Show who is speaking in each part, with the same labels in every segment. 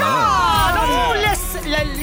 Speaker 1: Ah,
Speaker 2: Ah!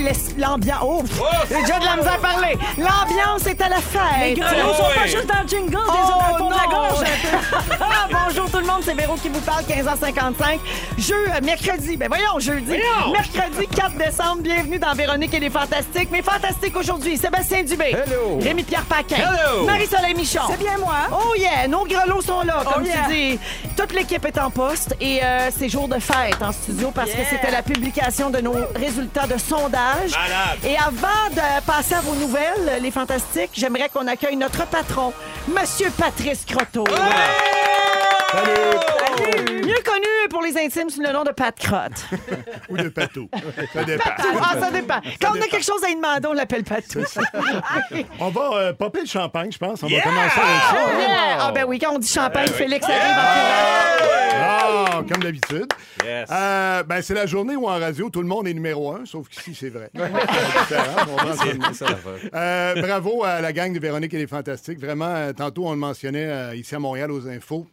Speaker 1: laisse l'ambiance. Oh, pff, j'ai déjà de la misère à parler. L'ambiance est à la fête.
Speaker 2: Grelots sont pas juste dans le jingle, des
Speaker 1: Oh,
Speaker 2: hommes font de la
Speaker 1: non.
Speaker 2: gorge.
Speaker 1: Ah, Bonjour tout le monde, c'est Véro qui vous parle, 15h55. Jeu, euh, mercredi, ben voyons, jeudi. Mercredi 4 décembre, bienvenue dans Véronique et les Fantastiques. Mais Fantastiques aujourd'hui, Sébastien Dubé.
Speaker 3: Hello.
Speaker 1: Rémi-Pierre Paquin.
Speaker 3: Hello.
Speaker 1: Marie-Soleil Michon.
Speaker 2: C'est bien moi. hein?
Speaker 1: Oh yeah, nos grelots sont là, comme
Speaker 2: Oh yeah.
Speaker 1: tu dis. Toute l'équipe est en poste et euh, c'est jour de fête en studio parce que
Speaker 2: Yeah.
Speaker 1: c'était la publication de nos résultats de sondage.
Speaker 3: Malade.
Speaker 1: Et avant de passer à vos nouvelles, les fantastiques, j'aimerais qu'on accueille notre patron, Monsieur Patrice Croteau. Mieux connu pour les intimes sous le nom de Pat Crotte.
Speaker 4: ou de patou. Ça dépend.
Speaker 1: Ah, ça dépend. Quand on a quelque chose à lui demander, on l'appelle Patou.
Speaker 4: On va euh, popper le champagne, je pense. On va commencer avec ça.
Speaker 1: Yeah! Ah ben oui, quand on dit champagne, Félix arrive en courant.
Speaker 4: Ah, comme d'habitude.
Speaker 3: Yes.
Speaker 4: Euh, ben, c'est la journée où en radio, tout le monde est numéro un, sauf qu'ici, c'est vrai. C'est différent, on prend ça de même. Euh, bravo à la gang de Véronique et les Fantastiques. Vraiment, euh, tantôt, on le mentionnait euh, ici à Montréal aux infos.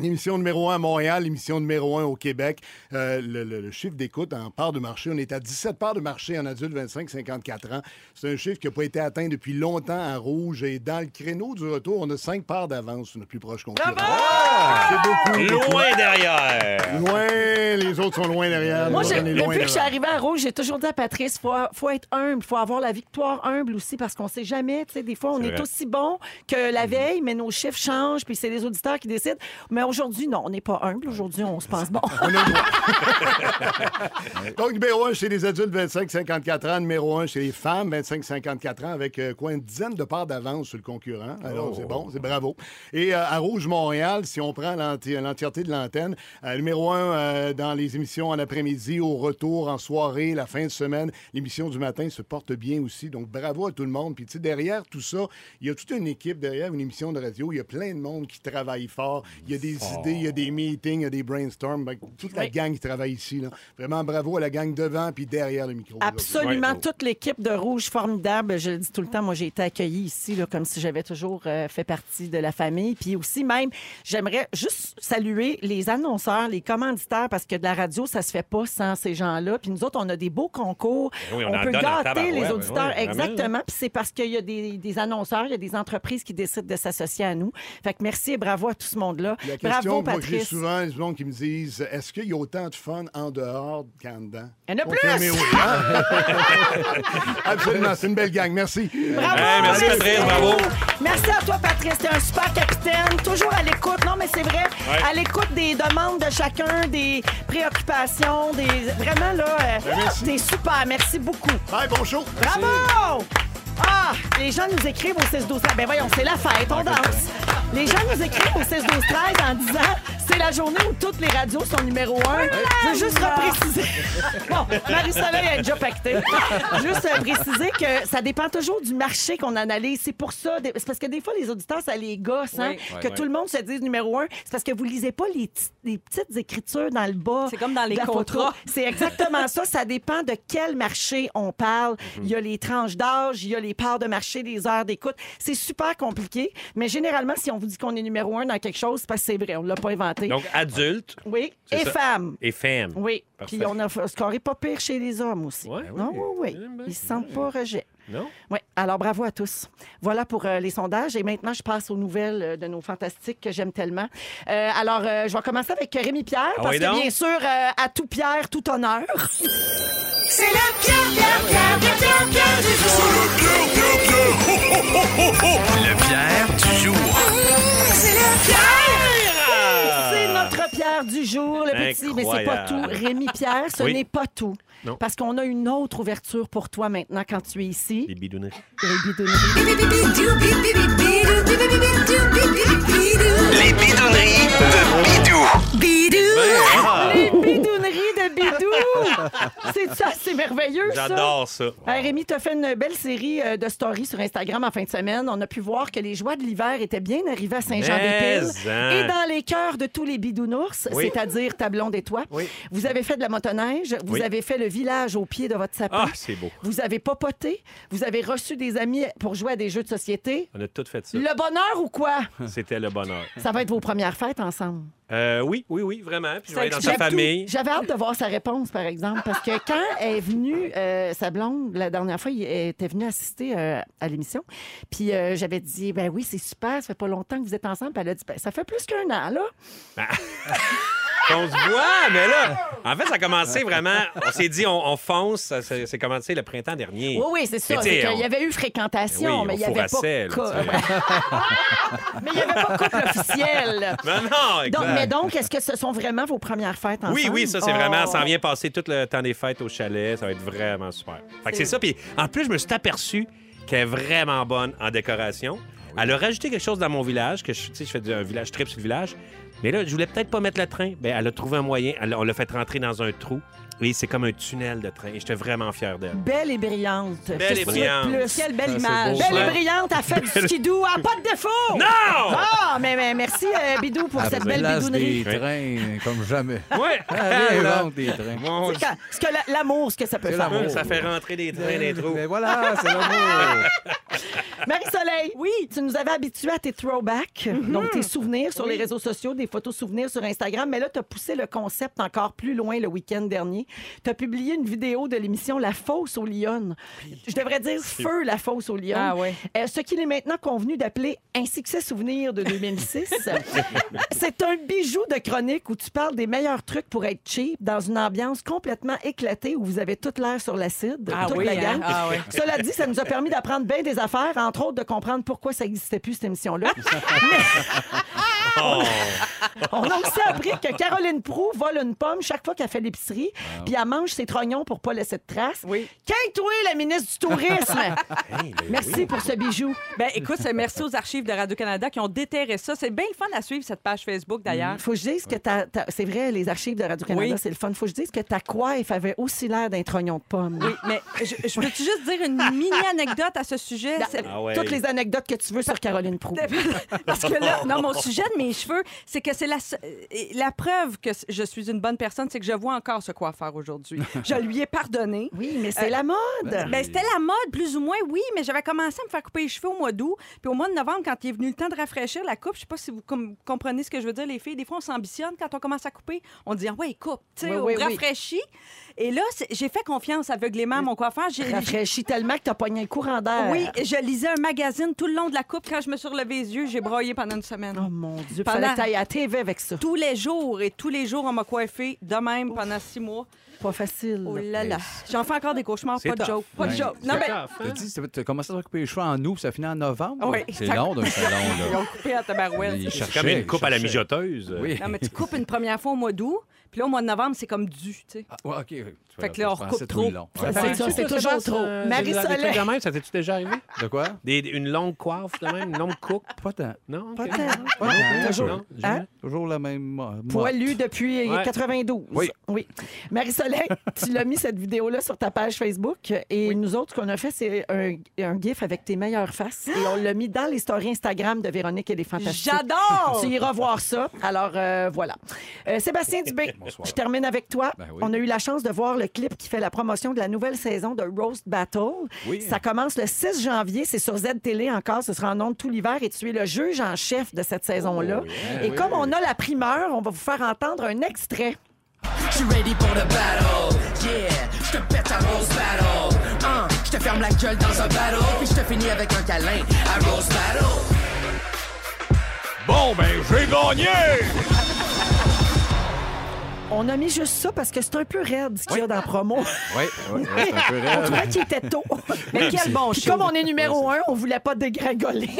Speaker 4: L'émission numéro 1 à Montréal, l'émission numéro 1 au Québec. Euh, le, le- le chiffre d'écoute en part de marché, on est à 17 parts de marché en adultes 25-54 ans. C'est un chiffre qui n'a pas été atteint depuis longtemps en rouge. Et dans le créneau du retour, on a 5 parts d'avance sur notre plus proche
Speaker 1: Ah,
Speaker 4: concurrent. C'est beaucoup, beaucoup.
Speaker 3: Loin derrière.
Speaker 4: Loin, les autres sont loin derrière.
Speaker 1: Moi,
Speaker 4: nous,
Speaker 1: j'ai-
Speaker 4: on est loin
Speaker 1: depuis que je suis
Speaker 4: devant.
Speaker 1: arrivée à Rouge, j'ai toujours dit à Patrice, faut, faut être humble, faut avoir la victoire humble aussi, parce qu'on sait jamais, tu sais, des fois, on est,
Speaker 3: vrai.
Speaker 1: aussi bon que
Speaker 4: Mhm.
Speaker 1: la veille, mais nos chiffres changent, puis c'est les auditeurs qui décident. Mais aujourd'hui, non, on n'est pas humble. Aujourd'hui, on se pense bon.
Speaker 4: Donc, numéro 1 chez les adultes 25-54 ans, numéro 1 chez les femmes 25-54 ans, avec euh, quoi, une dizaine de parts d'avance sur le concurrent. Alors, c'est bon, c'est bravo. Et euh, à Rouge Montréal, si on prend l'enti- l'entièreté de l'antenne, euh, numéro 1 dans les émissions en après-midi, au retour, en soirée, la fin de semaine, l'émission du matin se porte bien aussi. Donc, bravo à tout le monde. Puis, tu sais, derrière tout ça, il y a toute une équipe derrière une émission de radio. Il y a plein de monde qui travaille fort. Il y a des idées, il y a des meetings, il y a des brainstorms. Ben, toute la gang qui travaille ici. là. Vraiment, bravo à la gang devant puis derrière le micro.
Speaker 1: Absolument
Speaker 3: Ouais,
Speaker 1: toute l'équipe de Rouge formidable. Je le dis tout le temps, moi j'ai été accueillie ici là, comme si j'avais toujours euh, fait partie de la famille. Puis aussi même, j'aimerais juste saluer les annonceurs, les commanditaires, parce que de la radio, ça se fait pas sans ces gens-là. Puis nous autres, on a des beaux concours.
Speaker 3: Ben oui, on en
Speaker 1: peut
Speaker 3: donne en
Speaker 1: gâter
Speaker 3: tabarouette,
Speaker 1: les
Speaker 3: ben
Speaker 1: auditeurs.
Speaker 3: oui, vraiment, là.
Speaker 1: exactement. Puis c'est parce qu'il y a des, des annonceurs, il y a des entreprises qui décident de s'associer à nous. Fait que merci et bravo à tout ce monde-là.
Speaker 4: La
Speaker 1: Bravo,
Speaker 4: question moi, que j'ai
Speaker 1: Patrice.
Speaker 4: souvent, il y a du monde qui me disent est-ce qu'il y a autant de fun en dehors qu'en dedans
Speaker 1: Il y en a plus!
Speaker 4: Confirmez oui, hein? Absolument, c'est une belle gang. Merci.
Speaker 1: Bravo!
Speaker 3: Hey, Ah, Eh, merci, Patrice, bravo.
Speaker 1: Merci à toi, Patrice. T'es un super capitaine. Toujours à l'écoute. Non, mais c'est vrai.
Speaker 3: Ouais.
Speaker 1: À l'écoute des demandes de chacun, des préoccupations, des. Vraiment, là, euh,
Speaker 4: merci.
Speaker 1: t'es super. Merci beaucoup.
Speaker 4: Bye, bon show.
Speaker 1: Bravo! Ah! Les gens nous écrivent au 6 12 13 Ben voyons, c'est la fête, on danse. Les gens nous écrivent au 6 12 13 en disant c'est la journée où toutes les radios sont numéro un. Je veux juste repréciser. Bon, Marie-Soleil a déjà pacté. Juste euh, préciser que ça dépend toujours du marché qu'on analyse. C'est pour ça. des- C'est parce que des fois, les auditeurs, ça les gosse, hein,
Speaker 2: Oui.
Speaker 1: que tout le monde se dise numéro un. C'est parce que vous lisez pas les, petits- les petites écritures dans le bas.
Speaker 2: C'est comme dans les
Speaker 1: de la photo.
Speaker 2: contrats.
Speaker 1: C'est exactement ça. Ça dépend de quel marché on parle. Il y a les tranches d'âge, il y a les parts de marché, les heures d'écoute. C'est super compliqué, mais généralement, si on vous dit qu'on est numéro un dans quelque chose, c'est parce que c'est vrai, on l'a pas inventé.
Speaker 3: Donc, adulte
Speaker 1: oui,
Speaker 3: c'est
Speaker 1: et
Speaker 3: ça.
Speaker 1: femmes.
Speaker 3: et femme.
Speaker 1: Oui,
Speaker 3: Parfait.
Speaker 1: puis on a f- scoré pas pire chez les hommes aussi.
Speaker 3: Ouais,
Speaker 1: non,
Speaker 3: oui.
Speaker 1: oui, oui.
Speaker 3: Eh ben,
Speaker 1: Ils se sentent pas rejet.
Speaker 3: Non?
Speaker 1: Oui, alors bravo à tous. Voilà pour euh, les sondages. Et maintenant, je passe aux nouvelles euh, de nos fantastiques que j'aime tellement. Euh, alors, euh, je vais commencer avec Rémi Pierre,
Speaker 3: Ah
Speaker 1: parce
Speaker 3: oui,
Speaker 1: que
Speaker 3: donc?
Speaker 1: bien sûr, euh, à tout Pierre, tout honneur.
Speaker 5: C'est le Pierre, Pierre, Pierre, Pierre, Pierre, Pierre du jour.
Speaker 6: Le Pierre du jour.
Speaker 5: C'est le Pierre.
Speaker 1: C'est notre Pierre du jour, le petit, mais c'est pas tout.
Speaker 3: Euh, Incroyable.
Speaker 1: Rémi Pierre, ce
Speaker 3: Oui.
Speaker 1: n'est pas tout.
Speaker 3: Non.
Speaker 1: Parce qu'on a une autre ouverture pour toi maintenant quand tu es
Speaker 3: Les
Speaker 1: ici.
Speaker 3: bidouneries.
Speaker 1: Les bidonneries.
Speaker 5: Bidou,
Speaker 6: Les bidonneries de Bidou.
Speaker 3: Ben, ah,
Speaker 1: Les bidouneries de Bidou! C'est ça, c'est merveilleux, ça.
Speaker 3: J'adore ça.
Speaker 1: Hey, Rémi, t'as fait une belle série euh, de stories sur Instagram en fin de semaine. On a pu voir que les joies de l'hiver étaient bien arrivées à Saint-Jean-des-Piles
Speaker 3: Mais en.
Speaker 1: et dans les cœurs de tous les bidounours,
Speaker 3: Oui.
Speaker 1: c'est-à-dire Tablon des Toits.
Speaker 3: Oui.
Speaker 1: Vous avez fait de la motoneige, vous
Speaker 3: Oui.
Speaker 1: avez fait le village au pied de votre sapin.
Speaker 3: Ah, c'est beau.
Speaker 1: Vous avez popoté, vous avez reçu des amis pour jouer à des jeux de société.
Speaker 3: On a tout fait ça.
Speaker 1: Le bonheur ou quoi?
Speaker 3: C'était le bonheur.
Speaker 1: Ça va être vos premières fêtes ensemble.
Speaker 3: Euh, oui, oui, oui, vraiment. Puis je vais
Speaker 1: Ça
Speaker 3: aller dans sa
Speaker 1: explique tout.
Speaker 3: famille.
Speaker 1: J'avais hâte de voir sa réponse, par exemple, parce que quand elle est venue, euh, sa blonde, la dernière fois, il- elle était venue assister euh, à l'émission. Puis euh, j'avais dit, ben oui, c'est super, ça fait pas longtemps que vous êtes ensemble. Puis elle a dit, ben, ça fait plus qu'un an, là.
Speaker 3: On se voit, mais là, en fait, ça a commencé vraiment. On s'est dit, on, on fonce. Ça, ça- c'est commencé le printemps dernier.
Speaker 1: Oui, oui, c'est ça.
Speaker 3: Mais
Speaker 1: C'est
Speaker 3: t'sais,
Speaker 1: qu'il
Speaker 3: on-
Speaker 1: y avait eu fréquentation,
Speaker 3: Oui,
Speaker 1: mais
Speaker 3: on
Speaker 1: il n'y avait, pas
Speaker 3: fourrassait, là, tu
Speaker 1: co-
Speaker 3: sais.
Speaker 1: Ouais. Mais il y avait pas couple officiel.
Speaker 3: Non, non, exact.
Speaker 1: Donc, mais donc, est-ce que ce sont vraiment vos premières fêtes ensemble?
Speaker 3: Oui, oui, ça, c'est vraiment.
Speaker 1: Oh.
Speaker 3: Ça en vient passer tout le temps des fêtes au chalet. Ça va être vraiment super. Fait que c'est ça. Puis en plus, je me suis aperçu qu'elle est vraiment bonne en décoration.
Speaker 1: Ah
Speaker 3: Elle a rajouté quelque chose dans mon village, que je, tu sais, je fais du- un village trip sur le village. Mais là, je voulais peut-être pas mettre le train. Ben, elle a trouvé un moyen. Elle- on l'a fait rentrer dans un trou. Et c'est comme un tunnel de train. Et j'étais vraiment fier d'elle.
Speaker 1: Oh, Belle et brillante.
Speaker 3: Belle et
Speaker 1: Qu'est-ce que tu veux de
Speaker 3: brillante.
Speaker 1: plus?
Speaker 2: Quelle belle
Speaker 1: Belle
Speaker 3: beau.
Speaker 2: image.
Speaker 1: et
Speaker 3: Ouais.
Speaker 1: brillante, elle fait du skidoo, elle a pas de défaut!
Speaker 3: Non!
Speaker 1: Ah, mais, mais merci, euh, Bidou, pour
Speaker 7: À
Speaker 1: cette
Speaker 7: Ah, ben, la
Speaker 1: belle
Speaker 7: place
Speaker 1: bidounerie.
Speaker 7: des trains, comme jamais.
Speaker 3: Ouais!
Speaker 7: Allez,
Speaker 3: Elle a-
Speaker 7: vente des trains.
Speaker 3: Mon
Speaker 1: C'est quand- Ce que la- l'amour, ce que ça peut
Speaker 7: C'est
Speaker 1: faire.
Speaker 7: l'amour.
Speaker 3: Ça fait rentrer des trains des trous.
Speaker 7: Mais voilà, c'est l'amour.
Speaker 1: Marie-Soleil, oui, tu nous avais habitués à tes throwbacks,
Speaker 2: Mhm.
Speaker 1: donc tes souvenirs sur les réseaux sociaux, des photos souvenirs sur Instagram, mais là, tu as poussé le concept encore plus loin le week-end dernier. Tu as publié une vidéo de l'émission La Fosse aux Lyonnes. Je devrais dire Feu la Fosse aux Lyonnes.
Speaker 2: Ah ouais.
Speaker 1: Euh, ce qu'il est maintenant convenu d'appeler Ainsi que ses souvenirs de 2006. C'est un bijou de chronique où tu parles des meilleurs trucs pour être cheap dans une ambiance complètement éclatée où vous avez toute l'air sur l'acide,
Speaker 2: Ah
Speaker 1: toute
Speaker 2: oui,
Speaker 1: la
Speaker 2: hein?
Speaker 1: gang.
Speaker 2: Ah oui.
Speaker 1: Cela dit, ça nous a permis d'apprendre bien des affaires, entre autres de comprendre pourquoi ça n'existait plus, cette émission-là.
Speaker 3: Oh.
Speaker 1: On a aussi appris que Caroline Prou vole une pomme chaque fois qu'elle fait l'épicerie, puis elle mange ses trognons pour pas laisser de traces.
Speaker 2: Oui.
Speaker 1: Quinte-toi, la ministre du Tourisme! Merci pour ce bijou.
Speaker 2: Ben, écoute, c'est merci aux archives de Radio-Canada qui ont déterré ça. C'est bien le fun à suivre, cette page Facebook, d'ailleurs.
Speaker 1: Faut que je dise que ta- ta- c'est vrai, les archives de Radio-Canada,
Speaker 2: Oui.
Speaker 1: c'est le fun. Faut que je dise que ta coiffe avait aussi l'air d'un trognon de pomme.
Speaker 2: Oui, mais je, je peux-tu juste dire une mini-anecdote à ce sujet? C'est-
Speaker 3: Ah ouais.
Speaker 1: Toutes les anecdotes que tu veux sur Caroline Prou.
Speaker 2: Parce que là, non, mon sujet de mes cheveux, c'est que c'est la, se- euh, la preuve que je suis une bonne personne, c'est que je vois encore ce coiffeur aujourd'hui. Je lui ai pardonné.
Speaker 1: Oui, mais c'est la mode.
Speaker 2: Ben, c'était la mode, plus ou moins, oui, mais j'avais commencé à me faire couper les cheveux au mois d'août. Puis au mois de novembre, quand il est venu le temps de rafraîchir la coupe, je sais pas si vous com- comprenez ce que je veux dire, les filles. Des fois, on s'ambitionne quand on commence à couper. On dit, ah ouais, coupe, tu sais,
Speaker 1: Oui,
Speaker 2: on
Speaker 1: oui, oui.
Speaker 2: rafraîchit. Et là, c'est- j'ai fait confiance aveuglément à mon coiffeur. J'ai-
Speaker 1: Rafraîchis tellement que t'as pogné un courant d'air.
Speaker 2: Oui, je lisais un magazine tout le long de la coupe. Quand je me suis relevé les yeux, j'ai broyé pendant une semaine.
Speaker 1: Oh mon Dieu,
Speaker 2: Pendant-
Speaker 1: fallait que t'ailles à la TV avec ça.
Speaker 2: Tous les jours, et tous les jours, on m'a coiffé de même pendant six mois.
Speaker 1: Pas facile.
Speaker 2: Oh là là. J'en fais encore des cauchemars,
Speaker 3: C'est
Speaker 2: pas de
Speaker 3: tough.
Speaker 2: joke. Pas de
Speaker 7: Ouais.
Speaker 2: joke. Non, mais
Speaker 7: T'as
Speaker 1: Hein?
Speaker 7: dit, c'est- t'as commencé à te couper les cheveux en août, puis ça finit en novembre?
Speaker 2: Oui.
Speaker 7: C'est long d'un salon,
Speaker 2: ils
Speaker 7: là.
Speaker 2: ont coupé à tabarouette.
Speaker 7: Il
Speaker 3: C'est
Speaker 7: cherchait,
Speaker 3: comme une coupe
Speaker 7: il
Speaker 3: à la
Speaker 7: cherchait.
Speaker 3: mijoteuse.
Speaker 7: Oui.
Speaker 2: Non, mais tu coupes une première fois au mois d'août, puis là, au mois de novembre, c'est comme dû, tu sais.
Speaker 7: Ah, ouais, OK. Tu
Speaker 2: Fait
Speaker 7: vois,
Speaker 2: que là, on
Speaker 7: je pensais
Speaker 2: recoupe
Speaker 7: tout le
Speaker 2: trop.
Speaker 7: long.
Speaker 1: C'est ça, c'est toujours trop. Marie-Soleil.
Speaker 3: même, ça t'es-tu déjà arrivé?
Speaker 7: De quoi?
Speaker 3: Des- une longue coiffe, de même, une longue coupe.
Speaker 7: Pas tant.
Speaker 3: Non?
Speaker 1: Pas
Speaker 3: ok.
Speaker 1: tant.
Speaker 7: Pas tant.
Speaker 3: Non, jamais.
Speaker 1: Hein?
Speaker 7: Toujours la même. mo- mo-
Speaker 1: Poilu depuis
Speaker 3: Ouais.
Speaker 1: 92.
Speaker 7: Oui.
Speaker 1: Marie-Soleil, tu l'as mis cette vidéo-là sur ta page Facebook. Et nous autres, ce qu'on a fait, c'est un, un GIF avec tes meilleures faces. Et on l'a mis dans les stories Instagram de Véronique et les Fantastiques.
Speaker 2: J'adore!
Speaker 1: Tu iras voir ça. Alors, euh, voilà. Euh, Sébastien Dubé, je termine avec toi.
Speaker 7: Ben oui.
Speaker 1: On a eu la chance de voir le clip qui fait la promotion de la nouvelle saison de Roast Battle.
Speaker 7: Oui.
Speaker 1: Ça commence le 6 janvier. C'est sur Z-Télé encore. Ce sera en ondes tout l'hiver. Et tu es le juge en chef de cette saison-là.
Speaker 7: Oh,
Speaker 1: et comme on a la primeur, on va vous faire entendre un extrait.
Speaker 8: suis ready pour le battle. Yeah, je te pète à Rose Battle. Hein, je te ferme la gueule dans un battle, puis je te finis avec un câlin à Rose Battle.
Speaker 6: Bon, ben, j'ai gagné!
Speaker 1: On a mis juste ça parce que c'est un peu raide ce qu'il y a dans la promo.
Speaker 7: Oui, oui, oui, c'est un peu
Speaker 1: On
Speaker 7: raide.
Speaker 1: trouvait qu'il était tôt. Mais quel bon show. Comme on est numéro un, on voulait pas dégringoler.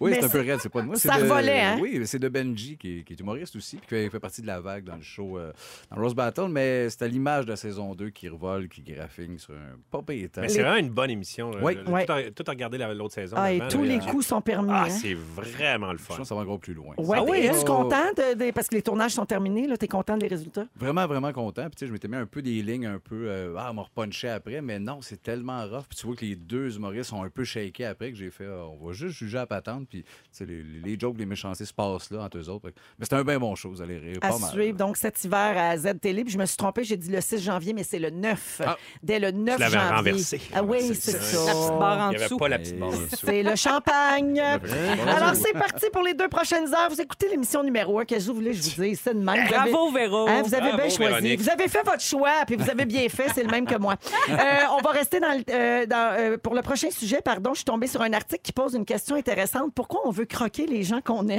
Speaker 7: Oui,
Speaker 1: Mais
Speaker 7: c'est un peu
Speaker 1: c'est-
Speaker 7: raide, c'est pas de moi. c'est
Speaker 1: ça
Speaker 7: de-
Speaker 1: revolait, hein?
Speaker 7: Oui, c'est de Benji, qui est, qui est humoriste aussi, puis qui fait, fait partie de la vague dans le show, euh, dans Rose Battle, mais c'est à l'image de la saison 2 qui revole, qui graphine sur un pas pétant.
Speaker 3: Mais c'est vraiment une bonne émission. là.
Speaker 7: Oui.
Speaker 3: Le- le-
Speaker 1: Ouais.
Speaker 3: Tout, a, tout a regardé la- l'autre saison.
Speaker 1: Ah, et
Speaker 3: vraiment,
Speaker 1: tous
Speaker 3: là.
Speaker 1: les coups sont permis.
Speaker 3: Ben Ah,
Speaker 1: hein.
Speaker 3: c'est vraiment le
Speaker 7: Je
Speaker 3: fun.
Speaker 7: pense que ça va encore plus loin.
Speaker 1: Ah Ouais, hein?
Speaker 7: Ça va-
Speaker 1: t'es- es-tu
Speaker 7: Oh.
Speaker 1: content de- de- parce que les tournages sont terminés là, t'es content des résultats?
Speaker 7: Vraiment, vraiment content. Puis, tu sais, je m'étais mis un peu des lignes, un peu. euh, ah, on m'a repunché après, mais non, c'est tellement rough. Puis, tu vois que les deux humoristes sont un peu shakés après que j'ai fait, ah, on va juste juger à patente. Puis, tu sais, les, les jokes, les méchancetés se passent là entre eux autres. Fait que- Mais c'était un bien bon show, vous allez rire.
Speaker 1: à
Speaker 7: pas mal.
Speaker 1: suivre donc cet hiver à Z Télé. Puis je me suis trompée, j'ai dit le 6 janvier, mais c'est le 9.
Speaker 7: Ah.
Speaker 1: Dès le 9
Speaker 3: Tu l'avais
Speaker 1: janvier.
Speaker 3: renversé.
Speaker 1: Ah oui, c'est ça.
Speaker 2: La petite barre en
Speaker 3: Il n'y avait
Speaker 2: dessous.
Speaker 3: pas la petite barre en dessous.
Speaker 1: C'est le champagne.
Speaker 7: Vraiment.
Speaker 1: Alors, c'est parti pour les deux prochaines heures. Vous écoutez l'émission numéro 1. Qu'est-ce que vous voulez, que je vous dise? C'est de même. Vous avez-
Speaker 2: Bravo, Véro.
Speaker 1: Hein, vous avez
Speaker 3: Bravo,
Speaker 1: bien choisi.
Speaker 3: Véronique.
Speaker 1: Vous avez fait votre choix, puis vous avez bien fait. C'est le même que moi. Euh, on va rester dans, le- euh, dans, euh, pour le prochain sujet. Pardon, je suis tombée sur un article qui pose une question intéressante. Pourquoi on veut croquer les gens qu'on aime?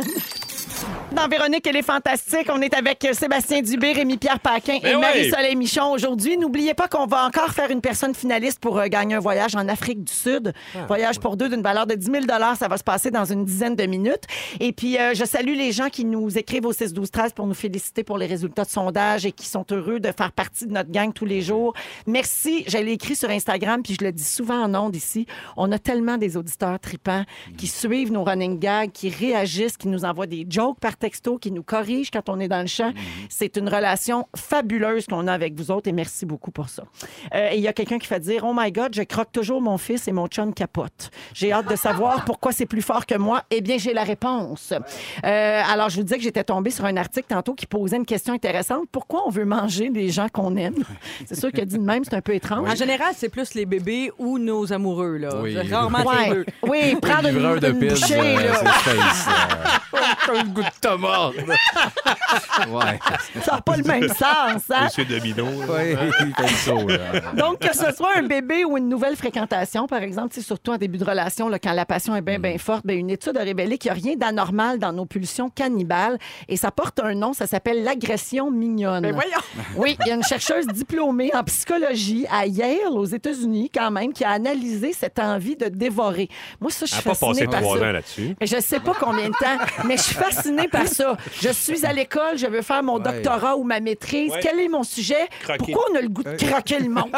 Speaker 1: Dans Véronique, elle est fantastique. On est avec euh, Sébastien Dubé, Rémi-Pierre Paquin
Speaker 3: Mais
Speaker 1: et
Speaker 3: ouais.
Speaker 1: Marie-Soleil Michon aujourd'hui. N'oubliez pas qu'on va encore faire une personne finaliste pour euh, gagner un voyage en Afrique du Sud.
Speaker 3: Ah,
Speaker 1: voyage pour deux d'une valeur de 10 000 Ça va se passer dans une dizaine de minutes. Et puis, euh, je salue les gens qui nous écrivent au 6 12 13 pour nous féliciter pour les résultats de sondage et qui sont heureux de faire partie de notre gang tous les jours. Merci. Je l'ai écrit sur Instagram, puis je le dis souvent en ondes ici. On a tellement des auditeurs tripants qui suivent nos running gags, qui réagissent, qui nous envoient des jokes par texto, qui nous corrigent quand on est dans le
Speaker 7: Mhm.
Speaker 1: champ. C'est une relation fabuleuse qu'on a avec vous autres et merci beaucoup pour ça. Euh, et il y a quelqu'un qui fait dire Oh my God, je croque toujours mon fils et mon chum capote. J'ai hâte de savoir pourquoi c'est plus fort que moi. Eh bien, j'ai la réponse. Euh, alors, je vous disais que j'étais tombée sur un article tantôt qui posait une question intéressante. Pourquoi on veut manger des gens qu'on aime? C'est sûr que dit de même, c'est un peu étrange.
Speaker 2: En général, c'est plus les bébés ou nos amoureux. Là.
Speaker 7: Oui.
Speaker 2: Rarement les
Speaker 1: Ouais.
Speaker 2: deux.
Speaker 1: Oui, prendre une,
Speaker 7: Livreur de
Speaker 1: une
Speaker 7: pizza,
Speaker 1: bouchée,
Speaker 7: euh,
Speaker 1: là.
Speaker 7: c'est space, euh. Comme une goutte de tomate. ouais.
Speaker 1: Ça n'a pas le même sens, hein?
Speaker 3: Monsieur Domino. là.
Speaker 7: Ouais, comme ça, là.
Speaker 1: Donc, que ce soit un bébé ou une nouvelle fréquentation, par exemple, c'est surtout en début de relation, là, quand la passion est bien, bien
Speaker 3: Mm.
Speaker 1: forte, ben, une étude a révélé qu'il n'y a rien d'anormal dans nos pulsions cannibales. Et ça porte un nom, ça s'appelle l'agression mignonne.
Speaker 3: Ben
Speaker 1: Oui, il y a une chercheuse diplômée en psychologie à Yale, aux États-Unis, quand même, qui a analysé cette envie de dévorer. Moi, ça, je
Speaker 3: Elle
Speaker 1: suis
Speaker 3: n'a pas
Speaker 1: fascinée
Speaker 3: passé
Speaker 1: par
Speaker 3: trois
Speaker 1: ça.
Speaker 3: ans là-dessus.
Speaker 1: Je sais pas combien de temps, mais je suis fascinée par ça. Je suis à l'école, je veux faire mon
Speaker 7: Ouais.
Speaker 1: doctorat ou ma maîtrise.
Speaker 3: Ouais.
Speaker 1: Quel est mon sujet?
Speaker 3: Croquer.
Speaker 1: Pourquoi on a le goût de croquer le monde?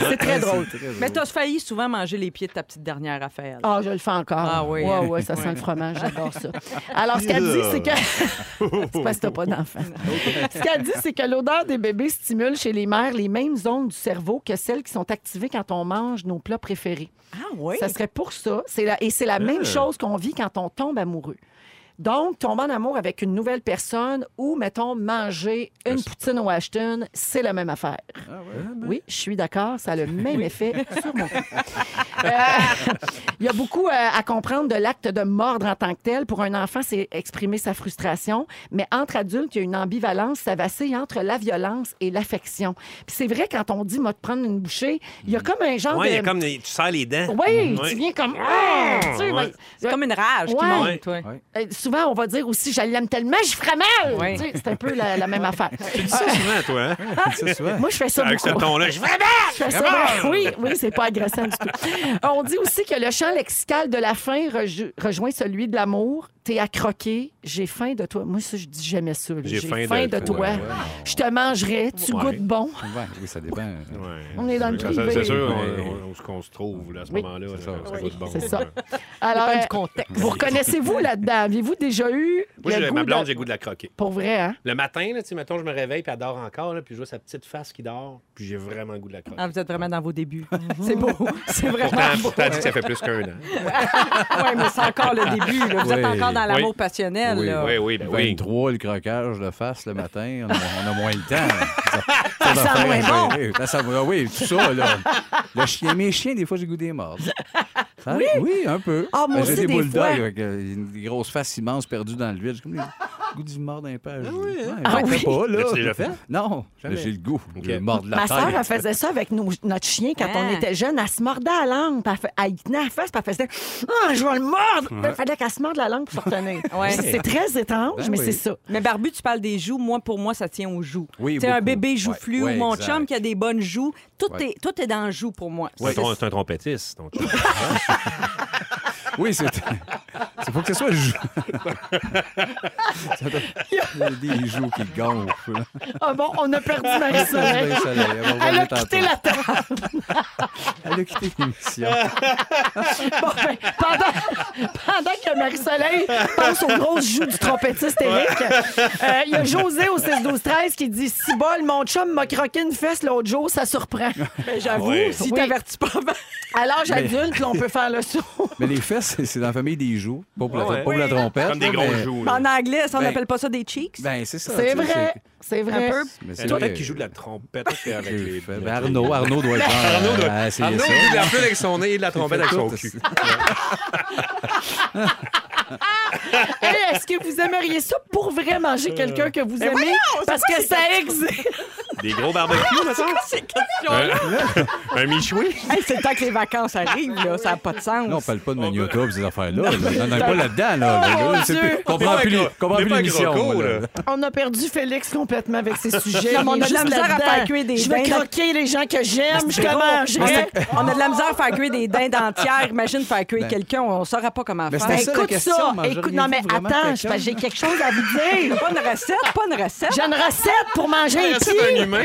Speaker 1: C'est très drôle.
Speaker 2: Mais t'as failli souvent manger les pieds de ta petite dernière affaire.
Speaker 1: Ah, je le fais encore.
Speaker 2: Ah oui,
Speaker 1: Ouais,
Speaker 2: hein?
Speaker 1: ouais, ça sent le fromage, j'adore ça. Alors, ce qu'elle dit, c'est que. c'est parce que t'as pas d'enfant. ce qu'elle dit, c'est que l'odeur des bébés stimule chez les mères les mêmes zones du cerveau que celles qui sont activées quand on mange nos plats préférés.
Speaker 2: Ah oui?
Speaker 1: Ça serait pour ça. C'est la- Et c'est la
Speaker 3: Ah.
Speaker 1: même chose qu'on vit quand on tombe amoureux. Donc, tomber en amour avec une nouvelle personne ou, mettons, manger une poutine au Ashton, c'est la même affaire.
Speaker 7: Ah
Speaker 3: Mm.
Speaker 1: Oui, je suis d'accord, ça a le même effet sur mon corps. Euh, Il y a beaucoup euh, à comprendre de l'acte de mordre en tant que tel. Pour un enfant, c'est exprimer sa frustration. Mais entre adultes, il y a une ambivalence, ça vacille entre la violence et l'affection. Puis c'est vrai, quand on dit « m'a te prendre une bouchée », il y a comme un genre
Speaker 3: Mm. Ouais, il y
Speaker 1: de...
Speaker 3: a comme des- tu serres les dents.
Speaker 1: Ah, ben, Oui,
Speaker 3: Ouais.
Speaker 1: tu viens comme. Ah! Tu sais,
Speaker 3: Ouais.
Speaker 2: C'est
Speaker 1: ben,
Speaker 2: comme une rage qui
Speaker 1: Ouais.
Speaker 2: monte, toi.
Speaker 7: Ouais.
Speaker 1: euh, souvent, on va dire aussi, je l'aime tellement, j'y ferais mal.
Speaker 2: Ouais.
Speaker 1: Tu sais, C'est un peu la, la même affaire. Ah.
Speaker 3: Tu dis ça souvent, toi, hein?
Speaker 7: C'est ça.
Speaker 1: Moi, je fais ça
Speaker 3: Avec ce
Speaker 1: beaucoup.
Speaker 3: ton-là, je
Speaker 1: Je fais ça- Oui, oui, c'est pas agressant du tout. Euh, On dit aussi que le champ lexical de la faim reju- rejoint celui de l'amour. T'es à croquer, j'ai faim de toi. Moi, ça, je dis jamais ça. là.
Speaker 3: J'ai faim de
Speaker 1: de,
Speaker 3: toi.
Speaker 1: toi. Je te mangerai, tu
Speaker 3: Ouais.
Speaker 1: goûtes bon.
Speaker 7: Ouais, oui, ça dépend. euh.
Speaker 3: Ouais.
Speaker 1: On est dans le
Speaker 3: Ça, ça,
Speaker 1: privé.
Speaker 3: C'est sûr,
Speaker 7: Ouais.
Speaker 3: on, on- on se qu'on se trouve là, à ce
Speaker 1: Oui.
Speaker 3: moment-là. là,
Speaker 7: C'est ça.
Speaker 3: ça
Speaker 7: Oui.
Speaker 3: goûte bon.
Speaker 1: C'est ça.
Speaker 3: Ouais.
Speaker 1: Alors,
Speaker 2: Dépend du
Speaker 1: euh,
Speaker 2: contexte.
Speaker 1: vous reconnaissez-vous là-dedans? Avez-vous déjà eu.
Speaker 3: Moi,
Speaker 1: le
Speaker 3: j'ai-
Speaker 1: goût
Speaker 3: ma
Speaker 1: de-
Speaker 3: blonde, j'ai le goût de la croquer.
Speaker 1: Pour vrai, hein?
Speaker 3: Le matin, là, tu sais, mettons, je me réveille, puis elle dort encore, là, puis je vois sa petite face qui dort, puis j'ai vraiment le goût de la croquer.
Speaker 2: Ah, vous êtes vraiment dans vos débuts.
Speaker 1: C'est beau. C'est vraiment
Speaker 3: Pourtant,
Speaker 1: beau.
Speaker 3: pourtant, elle dit que ça fait plus qu'un an.
Speaker 2: oui, mais c'est encore le début. là. Vous êtes
Speaker 7: Oui.
Speaker 2: encore dans l'amour
Speaker 3: Oui.
Speaker 2: passionnel.
Speaker 7: Oui.
Speaker 2: là.
Speaker 3: Oui, oui, ben oui.
Speaker 7: 23, le croquage, le face le matin, on a, on a moins le temps. Ça,
Speaker 1: sent moins bon.
Speaker 7: Ça sent moins- ah Oui, tout ça, là. Le chien, mes chiens, des fois, j'ai le goût des morts. oui? oui, un peu.
Speaker 1: Ah, moi
Speaker 7: Ben, J'ai
Speaker 1: aussi,
Speaker 7: des
Speaker 1: des
Speaker 7: boules
Speaker 1: fois.
Speaker 7: d'œil avec euh, une grosse face immense perdue dans le vide. J'ai comme le goût du mort d'un page. Oui,
Speaker 1: Ah oui.
Speaker 7: pas, là.
Speaker 3: hein? L'as-tu déjà fait?
Speaker 7: Non, j'ai le goût.
Speaker 3: Ok.
Speaker 7: Le mort de la
Speaker 1: Ma
Speaker 7: tête.
Speaker 1: soeur, elle faisait ça avec nos- notre chien quand on
Speaker 2: Ah.
Speaker 1: était jeune. Elle se mordait à la langue. puis Elle, fa- elle y tenait la face, puis elle faisait Ah, je vais le mordre! Puis Il fallait qu'elle se morde la langue pour se retenir.
Speaker 2: Ouais.
Speaker 1: C'est très étrange,
Speaker 7: Ben
Speaker 1: mais
Speaker 7: oui.
Speaker 1: c'est ça.
Speaker 2: Mais Barbu, tu parles des joues. Moi, pour moi, ça tient aux joues.
Speaker 7: Oui,
Speaker 2: C'est un
Speaker 7: beaucoup.
Speaker 2: bébé
Speaker 7: Ouais.
Speaker 2: joufflu
Speaker 7: Ouais,
Speaker 2: ou mon
Speaker 7: exact.
Speaker 2: chum qui a des bonnes joues. Tout,
Speaker 7: Ouais.
Speaker 2: est, tout est dans le joue pour moi.
Speaker 3: C'est un
Speaker 2: C'est-
Speaker 3: trom- c'est un trompettiste, ton chum.
Speaker 7: Oui, c'est. C'est pour que ce soit. jou- Ça doit- Des joues qui gonflent.
Speaker 1: Ah bon, on a perdu Marie-Soleil.
Speaker 7: Marie Soleil, elle va
Speaker 1: Elle a
Speaker 7: revenir
Speaker 1: quitté
Speaker 7: tantôt.
Speaker 1: la table.
Speaker 7: Elle a quitté l'émission.
Speaker 1: Bon, ben, pendant, pendant que Marie-Soleil pense aux grosses joues du trompettiste Eric, euh, il y a José au 6-12-13 qui dit « Si bol, mon chum m'a croqué une fesse l'autre jour, ça surprend. »
Speaker 2: Ben, J'avoue,
Speaker 3: Ouais.
Speaker 2: si
Speaker 1: Oui.
Speaker 2: t'avertis pas avant.
Speaker 1: À l'âge adulte, là, on peut faire le saut.
Speaker 7: Mais les fesses, c'est- c'est dans la famille des joues. Pas pour la,
Speaker 3: Ouais.
Speaker 7: pas pour la trompette.
Speaker 3: Comme des
Speaker 7: là,
Speaker 3: gros
Speaker 7: mais-
Speaker 3: joues. là.
Speaker 2: En anglais, ça, on
Speaker 7: Ben-
Speaker 2: n'appelle pas ça des cheeks.
Speaker 7: Ben, c'est ça.
Speaker 1: C'est
Speaker 7: tu sais,
Speaker 1: vrai, c'est
Speaker 2: un
Speaker 1: vrai.
Speaker 2: peu.
Speaker 7: Mais c'est
Speaker 3: C'est
Speaker 7: vrai.
Speaker 3: peut-être qu'il joue de la trompette parce que avec
Speaker 7: J'ai
Speaker 3: les.
Speaker 7: fait- ben, Arnaud, Arnaud doit être
Speaker 3: Arnaud, doit-
Speaker 7: Ah, essayez
Speaker 3: Arnaud,
Speaker 7: ça.
Speaker 3: il a un peu avec son nez et de la trompette avec son
Speaker 7: Tout,
Speaker 3: cul.
Speaker 1: Hey, Est-ce que vous aimeriez ça pour vrai manger quelqu'un que
Speaker 2: Euh.
Speaker 1: vous aimez? Parce que ça existe.
Speaker 3: Des gros barbecues, là, ça? Un, un michoui?
Speaker 2: Hey, c'est le temps que les vacances arrivent, là. Ça n'a pas de sens.
Speaker 7: Non, on parle pas de Magnota pis ces affaires-là. là. On n'en est pas là-dedans, là.
Speaker 3: Oh,
Speaker 1: mon
Speaker 7: là. là, c'est-
Speaker 1: Dieu.
Speaker 7: on comprend plus,
Speaker 3: On
Speaker 7: les-
Speaker 3: est
Speaker 7: comprend
Speaker 3: pas
Speaker 7: plus l'émission.
Speaker 3: croco,
Speaker 7: moi, là.
Speaker 1: On a perdu Félix complètement avec ses sujets.
Speaker 2: Non, mais on
Speaker 1: Il est
Speaker 2: a de la
Speaker 1: juste
Speaker 2: misère à
Speaker 1: là-dedans.
Speaker 2: faire cuire des
Speaker 1: Je vais
Speaker 2: dindes.
Speaker 1: croquer les gens que j'aime, je te
Speaker 2: Véro,
Speaker 1: mangerai.
Speaker 2: On a de la misère à faire cuire des dindes entières. Imagine faire cuire quelqu'un, on ne saura pas comment
Speaker 7: Ben. Mais
Speaker 2: faire.
Speaker 7: c'est
Speaker 2: Hey,
Speaker 7: ça, la
Speaker 1: Écoute
Speaker 7: question,
Speaker 1: ça.
Speaker 7: mangeriez-vous
Speaker 1: Écoute, non, mais
Speaker 7: vraiment
Speaker 1: attends,
Speaker 7: quelqu'un?
Speaker 1: parce que j'ai quelque chose à vous dire.
Speaker 2: Pas une recette, pas une recette.
Speaker 1: J'ai une recette pour manger
Speaker 3: C'est un
Speaker 1: qui?
Speaker 3: humain.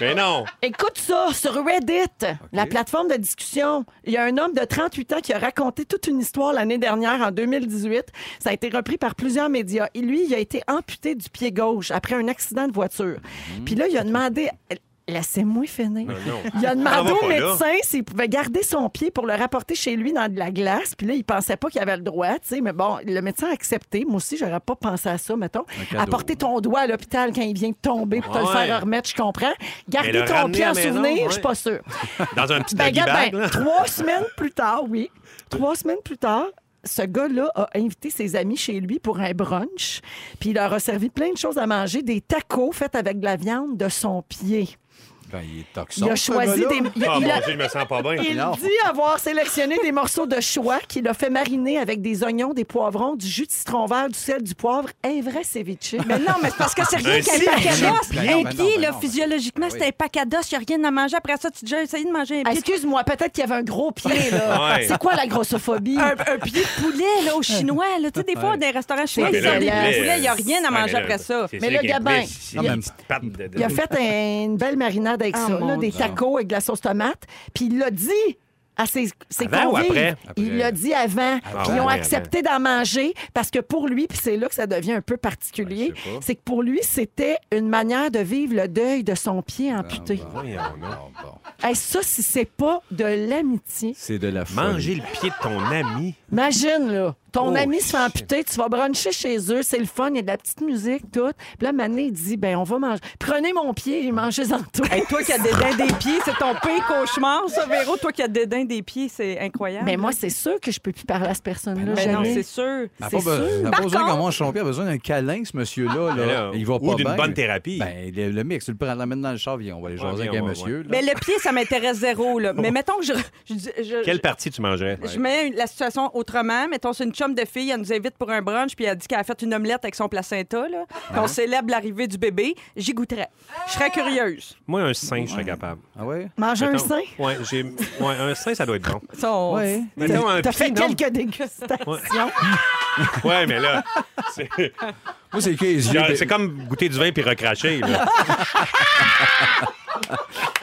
Speaker 3: Mais non.
Speaker 1: Écoute ça, sur Reddit, la plateforme de discussion, il y a un homme de 38 ans qui a raconté toute une histoire l'année dernière, en 2018. Ça a été repris par plusieurs médias. Et lui, il a été amputé du pied gauche après un accident de voiture. Puis là, il a demandé... Laissez-moi finir.
Speaker 3: Mhm. non.
Speaker 1: Il a
Speaker 3: Ah,
Speaker 1: demandé
Speaker 3: va
Speaker 1: au
Speaker 3: pas là.
Speaker 1: médecin s'il pouvait garder son pied pour le rapporter chez lui dans de la glace. Puis là, il pensait pas qu'il avait le droit, tu sais. Mais bon, le médecin a accepté. Moi aussi, j'aurais pas pensé à ça, mettons.
Speaker 7: cadeau.
Speaker 1: Apporter ton doigt à l'hôpital quand il vient de tomber pour te le
Speaker 3: Ouais.
Speaker 1: faire remettre, je comprends.
Speaker 3: Mais
Speaker 1: Garder
Speaker 3: le
Speaker 1: ton
Speaker 3: ramener
Speaker 1: pied
Speaker 3: à
Speaker 1: en
Speaker 3: la maison,
Speaker 1: souvenir,
Speaker 3: ouais.
Speaker 1: je suis pas sûre.
Speaker 3: Dans un petit
Speaker 1: Ben,
Speaker 3: doggy
Speaker 1: regarde,
Speaker 3: bag,
Speaker 1: ben,
Speaker 3: là.
Speaker 1: trois semaines plus tard, oui, trois semaines plus tard, ce gars-là a invité ses amis chez lui pour un brunch, puis il leur a servi plein de choses à manger, des tacos faits avec de la viande de son pied.
Speaker 7: Ben, il est
Speaker 1: il
Speaker 7: toxon.
Speaker 1: a choisi des... il a-
Speaker 3: Ah,
Speaker 1: il a-
Speaker 3: mon Dieu, je me sens pas bien.
Speaker 1: il
Speaker 7: Non.
Speaker 1: dit avoir sélectionné des morceaux de choix qu'il a fait mariner avec des oignons, des poivrons, du jus de citron vert, du sel, du poivre, un vrai ceviche.
Speaker 2: Mais non, mais c'est parce que c'est rien
Speaker 3: Ben
Speaker 2: qu'un
Speaker 3: si,
Speaker 2: paquet
Speaker 7: ben non,
Speaker 2: d'os.
Speaker 7: ben non,
Speaker 2: Un
Speaker 7: ben
Speaker 2: pied,
Speaker 7: non,
Speaker 2: là,
Speaker 7: ben
Speaker 2: physiologiquement,
Speaker 7: oui.
Speaker 2: c'est un paquet d'os, il n'y a rien à manger. Après ça, tu as déjà essayé de manger un pied. de-
Speaker 1: Excuse-moi, peut-être qu'il y avait un gros pied, là.
Speaker 3: Ouais.
Speaker 1: C'est quoi la grossophobie?
Speaker 2: Un, un pied de poulet là, au chinois. Là. Tu sais, des fois, dans les restaurants chinois,
Speaker 1: mais
Speaker 2: ils ont
Speaker 1: là,
Speaker 2: des
Speaker 1: le poulet,
Speaker 2: poulets, il n'y a rien à
Speaker 3: Ouais,
Speaker 2: manger
Speaker 3: là,
Speaker 2: après ça.
Speaker 3: c'est
Speaker 1: Mais
Speaker 3: sûr
Speaker 1: le
Speaker 3: qu'il y a
Speaker 1: gamin,
Speaker 3: poulet, c'est
Speaker 7: il a-
Speaker 3: une petite patte de- de-
Speaker 1: Il a fait un- une belle marinade avec
Speaker 2: Ah,
Speaker 1: ça,
Speaker 2: mon
Speaker 1: là, des
Speaker 2: Dieu.
Speaker 1: tacos avec de la sauce tomate. Puis il l'a dit à ses, ses
Speaker 3: Avant ou
Speaker 1: convives.
Speaker 3: après?
Speaker 1: Il
Speaker 7: Après.
Speaker 1: l'a dit avant.
Speaker 7: Avant,
Speaker 1: Puis ils ont
Speaker 3: ouais,
Speaker 1: accepté d'en manger parce que pour lui, puis c'est là que ça devient un peu particulier,
Speaker 3: Ben,
Speaker 7: Ouais, je sais pas.
Speaker 1: c'est que pour lui, c'était une manière de vivre le deuil de son pied amputé.
Speaker 7: bon.
Speaker 3: Voyons, non.
Speaker 7: Bon, bon.
Speaker 1: Hey, ça, si c'est pas de l'amitié,
Speaker 7: C'est de la folie.
Speaker 3: Manger le pied de ton ami.
Speaker 1: imagine, là, ton
Speaker 3: Oh,
Speaker 1: ami se fait
Speaker 3: shit.
Speaker 1: amputer, tu vas bruncher chez eux, c'est le fun, il y a de la petite musique, tout. Puis là, Mané, il dit, ben, on va manger. Prenez mon pied et mangez-en tout.
Speaker 2: Hey, toi qui as dédain des pieds, c'est ton pire cauchemar, ça, Véro. Toi qui as dédain des pieds, c'est incroyable.
Speaker 1: Mais moi, c'est sûr que je peux plus parler à cette personne-là.
Speaker 2: Ben non,
Speaker 1: jamais.
Speaker 2: c'est sûr.
Speaker 7: Elle a
Speaker 1: c'est
Speaker 7: pas, be-
Speaker 1: sûr.
Speaker 7: elle a
Speaker 2: Par
Speaker 7: pas besoin Ben,
Speaker 2: contre-
Speaker 7: qu'on mange son pied, elle a besoin d'un câlin, ce monsieur-là.
Speaker 3: Ben là,
Speaker 7: Là. Il va
Speaker 3: ou
Speaker 7: pas
Speaker 3: d'une
Speaker 7: bien.
Speaker 3: bonne thérapie.
Speaker 7: Ben, le, le mix, tu le prends, l'amène dans le char, viens, on va aller
Speaker 3: Ouais,
Speaker 7: jaser
Speaker 3: viens,
Speaker 7: avec un
Speaker 3: ouais,
Speaker 7: monsieur. là.
Speaker 2: Mais le pied, ça m'intéresse zéro. Là.
Speaker 3: Oh.
Speaker 2: Mais mettons que je. je, je-
Speaker 3: Quelle partie tu mangerais?
Speaker 2: je mets une- la situation autrement. Mettons, c'est une chum de fille, elle nous invite pour un brunch, puis elle dit qu'elle a fait une omelette avec son placenta, là.
Speaker 3: Ah.
Speaker 2: Puis on célèbre l'arrivée du bébé. J'y goûterais. Je serais curieuse.
Speaker 3: Moi, un sein, je serais capable.
Speaker 7: Ah ouais?
Speaker 1: Manger un
Speaker 3: Mettons-
Speaker 1: sein?
Speaker 3: Ouais, j'ai... ouais, un sein, ça doit être bon.
Speaker 2: Ça, on-
Speaker 7: Ouais.
Speaker 3: Mettons un
Speaker 1: T'as
Speaker 3: pied,
Speaker 1: fait
Speaker 3: non?
Speaker 1: quelques dégustations.
Speaker 3: Ouais, mais là, c'est,
Speaker 7: Moi, c'est que les yeux.
Speaker 3: genre,
Speaker 7: de-
Speaker 3: c'est comme goûter du vin puis recracher. là.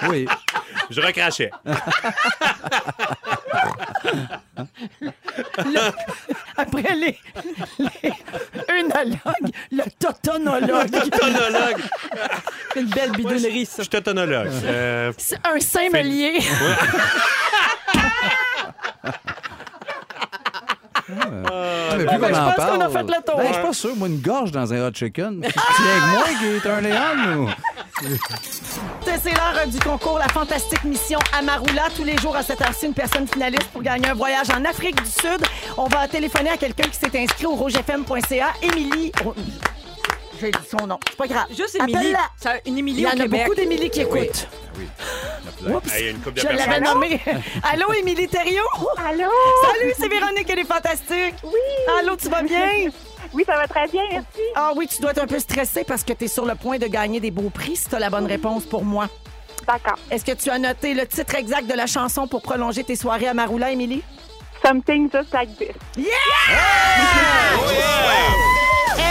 Speaker 7: Oui.
Speaker 1: Ah,
Speaker 3: Je recrachais.
Speaker 1: Après les, les œnologues, le totonologue.
Speaker 3: Tonologue.
Speaker 2: Une belle bidonnerie, ça.
Speaker 3: Je suis totonologue. Euh,
Speaker 1: C'est un saint melier.
Speaker 7: Ah, mais plus
Speaker 1: ben,
Speaker 7: qu'on
Speaker 1: je
Speaker 7: en
Speaker 1: pense
Speaker 7: parle.
Speaker 1: qu'on a fait le tour.
Speaker 7: Ben, je suis pas sûr. Moi, une gorge dans un hot chicken. Tu tiens avec moi qui est un léon, ou?
Speaker 1: C'est l'heure du concours La Fantastique Mission Amaroula. Tous les jours à cette heure-ci, une personne finaliste pour gagner un voyage en Afrique du Sud. On va téléphoner à quelqu'un qui s'est inscrit au rougefm.ca. Émilie... Ro- J'ai dit son nom. C'est pas grave.
Speaker 2: Juste Émilie.
Speaker 1: Appelle-la.
Speaker 2: Ça, Une
Speaker 1: Il
Speaker 2: Émilie
Speaker 1: y
Speaker 2: au
Speaker 1: en a
Speaker 2: Québec.
Speaker 1: beaucoup d'Émilie qui écoutent. Oups.
Speaker 3: hey, il y a une coupe de
Speaker 1: Je l'avais
Speaker 3: personnes.
Speaker 1: nommée. Allô, Émilie Thériault?
Speaker 9: Allô?
Speaker 1: Salut, c'est Véronique, elle est fantastique.
Speaker 9: Oui!
Speaker 1: Allô, tu vas bien?
Speaker 9: Oui, ça va très bien, merci.
Speaker 1: Ah oui, tu dois être un peu stressée parce que tu es sur le point de gagner des beaux prix si tu as la bonne réponse pour moi.
Speaker 9: D'accord.
Speaker 1: Est-ce que tu as noté le titre exact de la chanson pour prolonger tes soirées à Maroula, Émilie?
Speaker 9: Something just like this.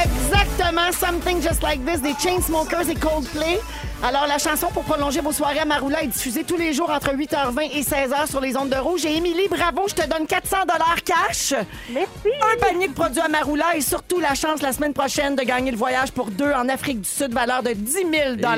Speaker 1: Exactement, Something Just Like This des Chainsmokers et Coldplay. Alors, la chanson pour prolonger vos soirées à Maroula est diffusée tous les jours entre 8h20 et 16h sur les ondes de Rouge. Et Émilie, bravo, je te donne 400 cash.
Speaker 9: Merci.
Speaker 1: Un panier de produits à Maroula et surtout la chance la semaine prochaine de gagner le voyage pour deux en Afrique du Sud, valeur de 10 000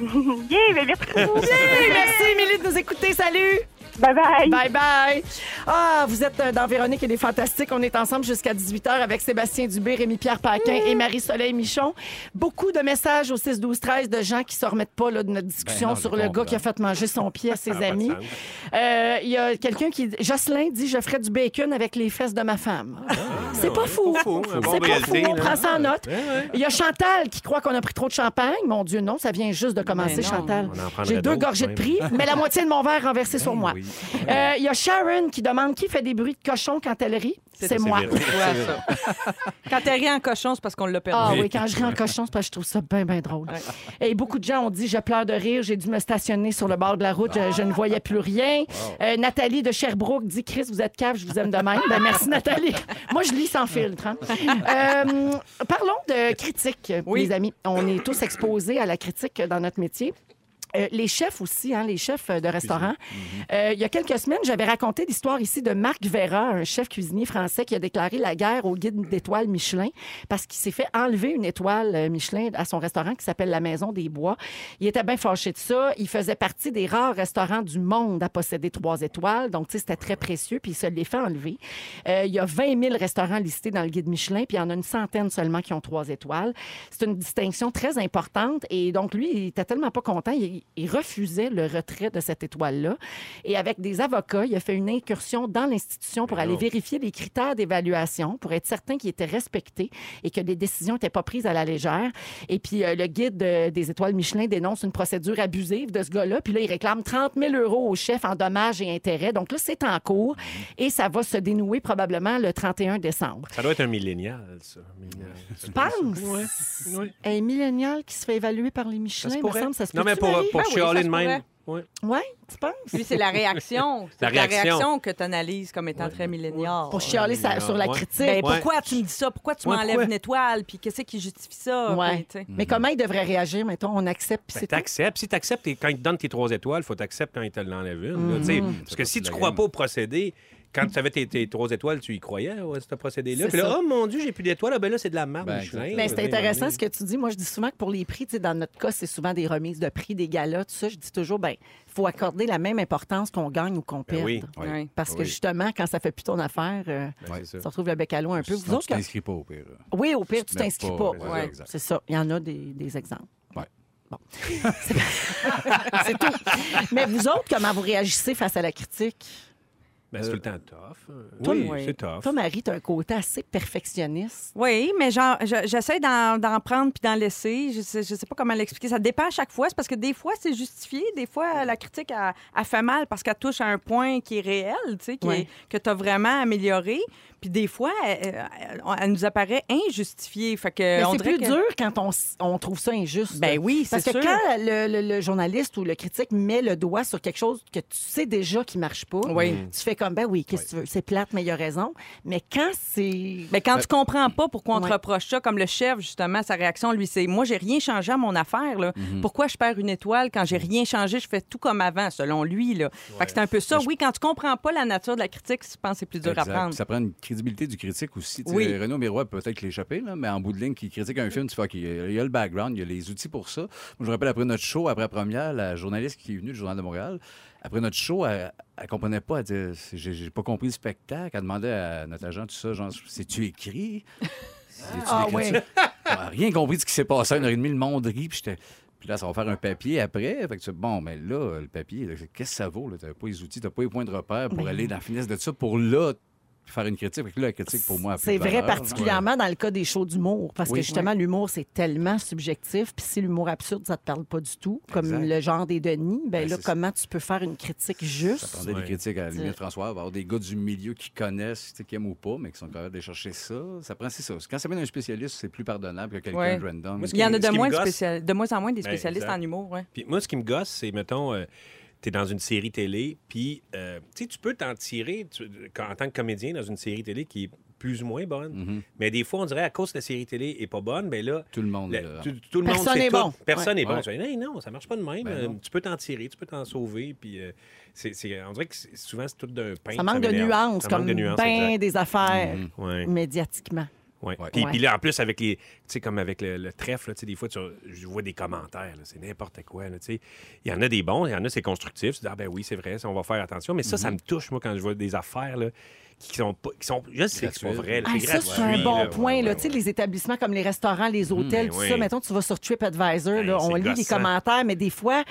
Speaker 9: Yeah, ben merci beaucoup.
Speaker 1: Hey, Merci, Émilie, de nous écouter. Salut!
Speaker 9: Bye bye.
Speaker 1: Bye bye. Ah, vous êtes euh, dans Véronique et les Fantastiques. On est ensemble jusqu'à 18h avec Sébastien Dubé, Rémi-Pierre Paquin et Marie-Soleil Michon. Beaucoup de messages au 6 12 13 de gens qui ne se remettent pas là, de notre discussion
Speaker 7: Ben non,
Speaker 1: sur
Speaker 7: je
Speaker 1: le
Speaker 7: comprends.
Speaker 1: gars qui a fait manger son pied à ses
Speaker 3: pas de
Speaker 1: amis.
Speaker 3: sens.
Speaker 1: Euh, Il y a quelqu'un qui Jocelyn dit je ferais du bacon avec les fesses de ma femme. C'est pas fou.
Speaker 3: fou, un
Speaker 1: C'est
Speaker 3: bon
Speaker 1: pas
Speaker 3: réalité,
Speaker 1: fou. On
Speaker 3: là.
Speaker 1: prend ça en note.
Speaker 3: Ouais, ouais.
Speaker 1: Il y a Chantal qui croit qu'on a pris trop de champagne. Mon Dieu, non, ça vient juste de commencer,
Speaker 2: Ben non.
Speaker 1: Chantal.
Speaker 3: On en prendrait
Speaker 1: J'ai deux
Speaker 3: d'autres,
Speaker 1: gorgées de
Speaker 3: même. Ben
Speaker 1: prix, mais la moitié de mon verre renversé sur moi. Euh, Il y a Sharon qui demande qui fait des bruits de cochon quand elle rit. C'est moi.
Speaker 3: Véronique.
Speaker 2: Quand t'es rien en cochon, c'est parce qu'on l'a perdu.
Speaker 1: Ah oui, quand je ris en cochon, c'est parce que je trouve ça bien, bien drôle. Et beaucoup de gens ont dit Je pleure de rire, j'ai dû me stationner sur le bord de la route, je, je ne voyais plus rien. Euh, Nathalie de Sherbrooke dit Chris, vous êtes cave, je vous aime de même. Ben, merci, Nathalie. Moi, je lis sans filtre. hein. Euh, parlons de critique,
Speaker 2: Oui.
Speaker 1: les amis. On est tous exposés à la critique dans notre métier. Euh, les chefs aussi, hein, les chefs de restaurants. Euh, il y a quelques semaines, j'avais raconté l'histoire ici de Marc Vera, un chef cuisinier français qui a déclaré la guerre au guide d'étoiles Michelin parce qu'il s'est fait enlever une étoile euh, Michelin à son restaurant qui s'appelle La Maison des Bois. Il était bien fâché de ça. Il faisait partie des rares restaurants du monde à posséder trois étoiles. Donc, tu sais, c'était très précieux. Puis il se l'est fait enlever. Euh, il y a 20 000 restaurants listés dans le guide Michelin, puis il y en a une centaine seulement qui ont trois étoiles. C'est une distinction très importante. Et donc, lui, il était tellement pas content, il, il refusait le retrait de cette étoile-là. Et avec des avocats, il a fait une incursion dans l'institution
Speaker 3: Ben
Speaker 1: pour aller vérifier les critères d'évaluation, pour être certain qu'il était respecté et que les décisions n'étaient pas prises à la légère. Et puis, euh, le guide euh, des étoiles Michelin dénonce une procédure abusive de ce gars-là. Puis là, il réclame 30 000 euros au chef en dommages et intérêts. Donc là, c'est en cours
Speaker 3: Mm-hmm.
Speaker 1: et ça va se dénouer probablement le 31 décembre.
Speaker 3: Ça doit être un millénial, ça. Millénial.
Speaker 1: Tu penses?
Speaker 3: Ben, Ouais.
Speaker 1: Un millénial qui se fait évaluer par les Michelin, me semble, ça se
Speaker 3: Non, mais
Speaker 1: peut-tu,
Speaker 3: pour,
Speaker 1: Marie?
Speaker 3: pour
Speaker 2: Ah oui,
Speaker 3: chialer
Speaker 2: ça se
Speaker 3: de même. Ouais.
Speaker 1: Ouais, tu penses?
Speaker 2: Lui, c'est la réaction. C'est
Speaker 3: La
Speaker 2: la,
Speaker 3: réaction.
Speaker 2: réaction. que tu analyses comme étant très milléniaire.
Speaker 1: Pour chialer sa-
Speaker 3: Ouais.
Speaker 1: sur la
Speaker 3: Oh, Ouais.
Speaker 1: critique.
Speaker 2: Ben,
Speaker 3: Ouais.
Speaker 2: Pourquoi tu me dis ça? Pourquoi tu
Speaker 3: Ouais,
Speaker 2: m'enlèves
Speaker 3: pourquoi?
Speaker 2: une étoile? Puis qu'est-ce qui justifie ça?
Speaker 1: Ouais.
Speaker 2: Puis, tu sais.
Speaker 7: Mhm.
Speaker 1: Mais comment il devrait réagir, mettons, on accepte, puis
Speaker 3: Ben,
Speaker 1: c'est tout?
Speaker 3: t'acceptes. Si t'acceptes, et quand ils te donnent tes trois étoiles, faut t'accepter quand ils te l'enlèvent une. là, tu
Speaker 1: Mhm.
Speaker 3: sais. Parce que si tu crois pas au procédé, quand tu savais tes, tes trois étoiles, tu y croyais, ouais, ce procédé-là.
Speaker 1: C'est
Speaker 3: Puis là,
Speaker 1: ça.
Speaker 3: oh mon Dieu, j'ai plus d'étoiles. Ah, ben là, c'est de la marque.
Speaker 7: Ben,
Speaker 3: Michelin.
Speaker 7: exactement.
Speaker 1: Mais c'est
Speaker 3: Je veux dire,
Speaker 1: intéressant
Speaker 3: on est-
Speaker 1: ce que tu dis. Moi, je dis souvent que pour les prix, tu sais, dans notre cas, c'est souvent des remises de prix, des galas, tout ça. Je dis toujours, ben, faut accorder la même importance qu'on gagne ou qu'on perde.
Speaker 3: Ben oui.
Speaker 7: Ouais.
Speaker 2: Ouais.
Speaker 1: Parce que
Speaker 7: Oui.
Speaker 1: justement, quand ça fait plus ton affaire, euh,
Speaker 7: Ouais.
Speaker 1: tu retrouves le bec à l'eau un peu. Vous
Speaker 7: Sinon,
Speaker 1: autres,
Speaker 7: tu
Speaker 1: quand-
Speaker 7: t'inscris pas au pire. là.
Speaker 1: oui, au pire,
Speaker 7: te
Speaker 1: tu
Speaker 7: mets
Speaker 1: t'inscris pas.
Speaker 7: pas, c'est ça,
Speaker 1: Ouais.
Speaker 7: exact.
Speaker 1: C'est ça. Il y en a des, des exemples.
Speaker 7: Ouais.
Speaker 1: Bon. C'est c'est tout. Mais vous autres, comment vous réagissez face à la critique?
Speaker 3: Ben, c'est tout le temps tough. Euh,
Speaker 2: Toi,
Speaker 3: Oui,
Speaker 2: oui.
Speaker 3: c'est
Speaker 7: Ah.
Speaker 3: tough.
Speaker 1: Toi, Marie, tu as un côté assez perfectionniste.
Speaker 2: Oui, mais genre, je- j'essaie d'en d'en prendre puis d'en laisser. Je sais, je sais pas comment l'expliquer. Ça dépend à chaque fois. C'est parce que des fois, c'est justifié. Des fois, la critique, a, fait mal parce qu'elle touche à un point qui est réel, tu sais, qui
Speaker 1: Ouais.
Speaker 2: est- que tu as vraiment amélioré. Puis des fois, elle, elle- elle nous apparaît injustifiée. Fait que
Speaker 1: Mais
Speaker 2: on
Speaker 1: c'est
Speaker 2: dirait
Speaker 1: plus
Speaker 2: que-
Speaker 1: dur quand on, s- on trouve ça injuste.
Speaker 2: Ben oui, c'est
Speaker 1: Parce que
Speaker 2: sûr.
Speaker 1: quand le, le- le journaliste ou le critique met le doigt sur quelque chose que tu sais déjà qui marche pas,
Speaker 2: Oui.
Speaker 1: tu fais comme, ben oui, qu'est-ce que tu veux? C'est plate, mais il a raison. Mais quand c'est...
Speaker 3: Ben,
Speaker 2: Mais quand tu comprends pas pourquoi on te
Speaker 1: Ouais.
Speaker 2: reproche ça, comme le chef, justement, sa réaction, lui, c'est Moi, j'ai rien changé à mon affaire. Là.
Speaker 3: Mhm.
Speaker 2: Pourquoi je perds une étoile quand j'ai rien changé? Je fais tout comme avant, selon lui. Là. Fait que c'est un peu ça. Oui, quand tu comprends pas la nature de la critique, je pense que c'est plus dur
Speaker 7: Exact.
Speaker 2: à prendre.
Speaker 7: Puis Ça prend une crédibilité du critique aussi. Tu sais,
Speaker 2: Oui.
Speaker 7: Renaud Miroir peut peut-être l'échapper, là, mais en bout de ligne, qui critique un film, tu vois qu'il y a il y a le background, il y a les outils pour ça. Moi, je me rappelle après notre show, après la première, la journaliste qui est venue du Journal de Montréal, après notre show, elle, elle comprenait pas. Elle disait C'est- J'ai j'ai pas compris le spectacle. Elle demandait à notre agent tout ça genre, C'est-tu écrit C'est-tu
Speaker 1: Ah
Speaker 7: écrit,
Speaker 1: ouais.
Speaker 7: ça? Elle a rien compris de ce qui s'est passé à une heure et demie, le monde rit. Puis j'étais. Puis là, ça va faire un papier après. Fait que tu- bon, mais là, le papier, là, qu'est-ce que ça vaut? Tu n'as pas les outils, tu n'as pas les points de repère
Speaker 1: Ben
Speaker 7: pour aller dans la finesse de ça, pour là, faire une critique. Fait que là, la critique, pour moi, a plus
Speaker 1: C'est
Speaker 7: de
Speaker 1: vrai
Speaker 7: valeur.
Speaker 1: particulièrement dans le cas des shows d'humour, parce
Speaker 7: Oui.
Speaker 1: que justement, l'humour, c'est tellement subjectif, puis si l'humour absurde, ça te parle pas du tout, comme
Speaker 7: Exact.
Speaker 1: le genre des Denis, ben,
Speaker 7: Ben,
Speaker 1: là,
Speaker 7: c'est ça.
Speaker 1: comment tu peux faire une critique
Speaker 7: Ouais.
Speaker 1: juste?
Speaker 7: J'entendais des critiques à la limite, François, va avoir des gars du milieu qui connaissent, tu sais, qui aiment ou pas, mais qui sont capables de chercher ça. Ça prend, c'est ça. Quand ça vient d'un spécialiste, c'est plus pardonnable que quelqu'un
Speaker 2: Ouais.
Speaker 7: de random.
Speaker 3: Moi, ce
Speaker 2: Il y en a
Speaker 3: Ce
Speaker 2: de
Speaker 3: qui me
Speaker 2: moins, de
Speaker 3: gosse-
Speaker 2: spécial- de moins en moins des
Speaker 3: Ben,
Speaker 2: spécialistes
Speaker 3: exact.
Speaker 2: en humour. ouais.
Speaker 3: Puis moi, ce qui me gosse, c'est, mettons, euh, t'es dans une série télé, puis euh, tu sais, tu peux t'en tirer tu- en tant que comédien dans une série télé qui est plus ou moins bonne. Mais des fois, on dirait à cause que la série télé est pas bonne, ben là,
Speaker 7: Mhm. Tout le monde,
Speaker 3: la-
Speaker 7: là.
Speaker 3: tu- tout le monde
Speaker 1: Personne
Speaker 3: sait
Speaker 1: est
Speaker 3: tout.
Speaker 1: bon.
Speaker 3: Personne n'est
Speaker 7: Ouais.
Speaker 3: bon. Tu fais, Hey, non, ça marche pas de même.
Speaker 7: Ben
Speaker 3: Euh,
Speaker 7: non.
Speaker 3: tu peux t'en tirer, tu peux t'en sauver, puis euh, c'est, c'est- on dirait que c'est- souvent c'est tout d'un pain.
Speaker 1: Ça manque de
Speaker 3: m'énerve.
Speaker 1: nuances,
Speaker 3: Ça
Speaker 1: comme
Speaker 3: manque de nuances,
Speaker 1: ben
Speaker 3: exact.
Speaker 1: des affaires
Speaker 3: Ouais.
Speaker 1: médiatiquement.
Speaker 3: Ouais.
Speaker 7: Ouais.
Speaker 3: Puis,
Speaker 1: Ouais.
Speaker 3: puis là, en plus, avec les. Tu sais, comme avec le, le trèfle, là, tu sais, des fois, tu, je vois des commentaires, là, c'est n'importe quoi. là, tu sais. Il y en a des bons, il y en a, c'est constructif. Tu dis, ah ben oui, c'est vrai, ça, on va faire attention. Mais ça, ça me touche, moi, quand je vois des affaires là, qui sont pas. Qui sont, je sais que c'est pas vrai. là,
Speaker 1: Ah,
Speaker 3: c'est
Speaker 1: ça, c'est un
Speaker 3: gratuit,
Speaker 1: bon
Speaker 3: là, ouais,
Speaker 1: point.
Speaker 3: ouais,
Speaker 1: là.
Speaker 3: ouais.
Speaker 1: Tu sais, Les établissements comme les restaurants, les hôtels,
Speaker 3: mais
Speaker 1: tout
Speaker 3: oui.
Speaker 1: ça. Mettons, tu vas sur TripAdvisor,
Speaker 3: Hey,
Speaker 1: là, on
Speaker 3: c'est
Speaker 1: lit les
Speaker 3: gossant.
Speaker 1: commentaires, mais des fois, tu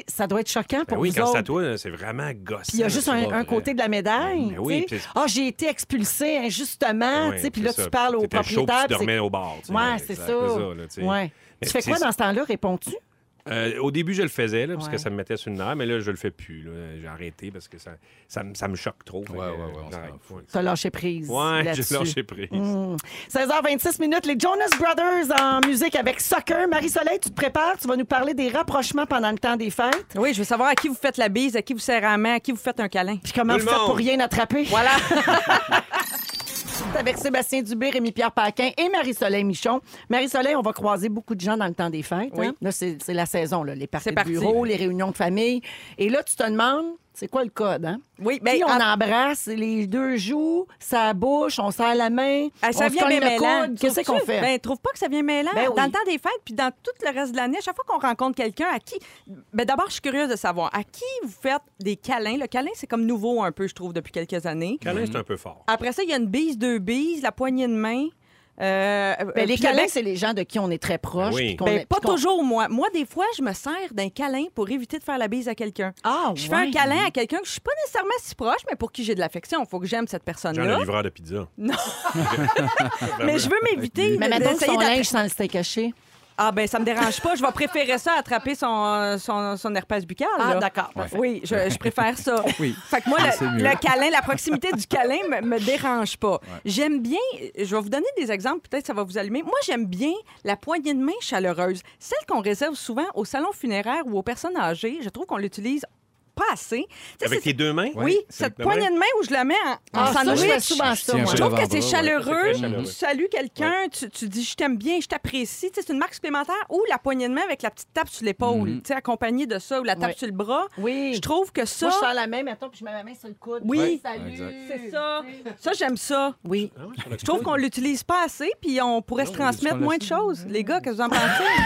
Speaker 1: sais, ça doit être choquant
Speaker 3: Ben
Speaker 1: pour
Speaker 3: oui,
Speaker 1: vous
Speaker 3: quand c'est à
Speaker 1: autres.
Speaker 3: toi, là, c'est vraiment gosse.
Speaker 1: Puis il y a juste un,
Speaker 7: pas
Speaker 1: un
Speaker 7: vrai.
Speaker 1: côté de la médaille.
Speaker 3: Ben oui,
Speaker 1: tu sais.
Speaker 3: puis- Ben
Speaker 1: Ah, j'ai été expulsé injustement. hein, tu sais, puis là, tu parles au propriétaire.
Speaker 3: Tu
Speaker 1: puis c'est-
Speaker 3: dormais au bar. tu sais.
Speaker 1: Ouais, c'est
Speaker 3: Exact,
Speaker 1: ça.
Speaker 3: là, tu sais.
Speaker 1: Ouais.
Speaker 3: Mais
Speaker 1: Tu fais quoi
Speaker 3: c'est-
Speaker 1: dans ce temps-là? Réponds-tu?
Speaker 3: Euh, au début, je le faisais, là, parce
Speaker 1: Ouais.
Speaker 3: que ça me mettait sur une nerf, mais là, je le fais plus. là. J'ai arrêté parce que ça, ça, me- ça me choque trop. Fait que,
Speaker 7: ouais,
Speaker 3: euh,
Speaker 7: ouais, on s'en
Speaker 3: j'arrête.
Speaker 7: fout.
Speaker 1: T'as lâché prise.
Speaker 3: Ouais,
Speaker 1: là-dessus.
Speaker 3: j'ai lâché prise.
Speaker 2: Mm.
Speaker 1: 16h26 minutes, les Jonas Brothers en musique avec Soccer. Marie-Soleil, tu te prépares, tu vas nous parler des rapprochements pendant le temps des fêtes.
Speaker 2: Oui, je veux savoir à qui vous faites la bise, à qui vous serrez la main, à qui vous faites un câlin.
Speaker 1: Puis comment
Speaker 3: Tout le
Speaker 1: vous faites pour
Speaker 3: monde.
Speaker 1: rien attraper.
Speaker 2: Voilà.
Speaker 1: C'est avec Sébastien Dubé, Rémi-Pierre Paquin et Marie-Soleil Michon. Marie-Soleil, on va croiser beaucoup de gens dans le temps des fêtes.
Speaker 2: Oui.
Speaker 1: hein. Là, c'est c'est la saison, là, les parties
Speaker 2: C'est
Speaker 1: de
Speaker 2: parti.
Speaker 1: bureau, les réunions de famille. Et là, tu te demandes, c'est quoi le code, hein?
Speaker 2: Oui, ben,
Speaker 1: Qui on
Speaker 2: en-
Speaker 1: embrasse, les deux joues, sa bouche, on serre la main,
Speaker 2: Ah,
Speaker 1: on
Speaker 2: ça
Speaker 1: se
Speaker 2: vient
Speaker 1: cogne
Speaker 2: bien
Speaker 1: le
Speaker 2: mêlant.
Speaker 1: coude. Qu'est-ce qu'on
Speaker 2: Trouves-tu?
Speaker 1: fait?
Speaker 2: Ben, trouve pas que ça vient mêlant.
Speaker 1: Ben oui.
Speaker 2: Dans le temps des fêtes, puis dans tout le reste de l'année, à chaque fois qu'on rencontre quelqu'un, à qui. Ben, D'abord, je suis curieuse de savoir, à qui vous faites des câlins? Le câlin, c'est comme nouveau un peu, je trouve, depuis quelques années.
Speaker 3: Câlin, c'est un peu fort.
Speaker 2: Après ça, il y a une bise, deux bises, la poignée de main. Euh,
Speaker 1: Ben,
Speaker 2: euh,
Speaker 1: les
Speaker 2: puis le
Speaker 1: câlins,
Speaker 2: bec-
Speaker 1: c'est les gens de qui on est très proche.
Speaker 3: Oui.
Speaker 1: puis qu'on
Speaker 2: Ben,
Speaker 1: est-
Speaker 2: pas
Speaker 1: puis qu'on-
Speaker 2: toujours, moi. Moi, des fois, je me sers d'un câlin pour éviter de faire la bise à quelqu'un.
Speaker 1: Ah,
Speaker 2: Je fais
Speaker 1: ouais.
Speaker 2: un câlin à quelqu'un que je suis pas nécessairement si proche, mais pour qui j'ai de l'affection. Il faut que j'aime cette
Speaker 3: Jean, le
Speaker 2: personne-là.
Speaker 3: livreur de pizza.
Speaker 2: Non. mais je veux m'éviter
Speaker 1: Mais maintenant que
Speaker 2: d'essayer
Speaker 1: son
Speaker 2: d'attra-
Speaker 1: linge sans le steak caché.
Speaker 2: Ah ben ça me dérange pas, je vais préférer ça à attraper son, euh, son, son herpès buccal.
Speaker 1: Ah,
Speaker 2: là.
Speaker 1: d'accord. Parfait.
Speaker 2: Oui, je, je préfère ça.
Speaker 7: Oui.
Speaker 2: Fait que moi,
Speaker 7: C'est mieux.
Speaker 2: le, le câlin, la proximité du câlin me, me dérange pas. J'aime bien, je vais vous donner des exemples, peut-être ça va vous allumer. Moi, j'aime bien la poignée de main chaleureuse, celle qu'on réserve souvent au salon funéraire ou aux personnes âgées. Je trouve qu'on l'utilise pas assez. Tu sais,
Speaker 3: Avec
Speaker 2: c'est-
Speaker 3: tes deux mains?
Speaker 2: Oui,
Speaker 3: c'est-
Speaker 2: cette
Speaker 3: ben
Speaker 2: poignée
Speaker 3: ouais.
Speaker 2: de main où je la mets en, en
Speaker 1: Ah, ça, je
Speaker 2: sandwich.
Speaker 1: fais souvent ça,
Speaker 7: Tiens,
Speaker 1: moi.
Speaker 2: Je trouve
Speaker 7: Avant-bras,
Speaker 2: que c'est
Speaker 7: ouais.
Speaker 2: chaleureux.
Speaker 3: C'est très chaleureux.
Speaker 2: Tu salues quelqu'un, tu, tu dis je t'aime bien, je t'apprécie. Tu sais, C'est une marque supplémentaire ou la poignée de main avec la petite tape sur l'épaule, tu sais, accompagnée de ça ou la tape
Speaker 1: Ouais.
Speaker 2: sur le bras.
Speaker 1: Oui.
Speaker 2: Je trouve que ça.
Speaker 1: Moi, je sers la main, mettons, puis je mets ma main sur le coude.
Speaker 2: Oui.
Speaker 1: Ouais, Salut.
Speaker 7: exact.
Speaker 2: c'est ça. Ça, j'aime ça.
Speaker 1: Oui.
Speaker 3: Ah ouais, sur le
Speaker 2: Je trouve qu'on l'utilise pas assez, puis on pourrait se transmettre moins de choses. Les gars, qu'est-ce que vous en pensez?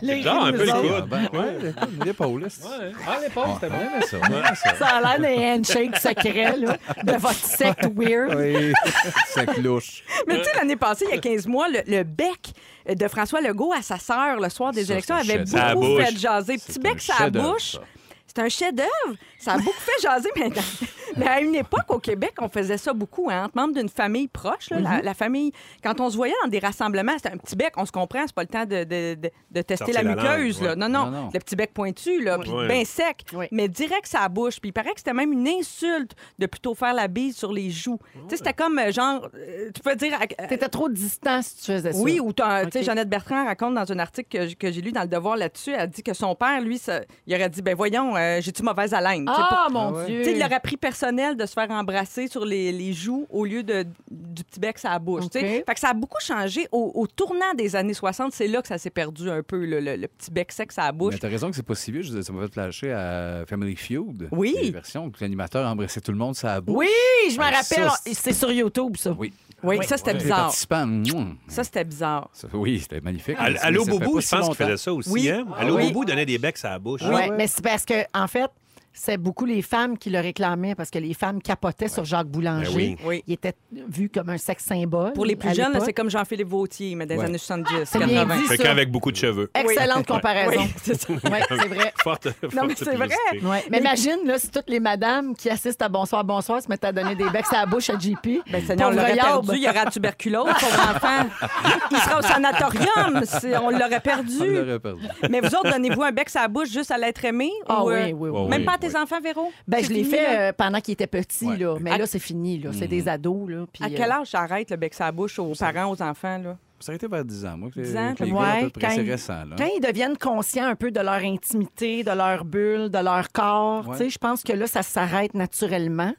Speaker 1: Les
Speaker 3: Non, un
Speaker 1: rimes,
Speaker 3: peu
Speaker 1: nous
Speaker 3: le
Speaker 1: autres.
Speaker 3: coude.
Speaker 7: Ah, ben, ouais, l'épaule. c'est-
Speaker 3: Ouais. Ah, l'épaule,
Speaker 7: On
Speaker 3: c'était bon.
Speaker 7: aimait ça, on aimait ça.
Speaker 1: Ça a l'air d'un handshake secret, là, de votre secte weird.
Speaker 7: Oui, ça clouche.
Speaker 2: Mais tu sais, l'année passée, il y a 15 mois, le, le bec de François Legault à sa sœur le soir des
Speaker 7: Ça,
Speaker 2: élections
Speaker 7: c'est un
Speaker 2: avait
Speaker 7: chef-d'œuvre.
Speaker 3: Ça
Speaker 2: beaucoup
Speaker 3: bouche.
Speaker 2: fait jaser. Petit
Speaker 7: C'est un
Speaker 2: bec, ça
Speaker 7: chef-d'œuvre,
Speaker 2: bouche.
Speaker 7: ça.
Speaker 2: C'est un chef-d'œuvre. Ça a beaucoup fait jaser, mais, dans- mais à une époque, au Québec, on faisait ça beaucoup, hein, entre membres d'une famille proche. là,
Speaker 7: Mhm.
Speaker 2: la, la famille, quand on se voyait dans des rassemblements, c'était un petit bec, on se comprend, c'est pas le temps de, de- de- de tester
Speaker 3: Sortir
Speaker 2: la
Speaker 3: la langue,
Speaker 2: muqueuse. là.
Speaker 3: ouais.
Speaker 2: Non, non,
Speaker 7: Non, non.
Speaker 2: le petit bec pointu, là, puis
Speaker 3: Ouais.
Speaker 2: ben sec,
Speaker 1: Oui.
Speaker 2: mais direct ça bouche. Puis il paraît que c'était même une insulte de plutôt faire la bise sur les joues. Tu sais, c'était comme euh, genre, euh, tu peux dire. à-
Speaker 1: T'étais trop distant si tu faisais ça.
Speaker 2: oui, ou t'as- tu sais,
Speaker 1: Ok.
Speaker 2: Jeannette Bertrand raconte dans un article que, j- que j'ai lu dans Le Devoir là-dessus, elle dit que son père, lui, ça- il aurait dit, ben voyons, euh, j'ai-tu mauvaise haleine? Tu sais, pour-
Speaker 1: Ah, mon
Speaker 2: tu sais,
Speaker 1: Dieu.
Speaker 2: il aurait pris personnel de se faire embrasser sur les, les joues au lieu de, du petit bec à la bouche. tu sais.
Speaker 1: OK.
Speaker 2: Fait que ça a beaucoup changé. Au, au tournant des années 60, c'est là que ça s'est perdu un peu, le, le- le petit bec sec à la bouche.
Speaker 7: Mais t'as raison que c'est pas si vieux. Je veux dire, ça m'a fait flasher à Family Feud.
Speaker 2: Oui.
Speaker 7: Les versions que l'animateur embrassait tout le monde, ça a beau.
Speaker 1: Oui, je m'en
Speaker 7: Ça,
Speaker 1: rappelle.
Speaker 7: c'est-
Speaker 1: C'est sur YouTube, ça.
Speaker 7: Oui.
Speaker 2: Oui, ça, c'était
Speaker 7: Les
Speaker 2: bizarre.
Speaker 7: participants. mouah.
Speaker 2: Ça, c'était bizarre.
Speaker 7: Ça- Oui, c'était magnifique.
Speaker 3: Allô-
Speaker 7: Mais ça
Speaker 3: Allô,
Speaker 7: fait pas
Speaker 3: Boubou,
Speaker 7: si
Speaker 3: je pense qu'il
Speaker 7: longtemps.
Speaker 3: faisait ça aussi.
Speaker 2: Oui.
Speaker 3: Hein? Allô,
Speaker 2: Oui.
Speaker 3: Boubou donnait des becs à la bouche.
Speaker 1: Ouais, mais c'est parce que, en fait, c'est beaucoup les femmes qui le réclamaient parce que les femmes capotaient sur Jacques Boulanger.
Speaker 3: Ben oui.
Speaker 2: Oui.
Speaker 1: Il était vu comme un sexe symbole.
Speaker 2: Pour les
Speaker 1: à
Speaker 2: plus jeunes, là,
Speaker 1: l'époque.
Speaker 2: c'est comme Jean-Philippe Vautier, mais dans les
Speaker 7: Ouais.
Speaker 2: années 70,
Speaker 1: C'est bien
Speaker 2: 80.
Speaker 1: dit,
Speaker 3: Quelqu'un
Speaker 1: ça.
Speaker 3: avec beaucoup de cheveux.
Speaker 1: Excellente comparaison.
Speaker 2: Oui, c'est ça.
Speaker 1: Oui, c'est vrai.
Speaker 3: Forte,
Speaker 2: Non, mais
Speaker 3: forte
Speaker 2: c'est vrai.
Speaker 3: publicité.
Speaker 1: Ouais. Mais imagine là, si toutes les madames qui assistent à Bonsoir, Bonsoir se mettaient à donner des becs à la bouche à JP.
Speaker 2: Ben, Seigneur, on
Speaker 1: Pauvre ben.
Speaker 2: l'aurait
Speaker 1: Yob.
Speaker 2: perdu. Il y aura la tuberculose, pauvre enfant. Il sera au sanatorium. C'est- On l'aurait
Speaker 7: On
Speaker 2: perdu.
Speaker 7: l'aurait perdu.
Speaker 2: Mais vous autres, donnez-vous un bec à la bouche juste à l'être aimé?
Speaker 1: Ah
Speaker 2: ou, euh,
Speaker 1: oui, oui, oui.
Speaker 7: Oh,
Speaker 2: Même
Speaker 7: oui,
Speaker 2: pas à tes
Speaker 7: oui.
Speaker 2: enfants, Véro?
Speaker 1: Ben,
Speaker 2: C'est
Speaker 1: je l'ai
Speaker 2: fini,
Speaker 1: fait
Speaker 2: là?
Speaker 1: euh, pendant qu'ils étaient petits,
Speaker 7: Ouais.
Speaker 1: là. Mais
Speaker 2: À-
Speaker 1: là, c'est fini, là. C'est des ados, là. puis,
Speaker 2: À
Speaker 1: euh,
Speaker 2: quel âge j'arrête le bec à la bouche aux parents, aux enfants? Là?
Speaker 7: Ça a été vers 10 ans, moi. que
Speaker 2: 10
Speaker 7: les-
Speaker 2: ans,
Speaker 7: que les
Speaker 2: ouais,
Speaker 7: gars, à peu près,
Speaker 2: quand
Speaker 7: c'est
Speaker 2: ils-
Speaker 7: récent, là.
Speaker 1: Quand ils deviennent conscients un peu de leur intimité, de leur bulle, de leur corps,
Speaker 7: Ouais.
Speaker 1: tu sais, je pense que là, ça s'arrête naturellement.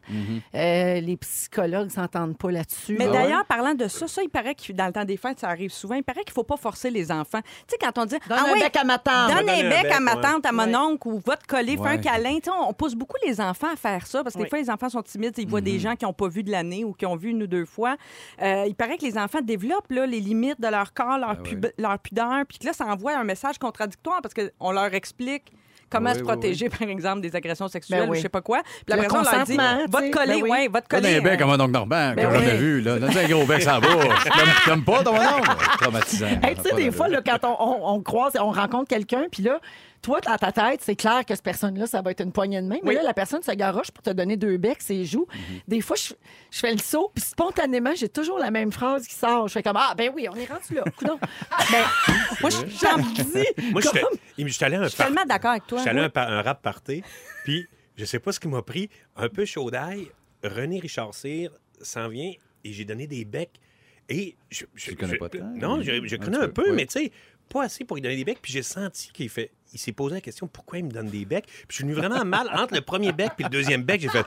Speaker 1: Euh, les psychologues s'entendent pas là-dessus.
Speaker 2: Mais
Speaker 1: Ah ouais?
Speaker 2: d'ailleurs, parlant de ça, ça, il paraît que dans le temps des fêtes, ça arrive souvent. Il paraît qu'il ne faut pas forcer les enfants. Tu sais, quand on dit
Speaker 1: Donne
Speaker 2: ah
Speaker 1: un
Speaker 2: ouais,
Speaker 1: bec à ma tante.
Speaker 2: Donne
Speaker 3: Donne
Speaker 2: un
Speaker 3: un
Speaker 2: bec à
Speaker 3: bec,
Speaker 2: ma
Speaker 3: ouais.
Speaker 2: tante, à mon
Speaker 1: Ouais.
Speaker 2: oncle, ou va te coller, fais un
Speaker 7: Ouais.
Speaker 2: câlin. Tu sais, on on pousse beaucoup les enfants à faire ça parce que
Speaker 1: Oui.
Speaker 2: des fois, les enfants sont timides. Ils voient
Speaker 7: Mm-hmm.
Speaker 2: des gens qui n'ont pas vu de l'année ou qui ont vu une ou deux fois. Euh, il paraît que les enfants développent là, les limites de leur corps, leur,
Speaker 7: Ah
Speaker 2: pub- leur pudeur, puis que là, ça envoie un message contradictoire parce qu'on leur explique. Comment
Speaker 7: Oui,
Speaker 2: se
Speaker 7: oui,
Speaker 2: protéger, par exemple, des agressions sexuelles
Speaker 1: Ben oui.
Speaker 2: ou je sais pas quoi. Puis
Speaker 1: Le
Speaker 2: après, ça, on leur dit,
Speaker 1: consentement,
Speaker 2: va
Speaker 1: tu
Speaker 2: te
Speaker 1: sais.
Speaker 2: coller,
Speaker 1: Ben oui.
Speaker 2: ouais, va te
Speaker 7: Donne
Speaker 2: coller. hein.
Speaker 7: un bec à mon oncle Normand, que
Speaker 1: Ben
Speaker 7: j'en ai
Speaker 1: oui.
Speaker 7: vu, là. Donne un gros bec sans bouche. T'aimes- T'aimes pas ton oncle? Traumatisant.
Speaker 1: Hey, tu sais, des fois, là, quand on, on- on croise, on rencontre quelqu'un, puis là, toi, dans ta tête, c'est clair que cette personne-là, ça va être une poignée de main. Mais là, la personne se garoche pour te donner deux becs, ses joues.
Speaker 3: Mm-hmm.
Speaker 1: Des fois, je, je fais le saut, puis spontanément, j'ai toujours la même phrase qui sort. Je fais comme Ah, ben oui, on est rendu là. Coudon. ben, moi, je dis.
Speaker 3: Moi, je
Speaker 1: comme...
Speaker 3: suis allé à un
Speaker 2: Je suis tellement d'accord avec toi.
Speaker 3: J'étais allé à un, pa- un rap party, puis je sais pas ce qui m'a pris. Un peu chaud d'ail, René Richard Cyr s'en vient et j'ai donné des becs. Et je, je,
Speaker 7: Tu le connais
Speaker 3: je-
Speaker 7: pas tant,
Speaker 3: Non,
Speaker 7: mais-
Speaker 3: je, je
Speaker 7: un
Speaker 3: connais
Speaker 7: petit
Speaker 3: un
Speaker 7: peu,
Speaker 3: peu,
Speaker 7: oui.
Speaker 3: mais tu sais, pas assez pour lui donner des becs. Puis j'ai senti qu'il fait. Il s'est posé la question pourquoi il me donne des becs. Puis je suis venu vraiment mal entre le premier bec puis le deuxième bec. J'ai fait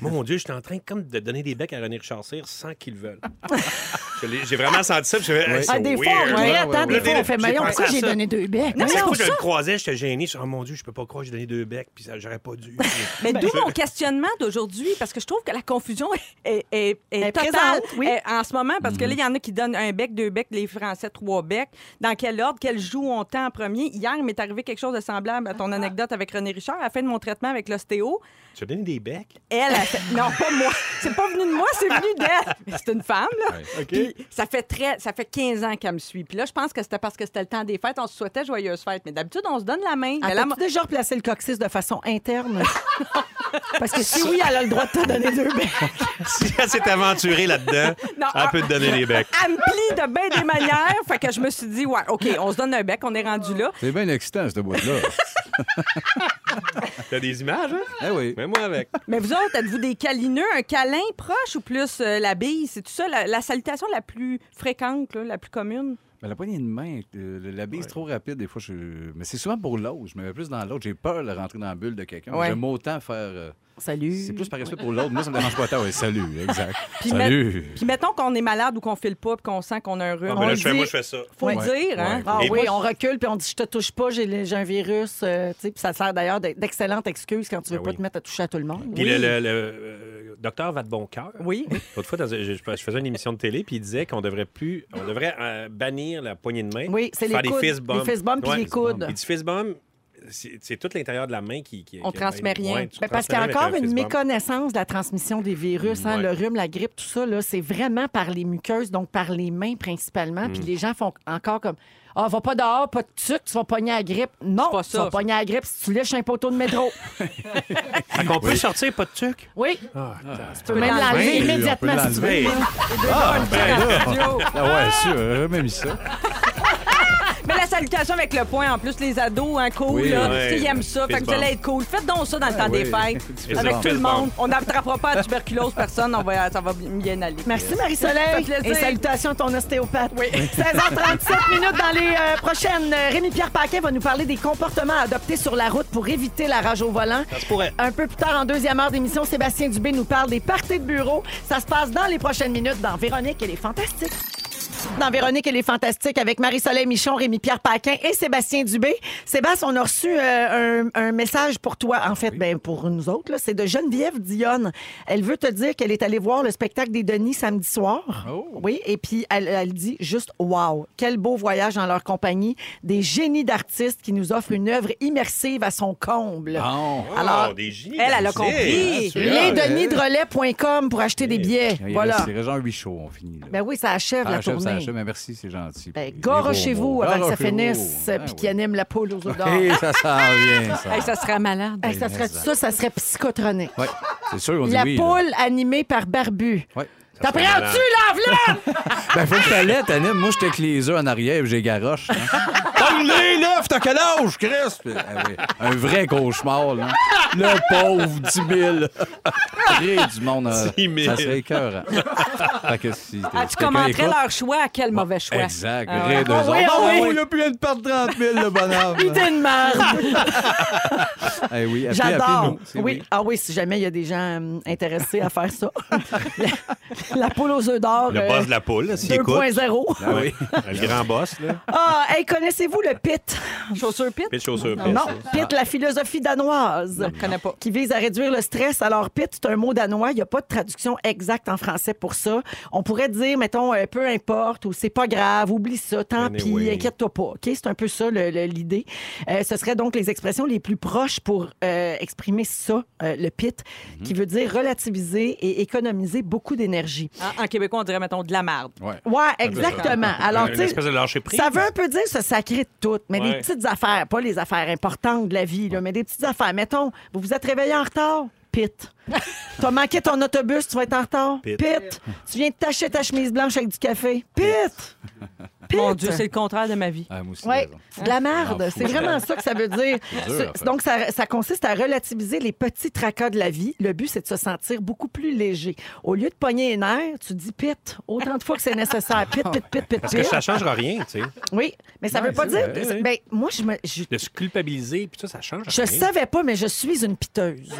Speaker 3: Mon Dieu, j'étais en train comme de donner des becs à René Richard Cyr sans qu'il le veuille. Je l'ai- j'ai vraiment senti ça. Puis j'ai fait, Hey,
Speaker 1: Ah,
Speaker 3: c'est
Speaker 1: des fois, on
Speaker 3: weird.
Speaker 1: regrette, hein,
Speaker 7: ouais,
Speaker 1: des
Speaker 7: ouais.
Speaker 1: fois, on fait
Speaker 3: J'ai
Speaker 1: maillon.
Speaker 3: pensé
Speaker 1: Pourquoi
Speaker 3: à
Speaker 1: j'ai
Speaker 3: ça.
Speaker 1: donné deux becs?
Speaker 3: Non, mais
Speaker 1: Voyons
Speaker 3: fois que je
Speaker 1: ça.
Speaker 3: le croisais, j'étais gêné. Je dis, Oh mon Dieu, je peux pas croire que j'ai donné deux becs, puis ça, j'aurais pas dû.
Speaker 2: Mais d'où mon questionnement d'aujourd'hui, parce que je trouve que la confusion est, est- est
Speaker 1: Est
Speaker 2: totale
Speaker 1: présente, oui.
Speaker 2: est- en ce moment, parce que là, il y en a qui donnent un bec, deux becs, les Français, trois becs. Dans quel ordre, quel joue on tend en premier? Hier, il m'est arrivé quelque chose de semblable à ton anecdote avec René Richard. À la fin de mon traitement avec l'ostéo,
Speaker 3: Tu as donné des becs?
Speaker 2: elle, elle fait- Non, pas moi. C'est pas venu de moi, c'est venu d'elle. Mais C'est une femme, là. Puis ça fait, très, ça fait 15 ans qu'elle me suit. Puis là, je pense que c'était parce que c'était le temps des fêtes. On se souhaitait joyeuses fêtes. Mais d'habitude, on se donne la main. Mais
Speaker 1: Elle
Speaker 2: là,
Speaker 1: a
Speaker 2: moi-
Speaker 1: déjà replacé le coccyx de façon interne? Parce que si oui, elle a le droit de te donner deux becs.
Speaker 3: Si elle s'est aventurée là-dedans,
Speaker 2: Non,
Speaker 3: elle peut te donner des becs.
Speaker 2: Elle me plie de bien des manières. Fait que je me suis dit, ouais, OK, on se donne un bec, on est rendu là.
Speaker 7: C'est bien excitant, cette boîte-là.
Speaker 3: T'as des images, hein? Ah,
Speaker 7: Eh oui.
Speaker 3: Mais moi avec.
Speaker 2: Mais vous autres, êtes-vous des câlineux, un câlin proche ou plus euh, la bille? C'est tout ça, la, la salutation la plus fréquente, là, la plus commune?
Speaker 7: Mais la poignée de main, euh, la bise trop rapide, des fois, je... mais c'est souvent pour l'autre. Je me mets plus dans l'autre. J'ai peur de rentrer dans la bulle de quelqu'un.
Speaker 2: Ouais.
Speaker 7: J'aime autant faire. euh,
Speaker 1: Salut.
Speaker 7: C'est plus par respect pour l'autre. Moi, ça me dérange pas tant. Ouais, salut, exact.
Speaker 2: Puis
Speaker 7: salut.
Speaker 2: Puis mettons qu'on est malade ou qu'on file pas puis qu'on sent qu'on a un rhume.
Speaker 3: mais
Speaker 2: on
Speaker 3: ben Ah, là, je fais,
Speaker 2: dit-
Speaker 3: moi, je fais ça.
Speaker 2: Faut le
Speaker 7: Ouais.
Speaker 2: dire, hein?
Speaker 7: Ouais.
Speaker 1: Ah
Speaker 3: Et
Speaker 1: oui,
Speaker 3: moi,
Speaker 1: on recule, puis on dit je te touche pas, j'ai le- j'ai un virus. euh, tu sais, puis ça sert d'ailleurs d'e- d'excellente excuse quand tu veux
Speaker 3: Ben
Speaker 1: pas
Speaker 3: oui.
Speaker 1: te mettre à toucher à tout le monde.
Speaker 3: Puis le, le- le, euh, docteur va de bon cœur.
Speaker 2: Oui.
Speaker 3: L'autre fois, dans un- je, je faisais une émission de télé, puis il disait qu'on devrait plus, on devrait euh, bannir la poignée de main.
Speaker 1: Oui, c'est les
Speaker 3: faire
Speaker 1: coudes.
Speaker 3: des fist bumps.
Speaker 1: Les fist bumps puis les
Speaker 3: fist
Speaker 1: coudes.
Speaker 3: bumps. Il dit fist bump, c'est c'est tout l'intérieur de la main qui. qui
Speaker 2: On
Speaker 3: qui-
Speaker 2: transmet rien.
Speaker 3: Ouais, tu
Speaker 1: Ben, parce qu'il y a
Speaker 3: transmets
Speaker 1: encore
Speaker 3: avec un fist
Speaker 1: une
Speaker 3: bump.
Speaker 1: méconnaissance de la transmission des virus. hein,
Speaker 3: Ouais.
Speaker 1: Le rhume, la grippe, tout ça, là, c'est vraiment par les muqueuses, donc par les mains principalement.
Speaker 3: Mm.
Speaker 1: Puis les gens font encore comme Ah, va pas dehors, pas de sucre, tu vas pogner la grippe. Non,
Speaker 2: pas
Speaker 1: tu
Speaker 2: ça,
Speaker 1: vas
Speaker 2: ça.
Speaker 1: pogner la grippe si tu lèches un poteau de métro.
Speaker 3: Fait qu'on peut sortir pas de truc.
Speaker 1: oui,
Speaker 3: Ah,
Speaker 1: tu peux même l'enlever
Speaker 2: l'enlever.
Speaker 7: Oui, on peut
Speaker 1: immédiatement si tu veux.
Speaker 3: Hey,
Speaker 7: Ben là, ah ouais, sûr, j'aurais même mis ça.
Speaker 2: Mais la salutation avec le poing, en plus, les ados, hein, cool,
Speaker 7: Oui,
Speaker 2: là.
Speaker 3: ouais.
Speaker 2: Tu sais, ils aiment ça. Fait que vous
Speaker 3: Fist bump.
Speaker 2: allez être cool. Faites donc ça dans le temps
Speaker 7: Ah oui.
Speaker 2: des fêtes.
Speaker 7: Fist
Speaker 2: avec
Speaker 7: bump.
Speaker 2: tout le
Speaker 3: Fist bump.
Speaker 2: monde. On n'attrapera pas la tuberculose, personne. On va, ça va bien aller.
Speaker 1: Merci
Speaker 2: Ça
Speaker 1: Marie-Soleil
Speaker 2: fait plaisir.
Speaker 1: et salutations à ton ostéopathe. 16h37 minutes dans les euh, prochaines. euh, Rémi-Pierre Paquin va nous parler des comportements à adopter sur la route pour éviter la rage au volant.
Speaker 3: Ça se pourrait.
Speaker 1: Un peu plus tard en deuxième heure d'émission, Sébastien Dubé nous parle des parties de bureau. Ça se passe dans les prochaines minutes dans Véronique et les Fantastiques. Dans Véronique et les Fantastiques avec Marie-Soleil Michon, Rémi-Pierre Paquin et Sébastien Dubé. Sébastien, on a reçu euh, un, un message pour toi, en fait, ben, pour nous autres. là. C'est de Geneviève Dionne. Elle veut te dire qu'elle est allée voir le spectacle des Denis samedi soir.
Speaker 7: Oh.
Speaker 1: Oui, et puis elle, elle dit juste wow, quel beau voyage en leur compagnie, des génies d'artistes qui nous offrent une œuvre immersive à son comble.
Speaker 7: Bon.
Speaker 3: Oh,
Speaker 1: Alors,
Speaker 3: des génies
Speaker 2: elle, elle a
Speaker 3: d'artistes.
Speaker 2: compris.
Speaker 7: Ah, celui-là,
Speaker 1: Lesdenisdrelais.com pour acheter des billets.
Speaker 7: Il
Speaker 1: Voilà.
Speaker 7: reste- il reste genre huit shows, on finit. Là.
Speaker 1: Ben oui, ça achève
Speaker 7: ça
Speaker 1: la
Speaker 7: achève, Ah, ça
Speaker 1: tournée.
Speaker 7: achève, mais merci, c'est gentil.
Speaker 1: Ben,
Speaker 7: Puis,
Speaker 1: gare
Speaker 7: les beaux
Speaker 1: chez vous
Speaker 7: mots.
Speaker 1: avant que
Speaker 7: Gare
Speaker 1: ça
Speaker 7: chez vous.
Speaker 1: finisse,
Speaker 7: Ah,
Speaker 1: euh, puis
Speaker 7: oui.
Speaker 1: qu'il anime la poule aux odeurs.
Speaker 7: Hey, ça s'en vient, ça.
Speaker 2: Hey, ça serait malade.
Speaker 1: Hey, ça, serait, ça, ça serait psychotronique.
Speaker 7: Ouais, c'est sûr qu'on dit
Speaker 1: La
Speaker 7: oui. là.
Speaker 1: poule animée par Barbu.
Speaker 7: Ouais.
Speaker 1: T'apprends-tu l'enveloppe?
Speaker 7: Ben, faut que t'allais, t'animes. Moi, j'étais avec les œufs en arrière, puis j'ai garoche. hein. Tombe-les, là, puis t'as t'as quel âge, Chris? Puis, ah oui, un vrai cauchemar, là. Le pauvre 10 000. Rire du monde. euh,
Speaker 3: 10 000.
Speaker 7: Ça serait écœurant. Fait que si t'es-
Speaker 2: Ah, tu
Speaker 7: quelqu'un
Speaker 2: commenterais
Speaker 7: écoute,
Speaker 2: leur choix, quel mauvais choix.
Speaker 7: Exact.
Speaker 2: Ah,
Speaker 7: Rire de
Speaker 1: Ah
Speaker 7: autres.
Speaker 1: oui, ah
Speaker 7: Ah
Speaker 1: oui.
Speaker 7: oui, il a pu de perdre 30 000, le bonhomme.
Speaker 1: T'es une merde.
Speaker 7: Eh oui, appelez-
Speaker 1: J'adore.
Speaker 7: appelez-nous, c'est
Speaker 1: Oui. Ah oui, si jamais il y a des gens euh, intéressés à faire ça. la, la poule aux œufs d'or.
Speaker 3: Le
Speaker 1: euh,
Speaker 3: boss de la poule, là, s'il écoute.
Speaker 1: 2.0.
Speaker 3: Ah oui. le grand boss, là.
Speaker 1: Ah, hey, connaissez-vous le PIT? Chaussure PIT?
Speaker 3: Pitch chaussures
Speaker 1: Non,
Speaker 3: pisse.
Speaker 1: PIT, la philosophie
Speaker 7: Ah
Speaker 1: danoise. connais pas. Qui vise à réduire le stress. Alors, PIT, c'est un mot danois. Il n'y a pas de traduction exacte en français pour ça. On pourrait dire, mettons, euh, peu importe ou c'est pas grave, oublie ça, tant pis,
Speaker 3: Anyway.
Speaker 1: inquiète-toi pas. OK? C'est un peu ça le- le- l'idée. Euh, ce serait donc les expressions les plus proches pour euh, exprimer ça, euh, le PIT, qui veut dire relativiser et économiser beaucoup d'énergie.
Speaker 2: Ah, En, en québécois, on dirait, mettons, de la marde.
Speaker 7: Ouais.
Speaker 3: Ah,
Speaker 1: Ouais,
Speaker 3: ben,
Speaker 1: exactement. Alors, tu
Speaker 3: Une
Speaker 1: sais,
Speaker 3: espèce de lâcher prise.
Speaker 1: ça veut un peu dire se sacrer de tout, mais des
Speaker 3: Ouais.
Speaker 1: petites affaires, pas les affaires importantes de la vie, là, mais des petites affaires. Mettons, vous vous êtes réveillé en retard, pit. T'as manqué ton autobus, tu vas être en retard, pit.
Speaker 3: Pit.
Speaker 1: Tu viens de tâcher ta chemise blanche avec du café, pit. Pit.
Speaker 2: Mon Dieu, c'est le contraire de ma vie.
Speaker 7: Ah, moi aussi,
Speaker 1: Ouais,
Speaker 7: raison.
Speaker 1: de la merde.
Speaker 7: Ah,
Speaker 1: C'est
Speaker 7: fou.
Speaker 1: vraiment ça que ça veut dire.
Speaker 7: dur à
Speaker 1: Ce-
Speaker 7: faire.
Speaker 1: Donc, ça, ça consiste à relativiser les petits tracas de la vie. Le but, c'est de se sentir beaucoup plus léger. Au lieu de pogner les nerfs, tu dis pit autant de fois que c'est nécessaire. Pit, pit, pit, pit,
Speaker 3: Parce que
Speaker 1: pit.
Speaker 3: ça changera rien, tu sais.
Speaker 1: Oui, mais ça
Speaker 7: Ouais,
Speaker 1: veut pas
Speaker 7: c'est
Speaker 1: dire.
Speaker 7: vrai,
Speaker 1: c'est-
Speaker 3: oui.
Speaker 1: ben, moi, je me. Je,
Speaker 3: De se culpabiliser, puis ça, ça change
Speaker 1: je
Speaker 3: rien.
Speaker 1: savais pas, mais je suis une piteuse.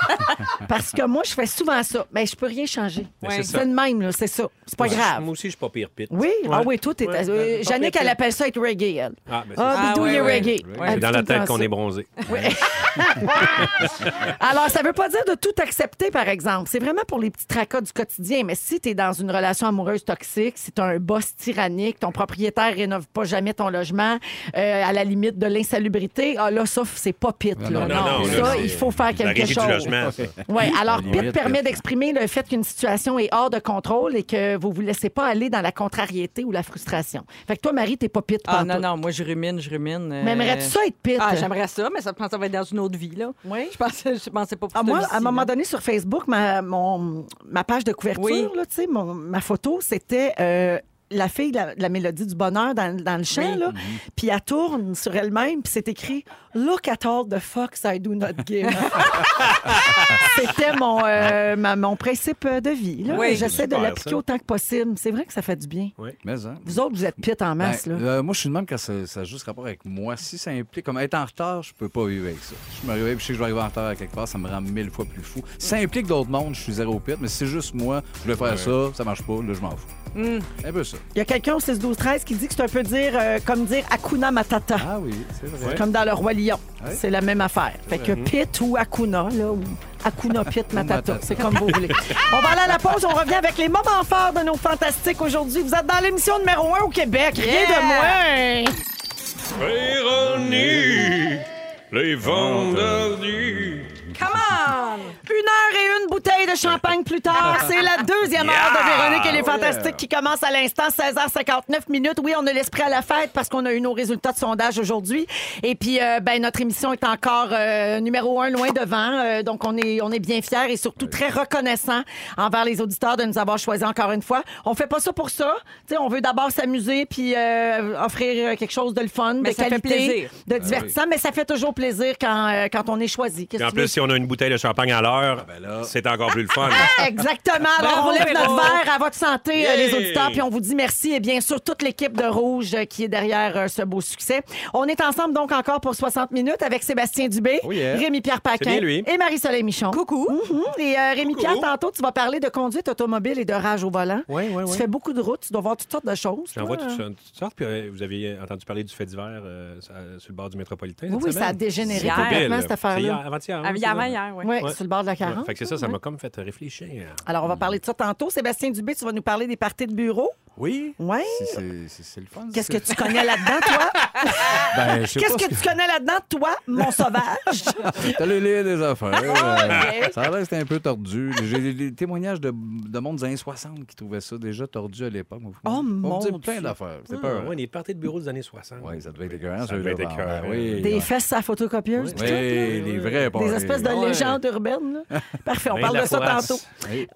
Speaker 1: Parce que moi, je fais souvent ça. Mais je peux rien changer.
Speaker 3: Mais c'est ça.
Speaker 1: C'est le même, là, c'est ça. C'est pas
Speaker 3: Moi,
Speaker 1: grave.
Speaker 3: Moi aussi, je suis pas pire pite.
Speaker 1: Oui, ah
Speaker 3: Ouais.
Speaker 1: oui, toi, t'es.
Speaker 3: Ouais.
Speaker 1: euh,
Speaker 3: Pas
Speaker 1: Jannick,
Speaker 3: pire
Speaker 1: elle
Speaker 3: pite.
Speaker 1: appelle ça être reggae, elle.
Speaker 3: Ah, ben, c'est ça.
Speaker 1: Ah,
Speaker 2: Ah,
Speaker 1: Bidou,
Speaker 2: ouais,
Speaker 1: il est
Speaker 2: ouais.
Speaker 1: reggae.
Speaker 7: Ouais.
Speaker 1: Elle
Speaker 3: C'est
Speaker 1: dit
Speaker 3: dans la
Speaker 1: tout le
Speaker 3: tête
Speaker 1: temps
Speaker 3: qu'on
Speaker 1: ça.
Speaker 3: est bronzé.
Speaker 1: Alors, ça veut pas dire de tout accepter, par exemple. C'est vraiment pour les petits tracas du quotidien. Mais si tu es dans une relation amoureuse toxique, si tu un boss tyrannique, ton propriétaire rénove pas jamais ton logement, euh, à la limite de l'insalubrité, ah là, ça, c'est pas pit. Là.
Speaker 7: Non,
Speaker 1: Non,
Speaker 7: non, non,
Speaker 1: ça,
Speaker 7: là,
Speaker 1: il
Speaker 3: c'est
Speaker 1: faut faire
Speaker 3: La
Speaker 1: quelque
Speaker 3: régie du
Speaker 1: chose.
Speaker 3: logement, ça.
Speaker 1: Ouais, alors,
Speaker 7: La
Speaker 1: pit
Speaker 7: limite,
Speaker 1: permet
Speaker 7: pit.
Speaker 1: d'exprimer le fait qu'une situation est hors de contrôle et que vous vous laissez pas aller dans la contrariété ou la frustration. Fait que toi, Marie, t'es pas pit.
Speaker 2: Ah
Speaker 1: pantoute.
Speaker 2: non, non, moi, je rumine, je rumine. euh,
Speaker 1: Mais aimerais-tu ça être pit?
Speaker 2: Ah, j'aimerais ça, mais ça, je pense que ça va être dans une autre vie, là.
Speaker 1: Oui.
Speaker 2: Je pensais, je pensais pas pour
Speaker 1: Ah, moi,
Speaker 2: celui-ci,
Speaker 1: à un moment
Speaker 2: là.
Speaker 1: donné, sur Facebook, ma, mon- ma page de couverture,
Speaker 2: Oui.
Speaker 1: là, tu sais, mon- ma photo, c'était euh, la fille de la, de la mélodie du bonheur dans, dans le champ.
Speaker 2: Oui. Mhm.
Speaker 1: là. Puis elle tourne sur elle-même, puis c'est écrit Look at all the fucks I do not give. c'était mon, euh, ma- mon principe de vie. là.
Speaker 2: Oui.
Speaker 1: J'essaie de
Speaker 3: Super,
Speaker 1: l'appliquer
Speaker 3: ça.
Speaker 1: autant que possible. C'est vrai que ça fait du bien.
Speaker 7: Mais, hein.
Speaker 1: Vous autres, vous êtes pit en masse.
Speaker 7: Ben,
Speaker 1: là.
Speaker 7: euh, moi, je suis de même quand ça, ça a juste rapport avec moi. Si ça implique, comme être en retard, je peux pas vivre avec ça. Je me réveille puis je sais que je vais arriver en retard à quelque part, ça me rend mille fois plus fou. Si ça implique d'autres mondes, je suis zéro pit, mais si c'est juste moi, je voulais faire ça, ça marche pas, là, je m'en fous.
Speaker 1: Hmm.
Speaker 7: Un peu ça.
Speaker 1: Il y a quelqu'un au 6-12-13 qui dit que c'est un peu dire, euh, comme dire Akuna Matata.
Speaker 7: Ah oui, c'est vrai.
Speaker 1: Comme dans Le Roi Lion.
Speaker 7: Ouais. Mhm.
Speaker 1: C'est la même affaire. Fait que Pit ou Akuna, là, ou Akuna Pit Matata,
Speaker 7: Matata.
Speaker 1: c'est comme vous voulez. On va aller à la pause, on revient avec les moments forts de nos fantastiques aujourd'hui. Vous êtes dans l'émission numéro 1 au Québec, rien
Speaker 2: Yeah!
Speaker 1: de moins.
Speaker 3: Véronique, les vendredis.
Speaker 2: Come on!
Speaker 1: Une heure et une bouteille de champagne plus tard, c'est la deuxième heure de Véronique et les Fantastiques qui commence à l'instant, 16h59 minutes. Oui, on a l'esprit à la fête parce qu'on a eu nos résultats de sondage aujourd'hui. Et puis, euh, ben, notre émission est encore euh, numéro un, loin devant. Euh, donc, on est, on est bien fiers et surtout très reconnaissants envers les auditeurs de nous avoir choisis encore une fois. On fait pas ça pour ça. Tu sais, on veut d'abord s'amuser puis euh, offrir euh, quelque chose de le fun,
Speaker 2: Mais
Speaker 1: de
Speaker 2: ça fait
Speaker 1: qualité,
Speaker 2: plaisir. Ah
Speaker 1: de divertissant. Mais ça fait toujours plaisir quand, euh, quand on est choisi. Qu'est-ce
Speaker 3: Puis en
Speaker 1: que tu veux?
Speaker 3: plus, si on a une bouteille de champagne à l'heure,
Speaker 7: là.
Speaker 3: c'est encore plus le fun.
Speaker 1: Ah, Exactement. Alors,
Speaker 2: Bravo,
Speaker 1: on lève
Speaker 2: Véro.
Speaker 1: notre verre à votre santé, euh, les
Speaker 3: Ben Yeah.
Speaker 1: auditeurs, puis on vous dit merci et bien sûr toute l'équipe de Rouge euh, qui est derrière euh, ce beau succès. On est ensemble donc encore pour 60 minutes avec Sébastien Dubé,
Speaker 7: Oh yeah.
Speaker 1: Rémi-Pierre Paquin
Speaker 3: bien lui.
Speaker 1: et Marie-Soleil Michon.
Speaker 2: Coucou.
Speaker 1: Mhm. Et Rémi-Pierre, tantôt, tu vas parler de conduite automobile et de rage au volant.
Speaker 3: Oui, oui,
Speaker 1: Tu
Speaker 3: oui.
Speaker 1: fais beaucoup de routes, tu dois voir toutes sortes de choses.
Speaker 3: J'en vois
Speaker 1: toi.
Speaker 3: toutes sortes. toutes sortes. Puis euh, vous aviez entendu parler du fait divers euh, sur euh, sur le bord du métropolitain.
Speaker 1: Oui,
Speaker 3: cette
Speaker 1: oui, ça a
Speaker 3: semaine?
Speaker 1: dégénéré
Speaker 2: hier.
Speaker 3: Au Bill.
Speaker 1: complètement, cette
Speaker 3: C'est hier,
Speaker 1: affaire-là.
Speaker 3: avant-hier. hein,
Speaker 2: Ah,
Speaker 3: oui,
Speaker 2: Hier,
Speaker 1: euh,
Speaker 3: c'est
Speaker 2: hier, oui.
Speaker 1: Oui,
Speaker 3: Ouais.
Speaker 1: sur le bord de la
Speaker 3: ça.
Speaker 1: 40.
Speaker 3: Ouais, Fait que c'est ça, ça m'a comme fait réfléchir.
Speaker 1: Alors, on va parler de ça tantôt. Sébastien Dubé, tu vas nous parler des parties de bureau.
Speaker 7: Oui?
Speaker 1: Ouais.
Speaker 7: Si c'est- si c'est le fun.
Speaker 1: Qu'est-ce que
Speaker 7: c'est-
Speaker 1: tu connais là-dedans, toi?
Speaker 7: Ben, je sais
Speaker 1: Ah, Qu'est-ce
Speaker 7: pas
Speaker 1: que tu connais là-dedans, toi, mon sauvage?
Speaker 7: T'as le lire des affaires.
Speaker 1: ok.
Speaker 7: Euh, ça a l'air que c'était un peu tordu. J'ai des- des témoignages de, de monde des années 60 qui trouvait ça déjà tordu à l'époque.
Speaker 1: Oh,
Speaker 7: On me
Speaker 1: mon
Speaker 7: dit
Speaker 1: Dieu.
Speaker 7: plein d'affaires. C'était
Speaker 3: Ah,
Speaker 7: peur.
Speaker 3: ouais, les parties de bureau des années 60.
Speaker 7: Oui, Hmm. ça devait être
Speaker 3: Ça
Speaker 7: écœurant,
Speaker 3: devait être
Speaker 7: celui-là.
Speaker 3: écœurant.
Speaker 7: Ben oui,
Speaker 1: Des
Speaker 7: ouais.
Speaker 1: fesses à la photocopieuse.
Speaker 7: Oui, Ah
Speaker 1: puis tout,
Speaker 7: les vrais
Speaker 1: là. Des espèces de légendes urbaines. là. Parfait, on
Speaker 3: Ben,
Speaker 1: parle
Speaker 3: la
Speaker 1: de ça
Speaker 3: foirasse.
Speaker 1: tantôt.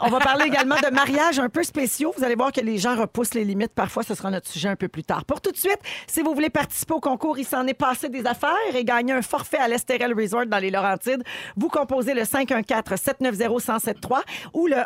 Speaker 1: On va parler également de mariages un peu spéciaux. Vous allez voir que les gens repoussent les limites. Parfois, ce sera notre sujet un peu plus tard. Pour tout de suite, si vous voulez participer au concours, il s'en est passé des affaires et gagné un forfait à l'Estérel Resort dans les Laurentides. Vous composez le 514-790-1073 ou le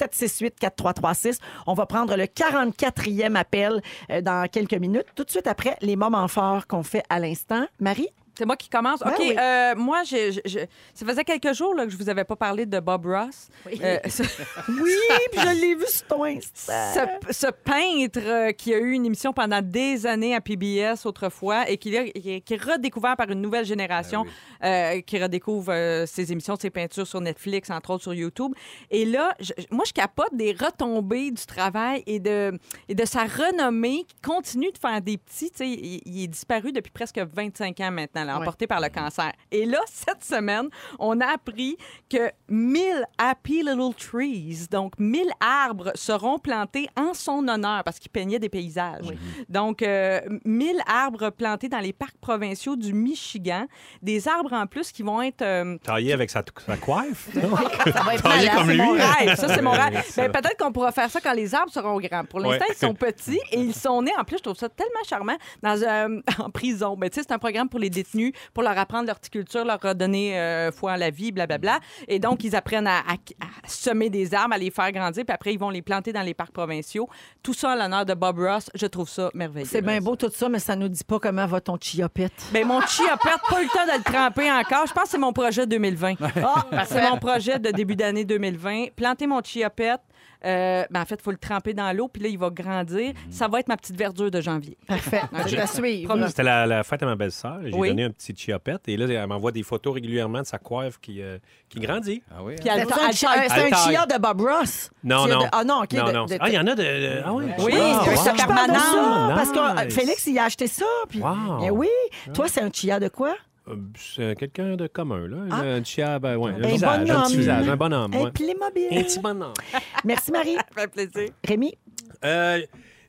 Speaker 1: 1-855-768-4336. On va prendre le 44e appel euh, dans quelques minutes. Tout de suite après, les moments forts qu'on fait à l'instant. Marie?
Speaker 2: C'est moi qui commence.
Speaker 1: Ben
Speaker 2: OK,
Speaker 1: oui.
Speaker 2: euh, moi, je, je- je- ça faisait quelques jours là, que je vous avais pas parlé de Bob Ross. Euh, ce,
Speaker 1: Oui, puis je l'ai vu sur ton Insta.
Speaker 2: ce- ce peintre euh, qui a eu une émission pendant des années à PBS autrefois et qui, là, qui est qui est redécouvert par une nouvelle
Speaker 3: Ben
Speaker 1: Ben
Speaker 7: Ben
Speaker 2: génération euh, qui redécouvre euh, ses émissions, ses peintures sur Netflix, entre autres sur YouTube. Et là, je- je- moi, je capote des retombées du travail et de, et de sa renommée qui continue de faire des petits. Tu sais, il, il est disparu depuis presque 25 ans maintenant, là,
Speaker 1: Ouais.
Speaker 2: emporté par le cancer. Et là, cette semaine, on a appris que 1000 Happy Little Trees, donc 1000 arbres, seront plantés en son honneur parce qu'il peignait des paysages. Donc, euh, 1000 arbres plantés dans les parcs provinciaux du Michigan. Des arbres en plus qui vont être... euh,
Speaker 3: Taillé avec sa, sa coiffe. non?
Speaker 2: ça va être
Speaker 3: Taillé
Speaker 2: malade,
Speaker 3: comme
Speaker 2: c'est
Speaker 3: lui.
Speaker 2: mon rêve. Ça, c'est mon
Speaker 3: Ouais,
Speaker 2: rêve.
Speaker 3: c'est
Speaker 2: Ben,
Speaker 3: vrai.
Speaker 2: peut-être qu'on pourra faire ça quand les arbres seront grands. Pour l'instant,
Speaker 3: Ouais.
Speaker 2: ils sont petits et ils sont nés. En plus, je trouve ça tellement charmant dans, euh, en prison. Ben, tu sais, c'est un programme pour les détenus, pour leur apprendre l'horticulture, leur redonner euh, foi en la vie, blablabla. Et donc, ils apprennent à, à- à semer des arbres, à les faire grandir, puis après, ils vont les planter dans les parcs provinciaux. Tout ça en l'honneur de Bob Ross. Je trouve ça merveilleux.
Speaker 1: C'est bien beau tout ça, mais ça nous dit pas comment va ton chiopette.
Speaker 2: Ben, mon chi a perdu pas eu le temps de le tremper encore. Je pense que c'est mon projet 2020. c'est mon projet de début d'année 2020. Planter mon chi à pet. Euh, ben, en fait, il faut le tremper dans l'eau, puis là, il va grandir. Ça va être ma petite verdure de janvier.
Speaker 1: Parfait. Je vais suivre.
Speaker 2: Promis.
Speaker 3: C'était la, la fête à ma belle-sœur. et J'ai
Speaker 2: Oui.
Speaker 3: donné un petit chiopette. Et là, elle m'envoie des photos régulièrement de sa coiffe qui, euh, qui grandit.
Speaker 7: Ah oui, hein?
Speaker 2: Puis elle
Speaker 1: C'est
Speaker 2: va-
Speaker 1: un,
Speaker 2: elle-
Speaker 1: chi- un-
Speaker 2: elle-
Speaker 1: c'est un
Speaker 3: taille.
Speaker 1: chia de Bob Ross.
Speaker 3: Non,
Speaker 1: Chia
Speaker 3: non.
Speaker 1: de- ah non, OK.
Speaker 3: Non,
Speaker 1: de-
Speaker 3: non.
Speaker 1: de-
Speaker 3: Ah, il y en a de. de- Ah oui.
Speaker 2: Oui,
Speaker 3: Ah,
Speaker 1: c'est
Speaker 2: wow.
Speaker 1: pour ça que je parle de ça.
Speaker 3: Nice.
Speaker 1: Parce que euh, Félix, il a acheté ça. Puis...
Speaker 3: Wow. Ah.
Speaker 1: Ben oui. Toi, c'est un chia de quoi?
Speaker 3: Euh, C'est quelqu'un de commun, là.
Speaker 1: Ah.
Speaker 3: Un chia, ben, ouais. Un,
Speaker 1: Un
Speaker 3: visage, un petit
Speaker 1: bonhomme.
Speaker 3: visage, un bonhomme.
Speaker 1: Un
Speaker 3: ouais. Un
Speaker 1: Playmobil.
Speaker 3: petit bonhomme.
Speaker 1: Merci, Marie.
Speaker 2: Ça fait plaisir.
Speaker 1: Rémi?
Speaker 3: Euh,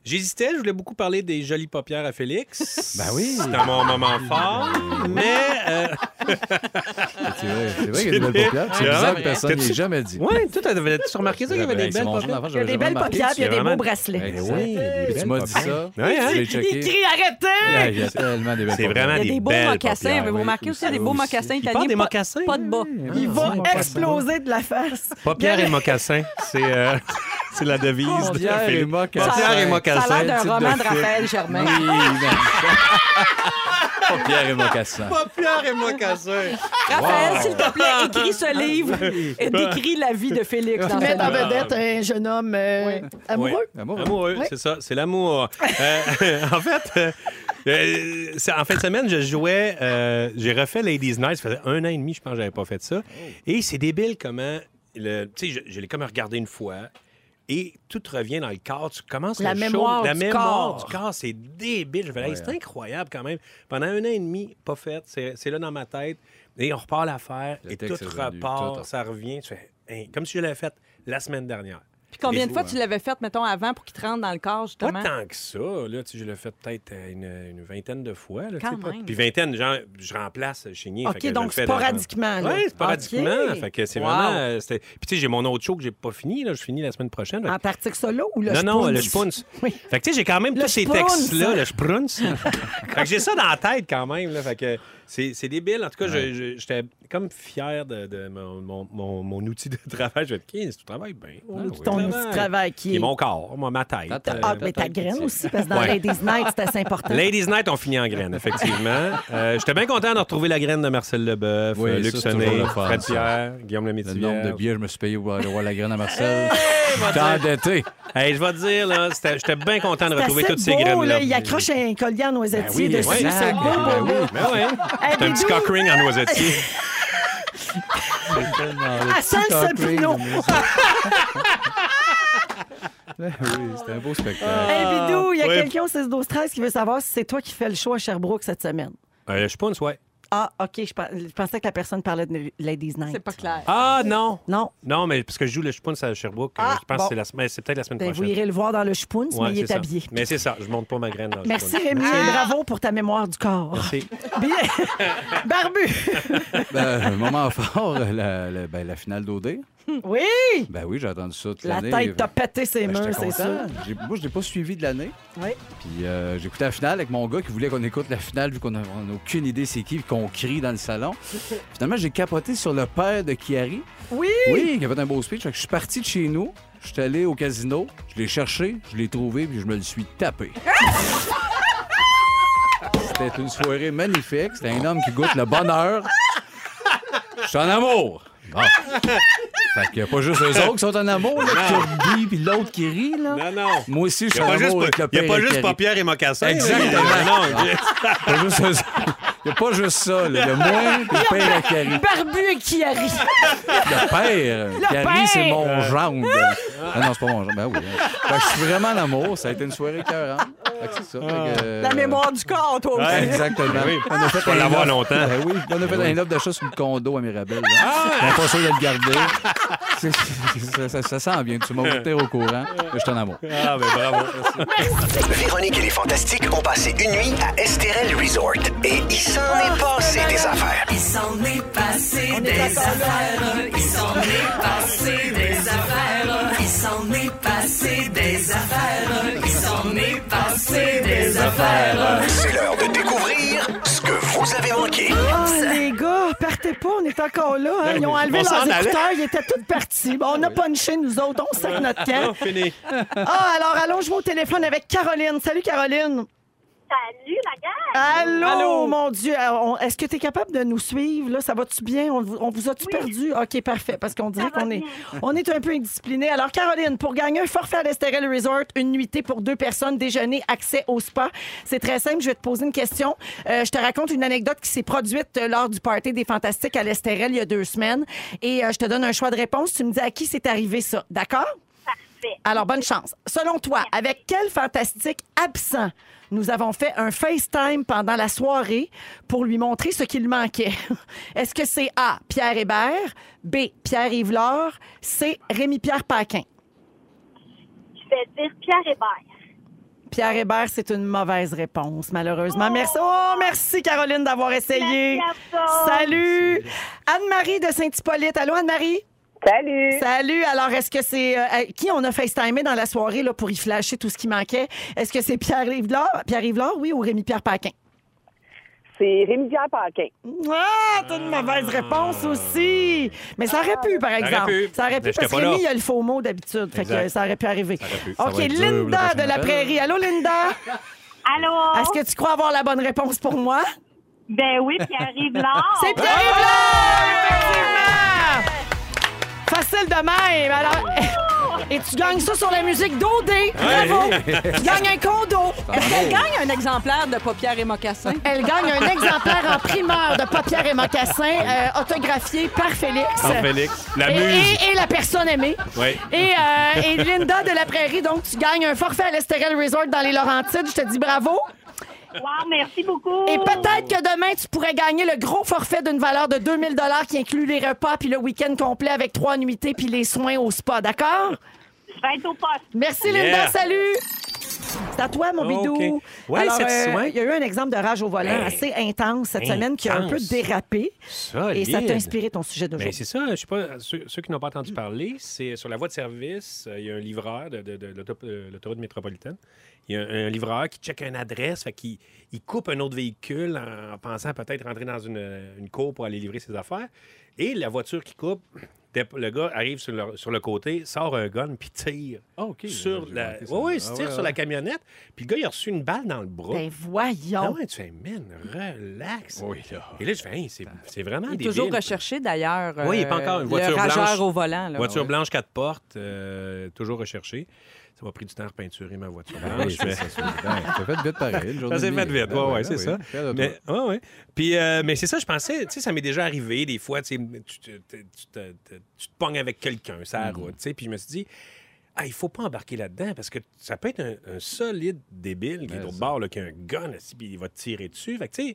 Speaker 3: J'hésitais, je voulais beaucoup parler des jolies paupières à Félix.
Speaker 7: Ben oui.
Speaker 3: C'est un mon moment fort. Mais. euh,
Speaker 7: C'est vrai, c'est vrai qu'il y a des belles paupières. C'est
Speaker 3: Ah,
Speaker 7: bizarre que
Speaker 3: ouais.
Speaker 7: personne n'y ait jamais dit.
Speaker 3: ouais, toi, t'avais tu remarqué ça qu'il y avait des
Speaker 7: Avec
Speaker 3: belles
Speaker 7: son jeune
Speaker 3: paupières.
Speaker 7: enfant,
Speaker 1: Il y a
Speaker 7: j'avais
Speaker 1: des
Speaker 7: jamais
Speaker 1: belles
Speaker 7: remarqué.
Speaker 1: paupières puis il y a
Speaker 3: tu
Speaker 1: des
Speaker 3: as
Speaker 1: beaux
Speaker 3: vraiment-
Speaker 1: bracelets.
Speaker 7: Ben
Speaker 3: Exact.
Speaker 7: oui,
Speaker 3: Des
Speaker 7: Tu
Speaker 3: belles
Speaker 7: m'as dit
Speaker 3: paupières.
Speaker 7: ça.
Speaker 3: Ouais, hein?
Speaker 7: Je l'ai checké.
Speaker 1: arrêtez!
Speaker 7: Ah, Il y a tellement des belles
Speaker 3: C'est vraiment
Speaker 2: Il y a
Speaker 3: Ah, des
Speaker 2: des beaux
Speaker 3: belles
Speaker 2: mocassins.
Speaker 3: paupières,
Speaker 2: Vous
Speaker 3: oui.
Speaker 2: remarquez aussi des
Speaker 7: Oui,
Speaker 2: beaux
Speaker 7: aussi.
Speaker 2: mocassins
Speaker 3: Il
Speaker 2: italiens.
Speaker 3: porte des
Speaker 2: pas-
Speaker 3: mocassins. hein?
Speaker 2: Pas de bas.
Speaker 1: Il va
Speaker 3: Ah,
Speaker 1: exploser de la face.
Speaker 3: Paupières et mocassins, c'est euh, c'est la devise de
Speaker 7: Paupières et
Speaker 3: Félix.
Speaker 7: mocassins.
Speaker 3: Paupières et
Speaker 7: Ça a
Speaker 3: mocassins.
Speaker 2: Ça a l'air d'un
Speaker 7: titre de
Speaker 2: roman de
Speaker 7: film.
Speaker 2: Raphaël Germain.
Speaker 7: Oui, Paupières et mocassins.
Speaker 3: Paupières et mocassins.
Speaker 2: Raphaël, s'il te plaît, écris ce livre et décris la vie de Félix dans
Speaker 1: Mettre
Speaker 2: ce
Speaker 1: en
Speaker 2: livre.
Speaker 1: vedette un jeune homme euh, amoureux.
Speaker 7: Amoureux.
Speaker 3: Amoureux, c'est ça, c'est l'amour. Euh, en fait, euh, euh, c'est- en fin de semaine, je jouais, euh, j'ai refait Ladies Night, ça faisait un an et demi, je pense, que j'avais pas fait ça.
Speaker 7: Oh.
Speaker 3: Et c'est débile comment, le- tu sais, je, je l'ai comme regardé une fois. Et tout revient dans le corps. Tu commences
Speaker 1: La
Speaker 3: le
Speaker 1: mémoire
Speaker 3: show, la
Speaker 1: du
Speaker 3: mémoire
Speaker 1: corps.
Speaker 3: du corps, c'est débile. Je fais, Hey, c'est incroyable quand même. Pendant un an et demi, pas fait. C'est c'est là dans ma tête. Et on repart l'affaire.
Speaker 7: Le
Speaker 3: et tout
Speaker 7: texte est revenu,
Speaker 3: repart.
Speaker 7: tout a-
Speaker 3: ça revient. Tu fais, Hein, comme si je l'avais fait la semaine dernière.
Speaker 2: Puis combien de
Speaker 3: Et-
Speaker 2: fois tu l'avais faite, mettons, avant pour qu'il te rentre dans le corps,
Speaker 3: Pas
Speaker 2: justement?
Speaker 3: tant que ça. Là, tu sais, je l'ai fait peut-être euh, une, une vingtaine de fois. Là, tu sais,
Speaker 2: Quand
Speaker 3: pas-
Speaker 2: même.
Speaker 3: Puis vingtaine, genre, je remplace Chigny.
Speaker 1: OK, donc sporadiquement. là.
Speaker 3: Oui, sporadiquement.
Speaker 1: OK.
Speaker 3: Fait que c'est
Speaker 2: Wow.
Speaker 3: vraiment... euh, c'était- Puis tu sais, j'ai mon autre show que j'ai pas fini. Là, je finis la semaine prochaine. Fait que-
Speaker 1: En partie solo ou Ah, le
Speaker 3: non, non, le
Speaker 1: Spoons?
Speaker 3: Spoons.
Speaker 1: Oui.
Speaker 3: Fait que tu sais, j'ai quand même
Speaker 1: Le
Speaker 3: tous ces
Speaker 1: Spoons.
Speaker 3: textes-là, le Spoons. fait que j'ai ça dans la tête quand même. Là, fait que c'est, c'est débile. En tout cas, je- je- j'étais comme fier de, de mon, mon- mon- mon outil de travail. Je vais te tu travailles bien. mon outil de
Speaker 1: Ton outil de travail qui
Speaker 3: Qui
Speaker 1: est...
Speaker 3: est mon corps, moi, ma tête.
Speaker 7: Ta-
Speaker 1: Ah, mais ta graine aussi, parce que dans
Speaker 3: Ouais.
Speaker 1: Ladies Night, c'est assez important.
Speaker 3: Ladies Night ont fini en graine, effectivement. Euh, J'étais bien content de retrouver la graine de Marcel Leboeuf,
Speaker 7: Oui,
Speaker 3: euh,
Speaker 7: ça,
Speaker 3: Luc
Speaker 7: c'est
Speaker 3: Sonnet,
Speaker 7: toujours le fun,
Speaker 3: Fred
Speaker 7: ça.
Speaker 3: Pierre, Guillaume
Speaker 7: Le
Speaker 3: Lemaitre.
Speaker 7: nombre de billets, je me suis payé pour aller voir la graine à Marcel. J'étais endetté.
Speaker 3: Hey, je vais te dire, là, c'était- j'étais bien content de
Speaker 1: C'est
Speaker 3: retrouver
Speaker 1: assez
Speaker 3: toutes ces
Speaker 1: beau,
Speaker 3: graines-là.
Speaker 1: là, Il accroche un collier en noisetier
Speaker 3: Ben oui,
Speaker 1: dessus.
Speaker 3: oui.
Speaker 1: C'est beau,
Speaker 7: Ben
Speaker 1: beau,
Speaker 7: oui.
Speaker 1: beau.
Speaker 3: Ben ouais.
Speaker 1: Hey,
Speaker 3: C'est un petit
Speaker 1: Bidou,
Speaker 3: cock ring en noisetier.
Speaker 1: à San Sabino.
Speaker 7: Eh Oui, c'était un beau spectacle.
Speaker 1: Hey, Ah, Bidou, il y a
Speaker 3: Oui.
Speaker 1: quelqu'un au 6 12 13 qui veut savoir si c'est toi qui fais le show à Sherbrooke cette semaine.
Speaker 3: Euh, je pense, ouais.
Speaker 1: Ah, OK, je, pens- je pensais que la personne parlait de Ladies Night.
Speaker 2: C'est pas clair.
Speaker 3: Ah, non.
Speaker 1: Non,
Speaker 3: Non, mais parce que je joue le Spoons à Sherbrooke, euh,
Speaker 1: Ah,
Speaker 3: je pense
Speaker 1: bon.
Speaker 3: que c'est la semaine- c'est peut-être la semaine
Speaker 1: ben, vous
Speaker 3: prochaine.
Speaker 1: irez le voir dans le Spoons,
Speaker 3: Ouais,
Speaker 1: mais il est,
Speaker 3: ça. Ah!
Speaker 1: habillé.
Speaker 3: Mais c'est ça, je monte pas ma graine. dans le
Speaker 1: Merci
Speaker 3: Spoons.
Speaker 1: Rémi, et bravo pour ta mémoire du corps.
Speaker 3: Merci.
Speaker 1: Bien. Barbu,
Speaker 7: Ben, moment fort, la, la- ben, la finale d'OD.
Speaker 1: Oui!
Speaker 7: Ben oui, j'ai entendu ça toute
Speaker 1: La
Speaker 7: l'année.
Speaker 1: tête t'a pété ses
Speaker 7: Ben, j'étais
Speaker 1: murs, c'est
Speaker 7: content.
Speaker 1: ça.
Speaker 7: J'ai- Moi, je l'ai pas suivi de l'année.
Speaker 1: Oui.
Speaker 7: Puis euh, j'écoutais la finale avec mon gars qui voulait qu'on écoute la finale vu qu'on n'a on a aucune idée c'est qui, puis qu'on crie dans le salon. Finalement, j'ai capoté sur le père de Chiari.
Speaker 1: Oui!
Speaker 7: Oui, qui avait un beau speech. Fait que je suis parti de chez nous, je suis allé au casino, je l'ai cherché, je l'ai trouvé, puis je me le suis tapé. C'était une soirée magnifique. C'était un homme qui goûte le bonheur. Je suis en amour. Bon. Fait qu'il n'y a pas juste eux autres qui sont en amour, là, Kirby, puis l'autre qui rit, là.
Speaker 3: Non, non.
Speaker 7: Moi aussi, je
Speaker 3: Il
Speaker 7: suis
Speaker 3: n'y a
Speaker 7: en
Speaker 3: pas juste,
Speaker 7: amour avec
Speaker 3: pa-
Speaker 7: le
Speaker 3: y a
Speaker 7: père
Speaker 3: pas
Speaker 7: de
Speaker 3: juste
Speaker 7: Carrie.
Speaker 3: paupières et mocassins.
Speaker 7: Exactement.
Speaker 3: Non, non,
Speaker 7: Pas juste eux- Il n'y a pas juste ça, là. Il y a moi, puis le père de Carrie.
Speaker 1: Barbu et Chiari.
Speaker 7: Le père. Carrie,
Speaker 1: père.
Speaker 7: c'est mon gendre. Ah non, c'est pas mon gendre. Ben oui. Fait que je suis vraiment en amour. Ça a été une soirée écœurante. Fait que c'est ça. Fait que, euh,
Speaker 2: Ah. La mémoire du corps, toi aussi.
Speaker 3: Ouais.
Speaker 7: Exactement.
Speaker 3: Ben oui.
Speaker 7: On a fait
Speaker 3: vas
Speaker 7: un
Speaker 3: l'avoir
Speaker 7: offre-
Speaker 3: longtemps. Ah!
Speaker 7: Ben oui, on a fait un offre d'achat sur le condo à Mirabel. là. On n'est pas sûr de le garder. C'est- c'est- ça, ça sent bien. Tu m'as monté au courant. Je suis en amour.
Speaker 3: Ah, ben bravo.
Speaker 6: Véronique et les Fantastiques ont passé une nuit à Estérel Resort. Et il s'en
Speaker 5: Oh,
Speaker 6: est passé des affaires.
Speaker 5: Il s'en est passé des affaires. Il s'en est passé des affaires. Il s'en est passé des affaires. Il s'en est passé des affaires.
Speaker 6: C'est l'heure de découvrir ce que vous avez manqué.
Speaker 1: Ah, les gars, partez pas, on est encore là. hein. Ils ont enlevé
Speaker 3: Ben On s'en
Speaker 1: leurs
Speaker 3: allait.
Speaker 1: écouteurs, ils étaient tous partis. Bon, on a punché, nous autres, on sac notre camp.
Speaker 3: Fini.
Speaker 1: Ah, alors allons jouer au téléphone avec Caroline. Salut, Caroline.
Speaker 9: Salut, la gueule!
Speaker 1: Allô, mon Dieu. Alors, on- Est-ce que tu es capable de nous suivre? Là? Ça va-tu bien? On, vous- on vous a-tu perdu? OK, parfait, parce qu'on dirait
Speaker 9: va
Speaker 1: qu'on est,
Speaker 9: bien.
Speaker 1: on est un peu indiscipliné. Alors, Caroline, pour gagner un forfait à l'Estérel Resort, une nuitée pour deux personnes, déjeuner, accès au spa, c'est très simple. Je vais te poser une question. Euh, je te raconte une anecdote qui s'est produite euh, lors du party des Fantastiques à l'Estérel il y a deux semaines. Et euh, je te donne un choix de réponse. Tu me dis à qui c'est arrivé ça. D'accord?
Speaker 9: Parfait.
Speaker 1: Alors, bonne chance. Selon toi, avec quel fantastique absent nous avons fait un FaceTime pendant la soirée pour lui montrer ce qu'il manquait? Est-ce que c'est A, Pierre Hébert, B, Pierre Yvelore, C, Rémi-Pierre Paquin?
Speaker 9: Je vais dire Pierre Hébert.
Speaker 1: Pierre Hébert, c'est une mauvaise réponse, malheureusement. Merci, oh, merci Caroline d'avoir essayé.
Speaker 9: Merci à toi.
Speaker 1: Salut! Anne-Marie de Saint-Hippolyte. Allô, Anne-Marie?
Speaker 9: Salut!
Speaker 1: Salut. Alors, est-ce que c'est euh, à qui on a FaceTimé dans la soirée là, pour y flasher tout ce qui manquait? Est-ce que c'est Pierre Yvelore, Pierre Yvelore, oui, ou Rémi-Pierre Paquin?
Speaker 9: C'est Rémi-Pierre Paquin.
Speaker 1: Ah, t'as une mauvaise réponse aussi. Mais ça aurait pu, par exemple.
Speaker 3: aurait pu.
Speaker 1: Ça aurait pu,
Speaker 3: Mais j'étais
Speaker 1: parce que
Speaker 3: pas là.
Speaker 1: Rémi, il a le faux mot d'habitude. Fait que
Speaker 3: Exact.
Speaker 1: ça aurait pu arriver.
Speaker 3: pu.
Speaker 1: OK,
Speaker 7: va être dur, le
Speaker 1: Linda
Speaker 7: prochain
Speaker 1: de la
Speaker 7: appel.
Speaker 1: Prairie. Allô, Linda?
Speaker 9: Allô?
Speaker 1: Est-ce que tu crois avoir la bonne réponse pour moi?
Speaker 9: Ben oui, Pierre Hébert.
Speaker 1: C'est Pierre Hébert! Effectivement! Facile de même. Alors, et tu gagnes ça sur la musique d'Odé. Bravo! Tu gagnes un condo.
Speaker 3: Ah
Speaker 2: Est-ce qu'elle gagne un exemplaire de paupières et mocassins?
Speaker 1: Elle gagne un exemplaire en primeur de Paupières et mocassins, euh, autographié par Félix.
Speaker 3: Par Félix. La
Speaker 1: et,
Speaker 3: muse.
Speaker 1: et- et la personne aimée.
Speaker 3: Oui.
Speaker 1: Et, euh, et Linda de la Prairie, donc tu gagnes un forfait à l'Estérel Resort dans les Laurentides. Je te dis bravo.
Speaker 9: Wow, merci beaucoup.
Speaker 1: Et peut-être que demain, tu pourrais gagner le gros forfait d'une valeur de 2000 qui inclut les repas, puis le week-end complet avec trois nuitées, puis les soins au spa, d'accord?
Speaker 9: Je vais être au poste.
Speaker 1: Merci,
Speaker 3: Yeah. Oh,
Speaker 1: Linda. Salut! C'est à toi, mon bidou.
Speaker 3: OK. Ouais,
Speaker 1: Alors, euh,
Speaker 3: cette- ouais.
Speaker 1: Il y a eu un exemple de rage au volant
Speaker 3: Hey.
Speaker 1: assez intense cette semaine qui a un peu
Speaker 3: Intense.
Speaker 1: dérapé.
Speaker 3: Solide.
Speaker 1: Et ça t'a inspiré ton sujet
Speaker 3: Ben,
Speaker 1: d'aujourd'hui.
Speaker 3: c'est ça, je sais pas, ceux, ceux qui n'ont pas entendu parler, c'est sur la voie de service, euh, il y a un livreur de, de- de l'auto- euh, l'autoroute métropolitaine. Il y a un, un livreur qui check une adresse, fait qu'il il coupe un autre véhicule en, en pensant peut-être rentrer dans une, une cour pour aller livrer ses affaires. Et la voiture qui coupe, dép- le gars arrive sur le, sur le côté, sort un gun, puis tire.
Speaker 7: Ah, OK.
Speaker 3: Sur
Speaker 7: J'ai
Speaker 3: la...
Speaker 7: manqué ça.
Speaker 3: Oui, oui, il
Speaker 7: Ah,
Speaker 3: tire
Speaker 7: ouais,
Speaker 3: sur
Speaker 7: ouais.
Speaker 3: la camionnette. Puis le gars, il a reçu une balle dans le bras.
Speaker 1: Ben,
Speaker 3: Ah
Speaker 1: voyons.
Speaker 3: ouais, tu fais, man, relax.
Speaker 7: Oui, là.
Speaker 3: Et là, je fais, Hey, c'est c'est vraiment
Speaker 2: Il est
Speaker 3: débile.
Speaker 2: toujours recherché, d'ailleurs. euh,
Speaker 3: Oui, il n'est pas encore une voiture
Speaker 2: le
Speaker 3: blanche.
Speaker 2: rageur au volant. là.
Speaker 3: voiture
Speaker 2: Ouais.
Speaker 3: blanche, quatre portes, euh, toujours recherchée. Ça m'a pris du temps à repeinturer ma voiture
Speaker 2: Ah
Speaker 7: Ben
Speaker 3: blanche.
Speaker 7: oui,
Speaker 3: mais-
Speaker 7: c'est ça, c'est bien. Ça fait vite pareil. une journée
Speaker 3: Ça s'est
Speaker 7: de
Speaker 3: fait
Speaker 7: nuit.
Speaker 3: vite,
Speaker 7: Ben
Speaker 1: Ah
Speaker 3: ouais, ouais,
Speaker 7: ben
Speaker 3: c'est ça.
Speaker 7: fier de toi.
Speaker 3: Mais, ouais, ouais. Puis, euh, mais c'est ça, je pensais, tu sais, ça m'est déjà arrivé des fois, tu sais, tu, te- tu te- te- tu te pognes avec quelqu'un, ça
Speaker 1: Mm-hmm.
Speaker 3: la route, tu sais, puis je me suis dit, ah, il faut pas embarquer là-dedans parce que ça peut être un, un solide débile qui est
Speaker 7: Ben,
Speaker 3: au
Speaker 7: ça.
Speaker 3: bord, là, qui a un gun, assis, puis il va te tirer dessus. Fait que, tu sais,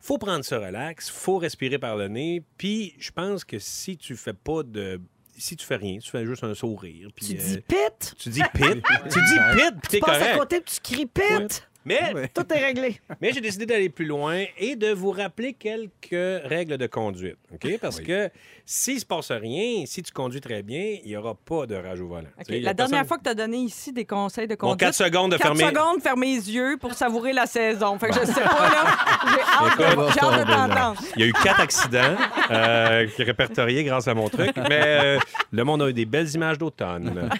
Speaker 3: faut prendre ça relax, faut respirer par le nez, puis je pense que si tu fais pas de. Si tu fais rien, tu fais juste un sourire. puis,
Speaker 1: Tu
Speaker 3: euh,
Speaker 1: dis pit,
Speaker 3: tu dis pit, tu dis pit, puis t'es
Speaker 1: passes à
Speaker 3: correct.
Speaker 1: côté, puis tu cries pit.
Speaker 3: Mais,
Speaker 1: Tout est réglé.
Speaker 3: mais j'ai décidé d'aller plus loin et de vous rappeler quelques règles de conduite. OK? Parce que s'il se passe rien, si tu conduis très bien, il n'y aura pas de rage au volant. Tu
Speaker 2: OK.
Speaker 3: sais, il y a
Speaker 2: La dernière
Speaker 3: personne-
Speaker 2: fois que tu as donné ici des conseils de
Speaker 3: Bon,
Speaker 2: conduite.
Speaker 3: quatre secondes de
Speaker 2: quatre
Speaker 3: fermer-
Speaker 2: secondes, fermer les yeux pour savourer la saison. Fait que je sais pas, là. J'ai hâte de-
Speaker 3: Écoute,
Speaker 2: j'ai hâte de t'entendre.
Speaker 3: Il y a eu quatre accidents euh, qui répertoriés grâce à mon truc, mais euh, le monde a eu des belles images d'automne.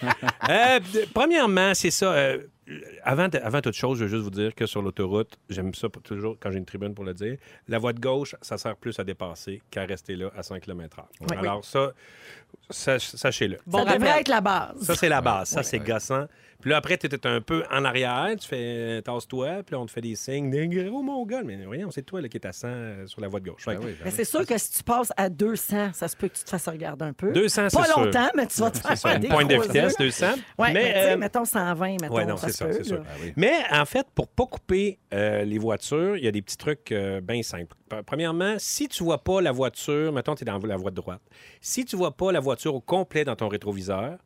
Speaker 3: Euh, d- premièrement, c'est ça. euh, avant, t- avant toute chose, je veux juste vous dire que sur l'autoroute, j'aime ça pour- toujours quand j'ai une tribune pour le dire, la voie de gauche, ça sert plus à dépasser qu'à rester là à 100 km/h. Alors ça, sach- sachez-le.
Speaker 1: Bon, ça
Speaker 2: rappel.
Speaker 1: devrait être la base.
Speaker 3: Ça, c'est la base. Ça, c'est gossant. Puis là, après, tu étais un peu en arrière. Tu fais euh, tasse-toi. Puis là, on te fait des signes. Des gros mon gars. Mais voyons, c'est toi là, qui est à 100 euh, sur la voie de gauche. Fait que-
Speaker 1: Mais c'est sûr que si tu passes à 200, ça se peut que tu te fasses regarder un peu.
Speaker 3: 200,
Speaker 1: Pas
Speaker 3: Ah, c'est sûr.
Speaker 1: longtemps, mais tu vas te
Speaker 3: C'est
Speaker 1: faire
Speaker 3: ça,
Speaker 1: des
Speaker 3: une pointe de
Speaker 1: gros
Speaker 3: vitesse,
Speaker 1: yeux.
Speaker 3: 200.
Speaker 1: Ouais, mais, tu sais,
Speaker 3: euh,
Speaker 1: mettons 120, mettons.
Speaker 3: ouais, non, c'est
Speaker 1: se
Speaker 3: ça,
Speaker 1: peut,
Speaker 3: c'est sûr.
Speaker 1: là.
Speaker 3: Mais en fait, pour pas couper euh, les voitures, il y a des petits trucs euh, bien simples. Pr- Premièrement, si tu vois pas la voiture, mettons, tu es dans la voie de droite, si tu vois pas la voiture au complet dans ton rétroviseur,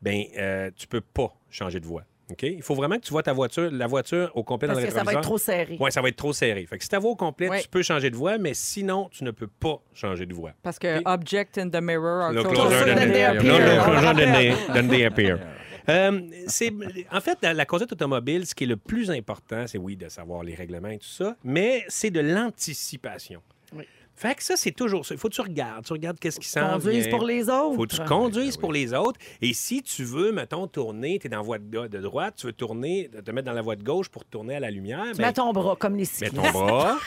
Speaker 3: ben euh, tu peux pas changer de voie. OK? Il faut vraiment que tu vois ta voiture, la voiture au complet
Speaker 1: Parce
Speaker 3: dans le
Speaker 1: que ça
Speaker 3: rétroviseur.
Speaker 1: va être trop serré.
Speaker 3: Oui, ça va être trop serré. Fait que si ta voix au complet,
Speaker 2: Ouais.
Speaker 3: tu peux changer de voie, mais sinon, tu ne peux pas changer de voie.
Speaker 2: Parce que Object in the Mirror. are
Speaker 3: No
Speaker 2: closer
Speaker 3: closer
Speaker 2: than
Speaker 3: than
Speaker 2: they
Speaker 3: they
Speaker 2: appear.
Speaker 3: No, no,
Speaker 2: On le
Speaker 3: closer than
Speaker 2: rappelle.
Speaker 3: they- than they appear. Euh, c'est- en fait, la, la conduite automobile, ce qui est le plus important, c'est oui, de savoir les règlements et tout ça, mais c'est de l'anticipation. Fait que ça, c'est toujours ça. Il faut que tu regardes. Tu regardes qu'est-ce qui s'en
Speaker 1: Conduise
Speaker 3: vient.
Speaker 1: pour les autres.
Speaker 3: faut que tu conduises pour les autres. Et si tu veux, mettons, tourner, tu es dans la voie de, de droite, tu veux tourner, te mettre dans la voie de gauche pour tourner à la lumière.
Speaker 1: Tu
Speaker 3: ben,
Speaker 1: mets ton bras comme les cyclistes.
Speaker 3: Mets ton bras.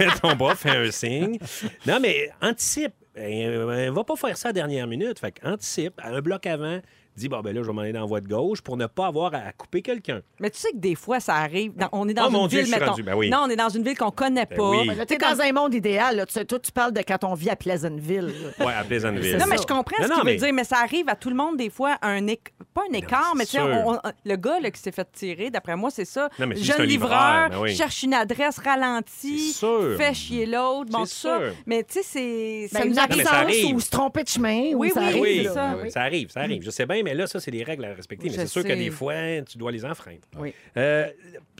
Speaker 3: mets ton bras, fais un signe. Non, mais anticipe. Euh, euh, va pas faire ça à la dernière minute. Fait que anticipe, à un bloc avant, dis bon, ben là, je vais m'en aller dans la voie de gauche pour ne pas avoir à couper quelqu'un.
Speaker 2: Mais tu sais que des fois, ça arrive. dans- on est dans
Speaker 3: Oh,
Speaker 2: une
Speaker 3: mon Dieu,
Speaker 2: ville,
Speaker 3: je suis
Speaker 2: mettons.
Speaker 3: rendu. Ben oui.
Speaker 2: Non, on est dans une ville qu'on connaît
Speaker 3: Ben
Speaker 2: pas.
Speaker 3: oui.
Speaker 1: Là, t'es dans un monde idéal. là. Tu sais, toi, tu parles de quand on vit à Pleasantville. là.
Speaker 3: Ouais, à Pleasantville.
Speaker 2: Non, mais je comprends
Speaker 3: Non,
Speaker 2: ce
Speaker 3: non,
Speaker 2: qu'il
Speaker 3: mais-
Speaker 2: veut dire, mais ça arrive à tout le monde des fois, un éc- pas un écart, mais tu sais,
Speaker 3: sûr.
Speaker 2: on- on- le gars là, qui s'est fait tirer, d'après moi, c'est ça.
Speaker 3: Non, mais c'est juste
Speaker 2: Jeune
Speaker 3: un livreur,
Speaker 2: livreur,
Speaker 3: ben oui.
Speaker 2: cherche une adresse, ralentit,
Speaker 3: C'est sûr.
Speaker 2: fait chier l'autre, bon, tout
Speaker 3: C'est
Speaker 2: ça.
Speaker 3: sûr.
Speaker 2: Mais tu sais, c'est.
Speaker 1: Ben,
Speaker 2: ça
Speaker 1: une
Speaker 2: nous arrive.
Speaker 3: mais ça
Speaker 1: absence
Speaker 3: arrive.
Speaker 1: ou se tromper de chemin.
Speaker 2: Oui,
Speaker 1: ou ça
Speaker 2: Ah oui,
Speaker 1: arrive,
Speaker 3: Oui,
Speaker 2: c'est
Speaker 1: là.
Speaker 2: ça.
Speaker 3: ça arrive, ça arrive. Je sais bien, mais là, ça, c'est des règles à respecter. Mais
Speaker 2: Je
Speaker 3: c'est sûr que
Speaker 2: sais.
Speaker 3: des fois, tu dois les enfreindre.
Speaker 2: Oui.
Speaker 3: Euh,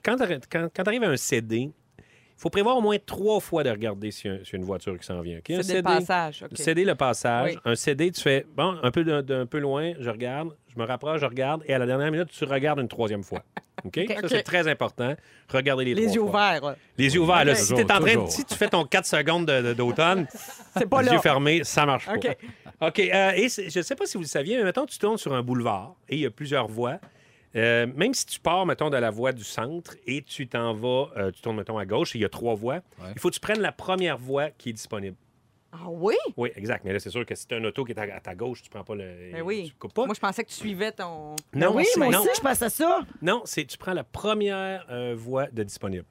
Speaker 3: quand tu arrives à un CD, il faut prévoir au moins trois fois de regarder si y a une voiture qui s'en vient. OK? Un
Speaker 2: C'est des passages. OK.
Speaker 3: CD, le passage.
Speaker 2: Oui.
Speaker 3: Un CD, tu fais, bon, un peu, d'un, d'un peu loin, je regarde, je me rapproche, je regarde, et à la dernière minute, tu regardes une troisième fois. OK? Ça, c'est très important. Regardez les,
Speaker 2: Les
Speaker 3: trois
Speaker 2: yeux
Speaker 3: fois.
Speaker 2: ouverts. là.
Speaker 3: Les yeux ouverts. là, si,
Speaker 7: Toujours,
Speaker 3: t'es en train de-
Speaker 7: toujours.
Speaker 3: si tu fais ton 4 secondes de- de- d'automne,
Speaker 2: pas
Speaker 3: les
Speaker 2: là.
Speaker 3: yeux fermés, ça marche pas.
Speaker 2: OK.
Speaker 3: OK. euh, et c'est- je ne sais pas si vous le saviez, mais mettons, tu tournes sur un boulevard et il y a plusieurs voies. Euh, même si tu pars, mettons, de la voie du centre et tu t'en vas, euh, tu tournes, mettons, à gauche et il y a trois voies, il faut que tu prennes la première voie qui est disponible.
Speaker 2: Ah oui?
Speaker 3: Oui, exact. Mais là, c'est sûr que si t'as un auto qui est à, à ta gauche, tu prends pas le.
Speaker 2: Ben oui.
Speaker 3: Tu coupes pas.
Speaker 2: Moi, je pensais que tu suivais ton.
Speaker 3: non,
Speaker 1: Oui,
Speaker 3: c'est-
Speaker 1: moi
Speaker 3: non,
Speaker 1: aussi, je pense à ça.
Speaker 3: non, c'est tu prends la première euh, voie de disponible.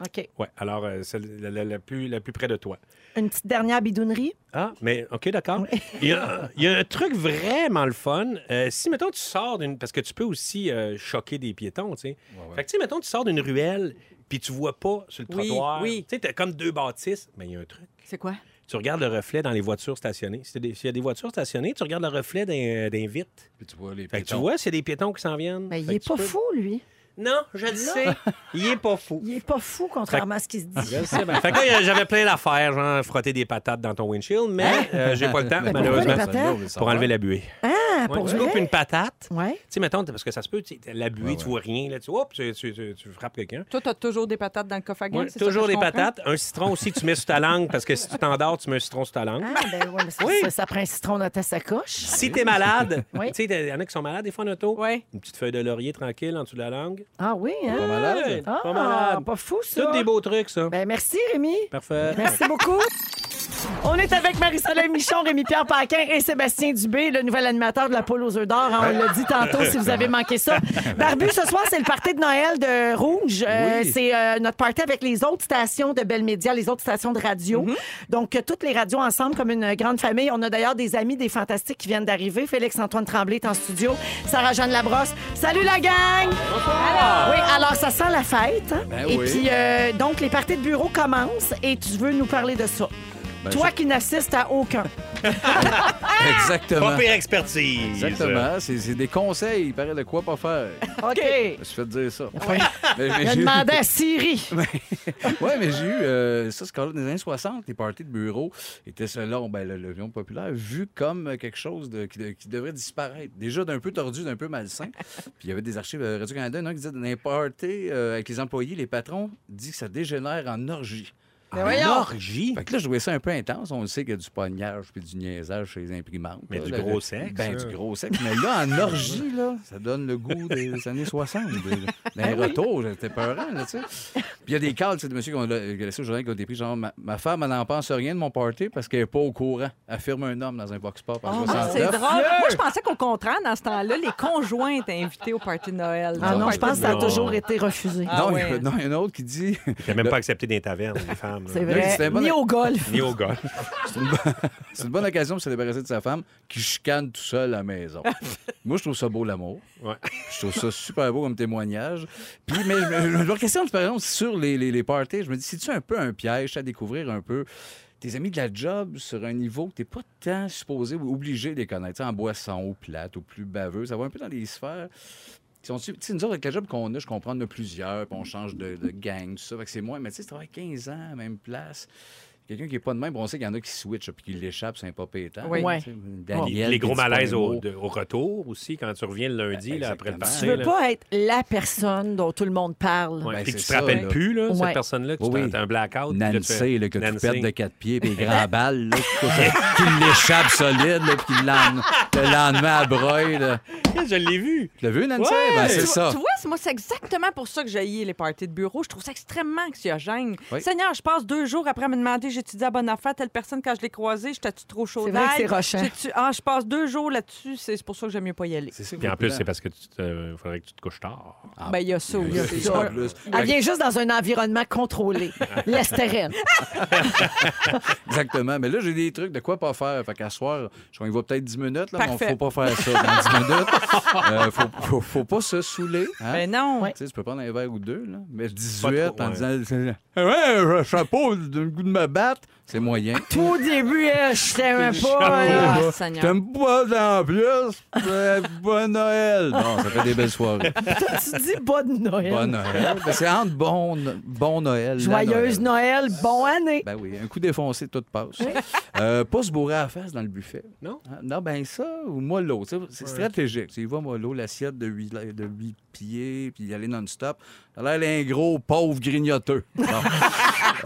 Speaker 1: OK.
Speaker 3: Oui, alors euh, celle- la, la- la plus, la plus près de toi.
Speaker 1: Une petite dernière bidounerie.
Speaker 3: Ah, mais OK, d'accord. Il, y a- il y a un truc vraiment le fun. Euh, si, mettons, tu sors d'une. Parce que tu peux aussi euh, choquer des piétons, tu sais. Fait que, tu sais, mettons, tu sors d'une ruelle, puis tu vois pas sur le
Speaker 2: Oui,
Speaker 3: trottoir.
Speaker 2: oui.
Speaker 3: Tu sais, t'as comme deux bâtisses. Mais il y a un truc.
Speaker 2: C'est quoi?
Speaker 3: Tu regardes le reflet dans les voitures stationnées. Si t'as des- S'il y a des voitures stationnées, tu regardes le reflet d'un, d'un vitre.
Speaker 7: Puis tu vois les
Speaker 3: Fait que tu
Speaker 7: piétons.
Speaker 3: vois, c'est des piétons qui s'en viennent.
Speaker 1: Mais Ben, il
Speaker 3: Fait
Speaker 1: est
Speaker 3: que tu
Speaker 1: pas
Speaker 3: peux-
Speaker 1: fou, lui.
Speaker 3: Non, je le sais. Il est pas fou.
Speaker 1: Il est pas fou, contrairement à ce qu'il se dit.
Speaker 3: Je sais bien. Fait que là, j'avais plein d'affaires, genre frotter des patates dans ton windshield, mais euh, j'ai pas le
Speaker 7: Ben,
Speaker 3: temps,
Speaker 1: pourquoi
Speaker 3: malheureusement,
Speaker 1: les patates?
Speaker 3: pour enlever la buée.
Speaker 1: Ah,
Speaker 3: Ouais,
Speaker 1: pour
Speaker 3: tu
Speaker 1: vrai?
Speaker 3: coupes une patate, tu
Speaker 1: Ouais.
Speaker 3: sais, mettons, parce que ça se peut, tu sais, la buée, tu vois rien, là, tu, hop, tu, tu- tu- tu frappes quelqu'un.
Speaker 2: Toi, t'as toujours des patates dans le coffre à gueule,
Speaker 3: Ouais,
Speaker 2: c'est ça que
Speaker 3: toujours
Speaker 2: je
Speaker 3: des
Speaker 2: comprends?
Speaker 3: patates, un citron aussi, tu mets sur ta langue, parce que si tu t'endors, tu mets un citron sur ta langue.
Speaker 1: Ah, ben ouais, mais c'est-
Speaker 3: Oui.
Speaker 1: ça, ça prend un citron dans ta sacoche.
Speaker 3: Si t'es malade,
Speaker 1: Oui.
Speaker 3: tu sais, il y en a qui sont malades des fois en auto,
Speaker 2: Ouais.
Speaker 3: une petite feuille de laurier tranquille en dessous de la langue.
Speaker 1: Ah oui, hein?
Speaker 7: Pas
Speaker 3: Ouais,
Speaker 7: malade.
Speaker 1: Ah,
Speaker 3: pas malade.
Speaker 1: pas fou,
Speaker 3: C'est
Speaker 1: ça.
Speaker 3: tous des beaux trucs, ça.
Speaker 1: Ben, merci, Rémi.
Speaker 3: Parfait.
Speaker 1: Euh, Merci beaucoup. On est avec Marie-Soleil Michon, Rémi-Pierre Paquin et Sébastien Dubé, le nouvel animateur de la poule aux œufs d'or. hein, on l'a dit tantôt si vous avez manqué ça. Barbu, ce soir, c'est le party de Noël de Rouge. Euh,
Speaker 7: Oui.
Speaker 1: C'est euh, notre party avec les autres stations de Belle Média, les autres stations de radio. Donc, euh, toutes les radios ensemble comme une grande famille. On a d'ailleurs des amis, des fantastiques qui viennent d'arriver. Félix-Antoine Tremblay est en studio. Sarah-Jeanne Labrosse. Salut la gang! Alors, oui, alors ça sent la fête. hein?
Speaker 7: Ben
Speaker 1: et
Speaker 7: oui.
Speaker 1: puis, euh, donc, les parties de bureau commencent et tu veux nous parler de ça.
Speaker 7: Ben,
Speaker 1: Toi
Speaker 7: je-
Speaker 1: qui n'assistes à aucun.
Speaker 7: Exactement.
Speaker 3: Pas pire expertise.
Speaker 1: Ben,
Speaker 7: Exactement. C'est c'est des conseils. Il paraît de quoi pas faire.
Speaker 1: OK.
Speaker 7: Je me suis fait dire ça. Mais- mais
Speaker 1: Je
Speaker 7: j'ai-
Speaker 1: demandais à Siri.
Speaker 7: ouais, mais j'ai eu euh, ça, c'est quand même des années 60. Les parties de bureau étaient selon ben, le, le vion populaire vu comme euh, quelque chose de- qui, de- qui devrait disparaître. Déjà d'un peu tordu, d'un peu malsain. Puis il y avait des archives euh, Radio-Canada, il y en a un qui disait dans les parties euh, avec les employés, les patrons, dit que ça dégénère en orgie.
Speaker 1: Mais
Speaker 3: Une
Speaker 1: voyons.
Speaker 3: orgie.
Speaker 7: Fait que là, je trouvais ça un peu intense. On le sait qu'il y a du pognage puis du niaisage chez les imprimantes.
Speaker 3: Mais
Speaker 7: là,
Speaker 3: du
Speaker 7: le-
Speaker 3: gros
Speaker 7: le-
Speaker 3: sexe,
Speaker 7: Ben,
Speaker 3: là.
Speaker 7: du gros sexe. Mais là, en orgie, là, ça donne le goût des années 60. Dans
Speaker 3: Ah
Speaker 7: les retours, j'étais peurant, là, tu sais. Puis il y a des calls, c'est de monsieur qui ont la- qui a laissé au journal qui ont été pris, genre, ma, ma femme, elle n'en pense rien de mon party parce qu'elle n'est pas au courant. Affirme un homme dans un box pop en
Speaker 2: Ah,
Speaker 7: 69.
Speaker 2: c'est drôle. Moi, je pensais qu'au contraire, dans ce temps-là, les conjoints étaient invités au party de Noël.
Speaker 1: Ah non, je pense que ça a
Speaker 3: Non.
Speaker 1: toujours été refusé.
Speaker 2: Ah
Speaker 7: non, il y a-
Speaker 2: ouais.
Speaker 7: non, il y en a un autre qui dit
Speaker 3: Il n'a même pas accepté des tavernes, les femmes.
Speaker 1: C'est
Speaker 3: là.
Speaker 1: vrai.
Speaker 7: c'était bon.
Speaker 1: Ni au golf.
Speaker 3: Ni au golf.
Speaker 7: c'est une bonne occasion pour se débarrasser de sa femme qui chicane tout seul à la maison. Moi, je trouve ça beau, l'amour.
Speaker 3: Ouais.
Speaker 7: Je trouve ça super beau comme témoignage. Puis, mais je me- je me questionne, par exemple, sur les, les, les parties. Je me dis, c'est-tu un peu un piège à découvrir un peu tes amis de la job sur un niveau que t'es pas tant supposé ou obligé de les connaître, Tu sais, en boisson ou plate ou plus baveux. Ça va un peu dans les sphères. qui sont- Tu sais, nous autres, avec la job qu'on a, je comprends, on en a plusieurs, puis on change de, de gang, tout ça. Fait que c'est moi, mais tu sais, tu travailles 15 ans à la même place. Quelqu'un qui est pas de même, bon, on sait qu'il y en a qui switchent puis qui l'échappent, c'est un pas pétant.
Speaker 2: Oui.
Speaker 1: Ouais.
Speaker 7: Tu sais,
Speaker 3: Les-
Speaker 7: Daniel,
Speaker 3: les gros
Speaker 7: qui dit pas
Speaker 3: malaises
Speaker 7: les
Speaker 3: au,
Speaker 7: mots.
Speaker 3: de- au retour aussi, quand tu reviens le lundi, là, après le
Speaker 7: Exactement.
Speaker 3: party.
Speaker 1: Tu veux
Speaker 3: là.
Speaker 1: pas être la personne dont tout le monde parle.
Speaker 3: Ouais,
Speaker 7: Ben,
Speaker 3: puis que
Speaker 7: c'est
Speaker 3: tu te
Speaker 7: ça,
Speaker 3: rappelles
Speaker 7: là.
Speaker 3: plus, là,
Speaker 1: Ouais.
Speaker 3: cette personne-là, que
Speaker 7: Oui, oui.
Speaker 3: tu as un blackout. puis là, tu fais-
Speaker 7: Nancy, là, que
Speaker 3: Nancy.
Speaker 7: tu pètes de quatre pieds, puis les grands balles, là, qui, qui l'échappe solide, là, puis qui l'en- le lendemain à broye. là.
Speaker 3: Je l'ai vu.
Speaker 7: Tu l'as vu, Nancy?
Speaker 3: Ouais!
Speaker 7: Ben,
Speaker 2: Tu
Speaker 7: c'est
Speaker 2: vois-
Speaker 7: ça.
Speaker 2: Tu vois, c'est- moi, c'est exactement pour ça que j'ai les parties de bureau. Je trouve ça extrêmement anxiogène.
Speaker 7: Oui.
Speaker 2: Seigneur, je passe deux jours après à me demander j'étais à bonne affaire, telle personne, quand je l'ai croisée, j'étais-tu trop chaud
Speaker 1: C'est vrai que
Speaker 2: d'ail?
Speaker 1: c'est rushant.
Speaker 2: J'ai-tu- Ah, je passe deux jours là-dessus, c'est c'est pour ça que j'aime mieux pas y aller.
Speaker 7: C'est ça,
Speaker 3: Puis en
Speaker 7: faut
Speaker 3: plus,
Speaker 7: pas-
Speaker 3: c'est parce que tu te- faudrait que tu te couches tard.
Speaker 7: Ah.
Speaker 2: Ben, il y a ça aussi.
Speaker 7: C'est ça, en plus.
Speaker 1: Elle vient juste dans un environnement contrôlé. L'estérène.
Speaker 7: Exactement. Mais là, j'ai des trucs de quoi pas faire. Fait qu'à soir, je crois qu'il va peut-être 10 minutes, là, mais on-
Speaker 2: Parfait.
Speaker 7: faut pas faire ça dans 10 minutes. Euh, faut, faut, faut pas se saouler. hein.
Speaker 2: Ben non.
Speaker 7: Tu sais, tu peux prendre un verre ou deux, là. Mais
Speaker 3: Pas
Speaker 7: 18
Speaker 3: trop,
Speaker 7: en
Speaker 3: ouais.
Speaker 7: disant Eh Ouais, un chapeau, d'un goût de me battre, c'est moyen.
Speaker 1: Tout au début, euh, je t'aimais pas. là.
Speaker 2: Ah,
Speaker 7: Je
Speaker 2: Seigneur.
Speaker 7: Oh, T'aimes pas en plus? Euh, Bon Noël! Non, ça fait des belles soirées.
Speaker 1: Tu dis bonne Noël.
Speaker 7: Bon Noël. Ben, c'est entre bon, bon Noël. la
Speaker 1: Joyeuse
Speaker 7: Noël.
Speaker 1: Noël. Bon année.
Speaker 7: Ben oui, un coup défoncé, tout passe. Euh, pas se bourrer à la face dans le buffet.
Speaker 3: Non?
Speaker 7: Hein? Non, ben ça, ou mollo. tu sais, C'est stratégique. Tu y vas mollo, l'assiette de 8, de huit pieds, puis y aller non-stop. T'as l'air d'un gros pauvre grignoteux. Bon.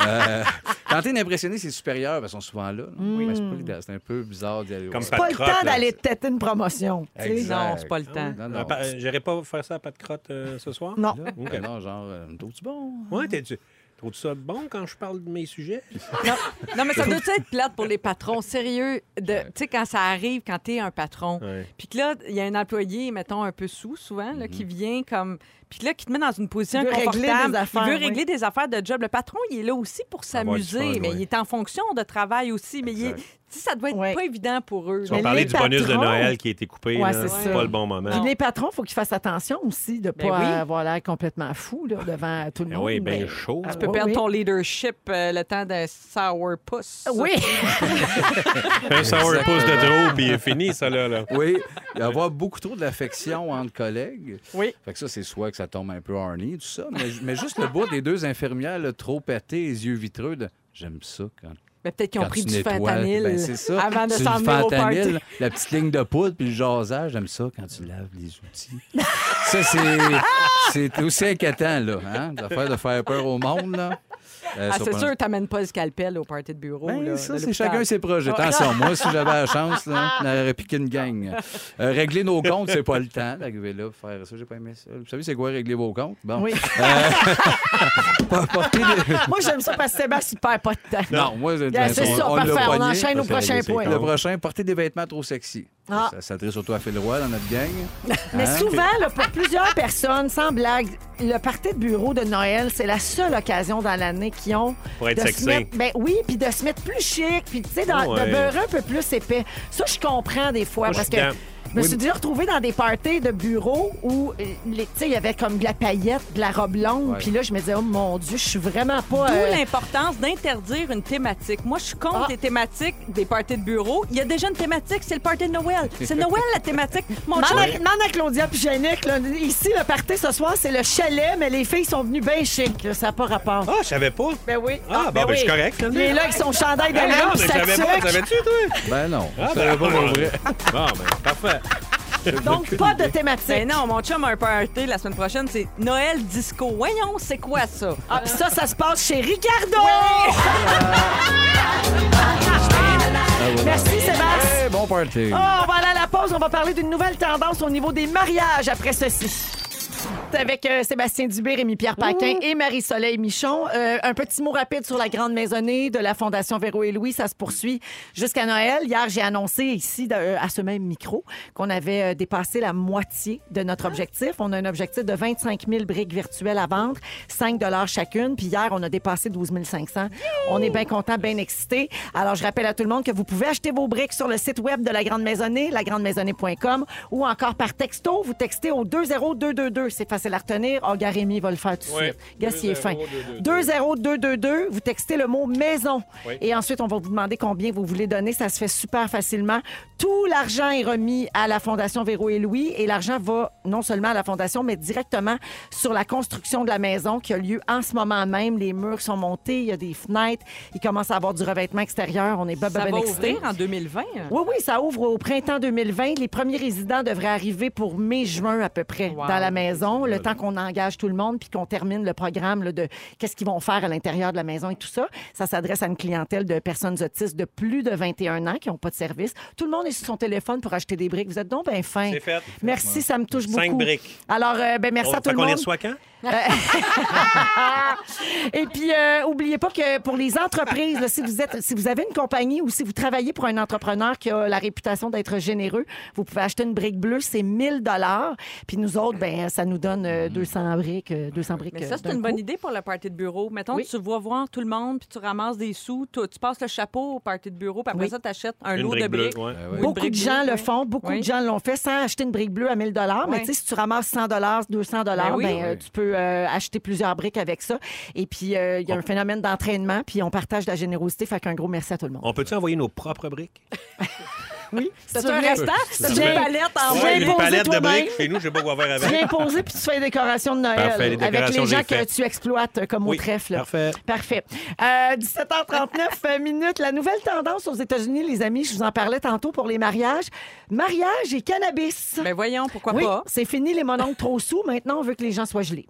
Speaker 7: Euh, quand t'es impressionné, c'est supérieur, parce qu'ils sont souvent là. là. Ben, c'est pas l'idéal, c'est un peu bizarre d'y aller.
Speaker 3: Comme
Speaker 7: Ouais.
Speaker 3: Pat
Speaker 1: Pas le
Speaker 3: Croc,
Speaker 1: temps
Speaker 3: là.
Speaker 1: d'aller têter une promotion. tu sais.
Speaker 7: Exact.
Speaker 2: Non, c'est pas le temps.
Speaker 7: Non,
Speaker 3: Ah,
Speaker 7: non,
Speaker 3: pa- euh, J'irai pas faire ça à pas de crotte euh, ce soir?
Speaker 1: Non.
Speaker 7: Là,
Speaker 3: OK.
Speaker 7: ben non, genre, euh, me trouves-tu bon?
Speaker 3: Ouais, t'es- tu- Trouves-tu ça bon quand je parle de mes sujets?
Speaker 2: Non, mais ça doit être plate pour les patrons. Sérieux, de- tu sais, quand ça arrive, quand t'es un patron,
Speaker 3: Ouais.
Speaker 2: puis que là, il y a un employé, mettons, un peu sous, souvent, là,
Speaker 3: Mhm.
Speaker 2: qui vient comme... Puis là, qui te met dans une position
Speaker 1: Il veut régler
Speaker 2: inconfortable.
Speaker 1: des affaires,
Speaker 2: il veut
Speaker 1: oui.
Speaker 2: régler des affaires de job. Le patron, il est là aussi pour
Speaker 3: Avoir du
Speaker 2: s'amuser,
Speaker 3: fun,
Speaker 2: mais
Speaker 3: oui.
Speaker 2: il est en fonction de travail aussi. Mais il est- tu sais, ça doit être
Speaker 1: Oui.
Speaker 2: pas évident pour eux.
Speaker 3: Tu vas
Speaker 1: Mais
Speaker 3: parler
Speaker 1: les
Speaker 3: du bonus de
Speaker 1: patrons-
Speaker 3: Noël qui a été coupé. là.
Speaker 1: Ouais, c'est
Speaker 3: c'est
Speaker 1: ça.
Speaker 3: pas le bon
Speaker 7: Ben
Speaker 3: moment.
Speaker 1: Puis les patrons, il faut qu'ils fassent attention aussi de ne
Speaker 2: Ben
Speaker 1: pas
Speaker 2: oui.
Speaker 1: avoir l'air complètement fou là, devant tout le
Speaker 3: Ben
Speaker 1: monde.
Speaker 3: oui, ben
Speaker 1: mais-
Speaker 3: chaud.
Speaker 1: Ah,
Speaker 2: Tu peux
Speaker 1: oui,
Speaker 2: perdre
Speaker 1: oui.
Speaker 2: ton leadership euh, le temps d'un sourpuss.
Speaker 1: Oui,
Speaker 3: Un sourpuss de trop, puis il est fini, ça, là. là.
Speaker 7: Oui, il va y avoir beaucoup trop de l'affection entre collègues.
Speaker 2: Oui.
Speaker 7: Fait que ça, c'est soit que ça tombe un peu horny, tout ça, mais, mais juste le bout des deux infirmières, là, trop pété, les yeux vitreux, de... j'aime ça quand
Speaker 2: Mais peut-être qu'ils ont
Speaker 7: Quand
Speaker 2: pris
Speaker 7: tu
Speaker 2: du
Speaker 7: nettoies,
Speaker 2: fentanyl
Speaker 7: ben, c'est ça.
Speaker 2: avant de
Speaker 7: C'est du
Speaker 2: s'en venir au
Speaker 7: fentanyl,
Speaker 2: party.
Speaker 7: La petite ligne de poudre puis le jasage, j'aime ça quand tu laves les outils. ça, c'est, c'est aussi inquiétant, là. Hein? L'affaire de faire peur au monde, là. Euh,
Speaker 2: Ah,
Speaker 7: sur-
Speaker 2: c'est sûr, t'amènes pas le scalpel au party de
Speaker 1: Oh,
Speaker 2: bureau.
Speaker 7: Ben,
Speaker 2: là, de
Speaker 7: ça, c'est
Speaker 2: l'hôpital.
Speaker 7: chacun ses projets.
Speaker 1: Ah.
Speaker 7: Attention, moi, si j'avais la chance, là, on aurait piqué une gang. Euh, régler nos comptes, c'est pas le temps d'arriver là, faire ça, j'ai pas aimé ça. Vous savez, c'est quoi régler vos comptes? Bon.
Speaker 1: Oui.
Speaker 7: Pas- pas-
Speaker 1: moi j'aime ça parce que Sébastien ne perd pas de temps.
Speaker 7: Non, moi,
Speaker 1: Yeah, c'est ça,
Speaker 7: l'a
Speaker 1: parfait. On
Speaker 7: pogné.
Speaker 1: enchaîne au prochain point.
Speaker 7: Le prochain, porter des vêtements trop sexy.
Speaker 1: Ah.
Speaker 7: Ça s'adresse surtout à Phil Roy dans notre gang.
Speaker 1: Mais
Speaker 7: Hein?
Speaker 1: souvent, là, pour plusieurs personnes, sans blague, le party de bureau de Noël, c'est la seule occasion dans l'année qu'ils ont
Speaker 3: Pour être
Speaker 1: de
Speaker 3: sexy. Oh,
Speaker 1: se mettre, ben oui, puis de se mettre plus chic, puis tu sais, d'en-
Speaker 3: Ouais.
Speaker 1: de beurrer un peu plus épais. Ça, je comprends des fois
Speaker 3: Moi, je
Speaker 1: parce
Speaker 3: suis
Speaker 1: que
Speaker 3: dedans.
Speaker 1: Je me suis déjà retrouvée dans des parties de bureau où euh, les- tu sais, il y avait comme de la paillette, de la robe longue.
Speaker 7: Ouais.
Speaker 1: Puis là, je me disais, oh mon Dieu, je suis vraiment pas.
Speaker 2: D'où
Speaker 1: euh,
Speaker 2: l'importance d'interdire une thématique. Moi, je suis
Speaker 1: Ah.
Speaker 2: contre les thématiques des parties de bureau. Il y a déjà une thématique, c'est le party de Noël. C'est Noël la thématique. Mon
Speaker 1: Demande
Speaker 2: chum,
Speaker 1: à, demande à Claudia Pigenik, là, ici, le party ce soir, c'est le chalet, mais les filles sont venues bien chic. là, ça n'a pas rapport.
Speaker 3: Ah, je savais pas.
Speaker 1: Ben oui.
Speaker 3: Ah, bon, ben, je suis correct, finalement.
Speaker 1: Mais là, avec son chandail de
Speaker 3: Ah, non,
Speaker 1: lin,
Speaker 3: mais
Speaker 1: puis
Speaker 3: je
Speaker 1: sa
Speaker 3: savais pas.
Speaker 1: tuque.
Speaker 3: Savais-tu, toi?
Speaker 7: Ben non.
Speaker 3: Ah,
Speaker 7: ça va
Speaker 3: ben,
Speaker 7: pas pour vrai.
Speaker 3: Bon, ben, parfait.
Speaker 1: Donc, pas de thématique.
Speaker 2: Ben non, mon chum a un party la semaine prochaine, c'est Noël disco. Voyons, c'est quoi ça?
Speaker 1: Ah, puis ça, ça se passe chez Ricardo. Merci, Sébastien.
Speaker 7: Eh, Ah, bon party.
Speaker 1: Ah, on va aller à la pause. On va parler d'une nouvelle tendance au niveau des mariages après ceci. C'est Avec euh, Sébastien Dubé, Rémi-Pierre Paquin et Marie-Soleil Michon. Euh, un petit mot rapide sur la grande maisonnée de la Fondation Véro et Louis. Ça se poursuit jusqu'à Noël. Hier, j'ai annoncé ici, de- euh, à ce même micro, qu'on avait euh, dépassé la moitié de notre objectif. On a un objectif de 25 000 briques virtuelles à vendre, 5 chacune. Puis hier, on a dépassé 12 500. On est bien content, bien excité. Alors, je rappelle à tout le monde que vous pouvez acheter vos briques sur le site web de la Grande Maisonnée, lagrandemaisonnée.com, ou encore par texto. Vous textez au 20222. C'est facile à retenir. Oh, gars, Rémi va le faire tout de
Speaker 3: Ouais.
Speaker 1: suite. Gars, il est fin.
Speaker 3: 20222.
Speaker 1: 20222. Vous textez le mot maison.
Speaker 3: Oui.
Speaker 1: Et ensuite, on va vous demander combien vous voulez donner. Ça se fait super facilement. Tout l'argent est remis à la Fondation Véro et Louis. Et l'argent va non seulement à la Fondation, mais directement sur la construction de la maison qui a lieu en ce moment même. Les murs sont montés, il y a des fenêtres. Il commence à avoir du revêtement extérieur. On est ben, ben,
Speaker 2: Ça
Speaker 1: ben
Speaker 2: va
Speaker 1: excités.
Speaker 2: ouvrir en 2020.
Speaker 1: Oui, oui, ça ouvre au printemps 2020. Les premiers résidents devraient arriver pour mai-juin à peu près
Speaker 2: Wow.
Speaker 1: dans la maison, le temps qu'on engage tout le monde puis qu'on termine le programme là, de qu'est-ce qu'ils vont faire à l'intérieur de la maison et tout ça. Ça s'adresse à une clientèle de personnes autistes de plus de 21 ans qui n'ont pas de service. Tout le monde est sur son téléphone pour acheter des briques. Vous êtes donc bien fin.
Speaker 3: C'est fait.
Speaker 1: Merci, ça me touche beaucoup.
Speaker 3: Cinq briques.
Speaker 1: Alors, euh, ben, merci
Speaker 3: On-
Speaker 1: à tout
Speaker 3: Fait
Speaker 1: le
Speaker 3: qu'on
Speaker 1: monde.
Speaker 3: les reçoit quand?
Speaker 1: Et puis, euh, oubliez pas que pour les entreprises, là, si vous êtes, si vous avez une compagnie ou si vous travaillez pour un entrepreneur qui a la réputation d'être généreux, vous pouvez acheter une brique bleue, c'est 1000 dollars. Puis nous autres, ben ça nous donne euh, 200 briques, euh, 200 briques.
Speaker 2: Mais
Speaker 1: euh,
Speaker 2: ça, c'est
Speaker 1: d'un
Speaker 2: une
Speaker 1: coup.
Speaker 2: bonne idée pour le party de bureau. Mettons,
Speaker 1: Oui.
Speaker 2: tu vas voir tout le monde, puis tu ramasses des sous, tu, tu passes le chapeau au party de bureau, puis après
Speaker 1: Oui.
Speaker 2: ça, tu achètes un
Speaker 3: Une
Speaker 2: lot de
Speaker 3: brique bleue,
Speaker 2: briques.
Speaker 3: ouais.
Speaker 2: Ou une
Speaker 1: Beaucoup
Speaker 2: brique
Speaker 1: de gens
Speaker 2: bleue,
Speaker 1: le
Speaker 2: ouais.
Speaker 1: font, beaucoup
Speaker 2: Oui.
Speaker 1: de gens l'ont fait sans acheter une brique bleue à 1000 dollars, mais
Speaker 2: Oui.
Speaker 1: tu sais si tu ramasses 100 dollars, 200 dollars,
Speaker 2: Ben oui.
Speaker 1: ben, euh, tu peux euh, acheter plusieurs briques avec ça. Et puis euh, il y a un phénomène d'entraînement, puis on partage de la générosité, fait qu'un gros merci à tout le monde.
Speaker 3: On peut-tu envoyer nos propres briques?
Speaker 1: Oui,
Speaker 2: C'est un restant, c'est une
Speaker 1: J'ai-
Speaker 2: palette en
Speaker 1: Ouais,
Speaker 2: vrai.
Speaker 1: j'ai
Speaker 3: une
Speaker 1: posé
Speaker 3: palette de
Speaker 1: toi-même.
Speaker 3: briques. Chez nous, j'ai beau avoir
Speaker 1: Tu
Speaker 3: avec.
Speaker 1: viens poser puis tu fais des décorations de Noël
Speaker 3: Parfait, les
Speaker 1: avec
Speaker 3: décorations,
Speaker 1: les gens
Speaker 3: j'ai
Speaker 1: que
Speaker 3: fait.
Speaker 1: tu exploites euh, comme au
Speaker 3: Oui,
Speaker 1: trèfle.
Speaker 3: parfait.
Speaker 1: Parfait. Euh, 17h39 minutes. La nouvelle tendance aux États-Unis, les amis, je vous en parlais tantôt pour les mariages. Mariage et cannabis.
Speaker 2: Ben voyons, pourquoi
Speaker 1: oui,
Speaker 2: pas?
Speaker 1: c'est fini les mononcles trop sous. Maintenant, on veut que les gens soient gelés.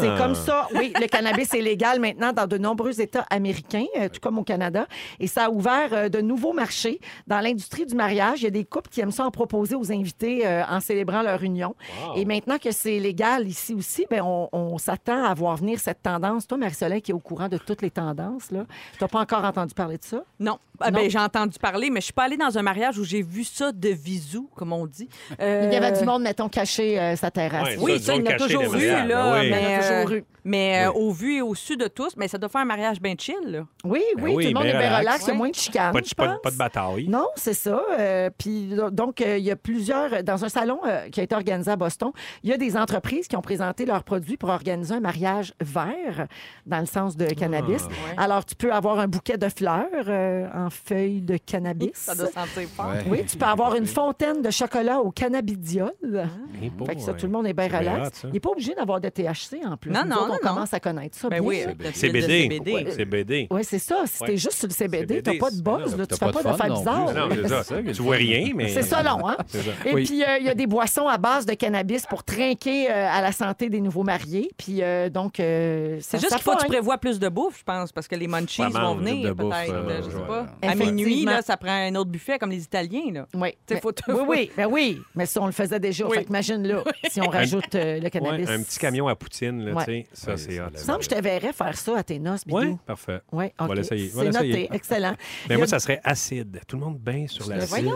Speaker 1: C'est comme ça. Oui, le cannabis est légal maintenant dans de nombreux États américains, euh, tout comme au Canada. Et ça a ouvert euh, de nouveaux marchés dans l'industrie du mariage. Il y a des couples qui aiment ça en proposer aux invités euh, en célébrant leur union. Et maintenant que c'est légal ici aussi, ben on, on s'attend à voir venir cette tendance. Toi, Marie-Soleil, qui est au courant de toutes les tendances, là, t'as pas encore entendu parler de ça?
Speaker 2: Non. Ah, ben,
Speaker 1: Non.
Speaker 2: j'ai entendu parler, mais je suis pas allée dans un mariage où j'ai vu ça de visu, comme on dit.
Speaker 1: Il y avait
Speaker 2: Euh,
Speaker 1: du monde, mettons, caché euh, sa terrasse.
Speaker 3: Ouais,
Speaker 2: Oui,
Speaker 3: Ça,
Speaker 2: ça,
Speaker 3: du
Speaker 2: il y en a
Speaker 3: monde caché,
Speaker 2: toujours
Speaker 3: les
Speaker 2: eu,
Speaker 3: mariages.
Speaker 2: là.
Speaker 3: Ah oui.
Speaker 1: Il y en
Speaker 2: Mais,
Speaker 1: a toujours
Speaker 2: euh,
Speaker 1: eu.
Speaker 2: mais, euh, au vu et au su de tous, mais ça doit faire un mariage bien chill, là.
Speaker 1: Oui,
Speaker 3: Ben
Speaker 1: oui,
Speaker 3: oui,
Speaker 1: tout le monde
Speaker 3: bien
Speaker 1: est bien
Speaker 3: relax.
Speaker 1: relax, il y a
Speaker 2: Ouais.
Speaker 1: moins de chicanes,
Speaker 3: Pas de,
Speaker 1: je
Speaker 3: pas de-
Speaker 1: pense.
Speaker 3: pas de bataille.
Speaker 1: Non, c'est ça. Euh, puis do- donc, euh, il y a plusieurs. euh, Dans un salon euh, qui a été organisé à Boston, il y a des entreprises qui ont présenté leurs produits pour organiser un mariage vert, dans le sens de cannabis.
Speaker 2: Ah,
Speaker 3: Ah.
Speaker 1: Alors, tu peux avoir un bouquet de fleurs euh, en feuilles de cannabis.
Speaker 2: Ça doit sentir fort.
Speaker 7: Ouais.
Speaker 1: Oui, tu peux avoir une fontaine de chocolat au cannabidiol.
Speaker 2: Ah.
Speaker 3: Eh, bon,
Speaker 1: Fait que ça,
Speaker 3: ouais.
Speaker 1: tout le monde est bien
Speaker 3: C'est bien
Speaker 1: relax.
Speaker 3: hot, ça.
Speaker 1: Il n'est pas obligé d'avoir de THC en plus.
Speaker 2: Non,
Speaker 1: Nous
Speaker 2: non,
Speaker 1: autres,
Speaker 2: non,
Speaker 1: on
Speaker 2: non.
Speaker 1: commence à connaître ça.
Speaker 2: Ben
Speaker 1: bien.
Speaker 2: oui,
Speaker 1: sûr.
Speaker 2: avec le fil de
Speaker 3: CBD.
Speaker 2: CBD.
Speaker 3: Ouais, CBD.
Speaker 1: Oui, c'est ça. Si
Speaker 3: Ouais.
Speaker 1: t'es juste sur le CBD, t'as
Speaker 3: CBD,
Speaker 1: pas de buzz,
Speaker 3: c'est-
Speaker 1: là, tu fais
Speaker 7: t'as pas
Speaker 1: pas
Speaker 7: de
Speaker 1: d'affaires
Speaker 7: fun non
Speaker 1: bizarres.
Speaker 7: plus.
Speaker 3: Non, c'est ça.
Speaker 7: C'est ça.
Speaker 3: Tu vois rien, mais.
Speaker 1: C'est ça long, hein?
Speaker 3: C'est ça.
Speaker 1: Et
Speaker 7: Oui.
Speaker 1: puis, euh, il y a des boissons à base de cannabis pour trinquer euh, à la santé des nouveaux mariés. Puis, euh, donc, euh, ça-
Speaker 2: C'est juste
Speaker 1: ça
Speaker 2: qu'il faut que tu
Speaker 1: pogne.
Speaker 2: prévois plus de bouffe, je pense, parce que les munchies
Speaker 3: Vraiment,
Speaker 2: vont
Speaker 3: une job
Speaker 2: venir,
Speaker 7: de bouffe,
Speaker 2: peut-être.
Speaker 7: euh,
Speaker 2: je sais
Speaker 7: ouais.
Speaker 2: pas. À
Speaker 1: Effectivement.
Speaker 2: minuit, là, ça prend un autre buffet, comme les Italiens, là.
Speaker 1: Oui.
Speaker 2: T'sais,
Speaker 1: Mais-
Speaker 2: faut-
Speaker 1: oui, oui, ben oui. Mais ça, on le faisait déjà.
Speaker 2: Oui.
Speaker 1: Fait imagine là, si on rajoute euh, le
Speaker 3: Ouais,
Speaker 1: cannabis.
Speaker 3: un petit camion à poutine, là,
Speaker 1: Ouais.
Speaker 3: tu sais. Ça,
Speaker 7: Ouais,
Speaker 3: c'est
Speaker 7: c'est
Speaker 3: hot.
Speaker 7: la
Speaker 1: Il me semble que je te verrais faire ça à tes noces, Bidou.
Speaker 3: Ouais, parfait.
Speaker 1: Ouais,
Speaker 3: On va
Speaker 1: OK.
Speaker 3: l'essayer, on va
Speaker 1: C'est noté.
Speaker 3: l'essayer.
Speaker 1: Excellent. Il
Speaker 3: Mais
Speaker 1: y
Speaker 3: moi,
Speaker 1: a-
Speaker 3: ça serait acide. Tout le monde bain sur l'acide.
Speaker 2: voyons.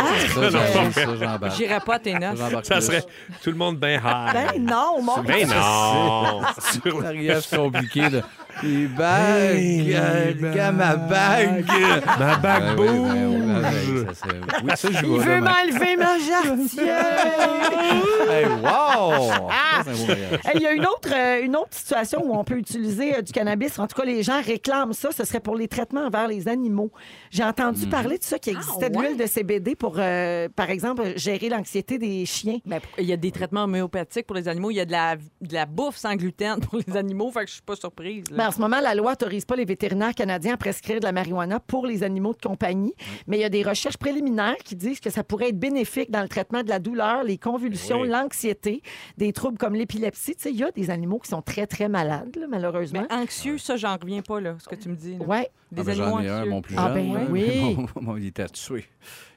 Speaker 7: Ça, j'en- ça, j'embarque.
Speaker 2: J'irai pas à tes
Speaker 7: Ça,
Speaker 2: noces.
Speaker 7: j'embarque
Speaker 3: Ça
Speaker 7: plus.
Speaker 3: serait tout le monde bain high.
Speaker 1: Ben non, mon
Speaker 3: Ben non! Sur-
Speaker 7: mariage compliqué. Là. Les bagues, euh, regarde ma bague.
Speaker 3: Ma bague
Speaker 7: Ben oui, ben
Speaker 3: bouge.
Speaker 7: oui, ben oui, ça, c'est- oui, ça, je vois, là, ma-
Speaker 1: m'enlever ma jarretière!
Speaker 7: Hey, wow! Ça, c'est un beau voyage.
Speaker 1: Hey, Il y a une autre, euh, une autre situation où on peut utiliser euh, du cannabis. En tout cas, les gens réclament ça. Ce serait pour les traitements envers les animaux. J'ai entendu parler de ça, qui existait de l'huile de CBD pour, euh, par exemple, gérer l'anxiété des chiens.
Speaker 2: Ben, pour- il y a des traitements homéopathiques pour les animaux. Il y a de la, de la bouffe sans gluten pour les animaux. Fait que je suis pas surprise. là.
Speaker 1: Mais en ce moment, la loi autorise pas les vétérinaires canadiens à prescrire de la marijuana pour les animaux de compagnie. Mais il y a des recherches préliminaires qui disent que ça pourrait être bénéfique dans le traitement de la douleur, les convulsions,
Speaker 3: Oui.
Speaker 1: l'anxiété, des troubles comme l'épilepsie. Tu sais, il y a des animaux qui sont très, très malades, là, malheureusement.
Speaker 2: Mais anxieux, ça, j'en reviens pas, là, ce que tu me dis. là.
Speaker 1: Ouais.
Speaker 2: Des
Speaker 7: Ah, ben,
Speaker 2: animaux
Speaker 7: J'en ai un,
Speaker 2: anxieux.
Speaker 7: mon plus jeune.
Speaker 1: Ah, ben
Speaker 7: là,
Speaker 1: oui.
Speaker 7: mais mon- mon- il était tué.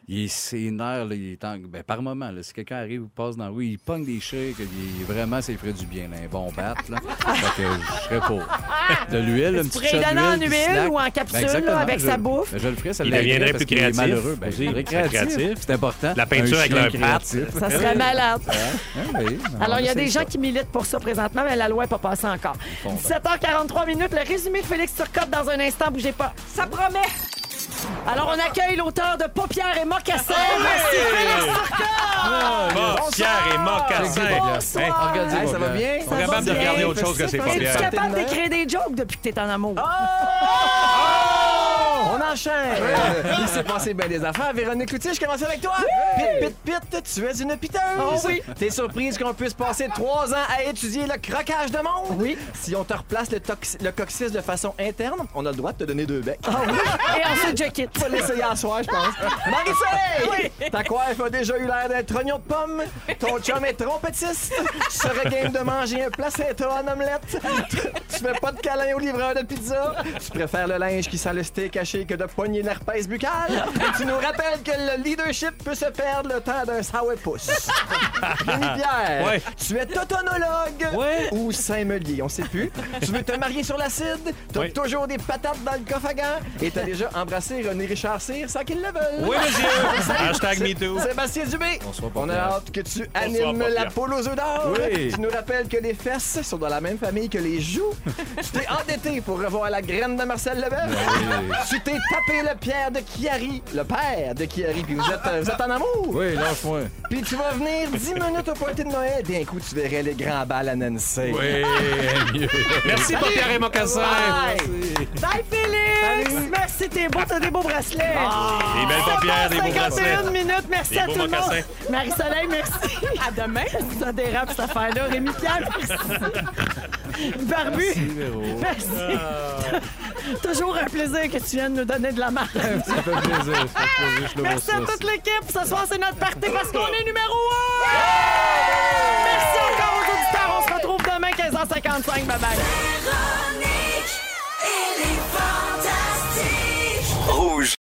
Speaker 7: Il est sénère, là, il est en- ben, par moment. là, si quelqu'un arrive ou passe dans la rue, il pogne des chèques. Il, vraiment, ça lui ferait du bien. là, un bon bat. Là. fait que je serais pour. De l'huile, une petite
Speaker 1: pourrais
Speaker 7: shot
Speaker 1: lui donner
Speaker 7: d'huile,
Speaker 1: en
Speaker 7: du
Speaker 1: huile
Speaker 7: snack. Ben,
Speaker 1: ou en capsule, là,
Speaker 7: exactement,
Speaker 1: avec
Speaker 7: je-
Speaker 1: sa bouffe.
Speaker 7: ben, je le ferais, ça
Speaker 3: Il
Speaker 7: l'aiderait
Speaker 3: deviendrait
Speaker 7: parce
Speaker 3: plus
Speaker 7: qu'il est
Speaker 3: créatif
Speaker 7: malheureux. Ben,
Speaker 3: aussi.
Speaker 7: il est créatif.
Speaker 3: Créatif.
Speaker 7: C'est important.
Speaker 3: La peinture
Speaker 7: Un
Speaker 3: avec
Speaker 7: chien
Speaker 3: leur patte.
Speaker 7: créatif.
Speaker 1: Ça serait malade.
Speaker 7: Ah oui, on
Speaker 1: Alors, il y a
Speaker 7: essaie
Speaker 1: des gens
Speaker 7: ça.
Speaker 1: qui militent pour ça présentement, mais la loi n'est pas passée encore. 17h43 minutes, le résumé de Félix Turcotte dans un instant, bougez pas. Ça promet! Alors, on accueille l'auteur de Paupières et Mocassins. Merci, Félix Turcotte!
Speaker 3: Pierre et mocassin.
Speaker 1: Bonsoir.
Speaker 3: Hey,
Speaker 7: Regardez,
Speaker 10: Hey, ça va bien?
Speaker 3: Hein, on est capable de regarder autre chose que ces
Speaker 1: Es-tu
Speaker 3: paupières.
Speaker 1: capable d'écrire des jokes depuis que t'es en amour?
Speaker 10: On enchaîne! Il s'est passé bien des affaires. Véronique Loutier, je commence avec toi! Pit, pit, pit, tu es une piteuse! Ah oui! T'es surprise qu'on puisse passer trois ans à étudier le croquage de monde? Oui! Si on te replace le, tox- le coccyx de façon interne, on a le droit de te donner deux becs.
Speaker 1: Et ensuite, je quitte.
Speaker 10: Faut l'essayer à soir, je pense. Marie-Soleil! Ta coiffe a déjà eu l'air d'un trognon de pomme. Ton chum est trompettiste. Tu serais game de manger un placenta en omelette. Tu tu fais pas de câlin au livreur de pizza. Tu préfères le linge qui sent le steak haché que de poigner l'herpès buccal. Tu nous rappelles que le leadership peut se perdre le temps d'un sourpuss. Rémi-Pierre,
Speaker 3: Ouais.
Speaker 10: tu es totonologue
Speaker 3: Ouais.
Speaker 10: ou Saint-Melier, on sait plus. tu veux te marier sur l'acide, t'as
Speaker 3: Oui.
Speaker 10: toujours des patates dans le coffre à gants et t'as déjà embrassé René Richard Cyr sans qu'il le veuille.
Speaker 3: Oui, monsieur. Hashtag MeToo.
Speaker 10: Sébastien Dubé,
Speaker 7: Bonsoir,
Speaker 10: on a
Speaker 7: Pierre.
Speaker 10: hâte que tu animes
Speaker 3: Pierre.
Speaker 10: la poule aux œufs d'or.
Speaker 7: Oui.
Speaker 10: Tu nous rappelles que les fesses sont dans la même famille que les joues. tu t'es endetté pour revoir la graine de Marcel Lebel. tu t'es tapé le Pierre de Chiari, le père de Chiari, puis vous êtes, euh, vous êtes en amour.
Speaker 7: Oui, lâche-moi.
Speaker 10: Puis tu vas venir 10 minutes au party de Noël. D'un coup, tu verrais les grands balles à Nancy.
Speaker 7: Oui, mieux.
Speaker 3: Merci, paupières et mocassins.
Speaker 10: Bye.
Speaker 1: Bye, Félix! Merci, t'es beau, t'as des beaux bracelets.
Speaker 3: Des belles paupières, des beaux
Speaker 1: 51
Speaker 3: bracelets.
Speaker 1: minutes. Merci
Speaker 3: Des
Speaker 1: à
Speaker 3: beaux
Speaker 1: tout le monde.
Speaker 3: mocassins.
Speaker 1: Marie-Soleil, merci. À demain. Ça dérape, cette affaire-là. Rémi-Pierre, merci. Barbu,
Speaker 7: Véro.
Speaker 1: merci.
Speaker 3: Ah.
Speaker 1: Toujours un plaisir que tu viennes nous donner de la marque.
Speaker 7: Ça fait plaisir. Ça fait plaisir. Je le
Speaker 1: Merci à
Speaker 7: reçois, ça.
Speaker 1: toute l'équipe. Ce soir, c'est notre party parce qu'on est numéro 1. Merci encore aux auditeurs. On se retrouve demain, 15h55. Bye-bye.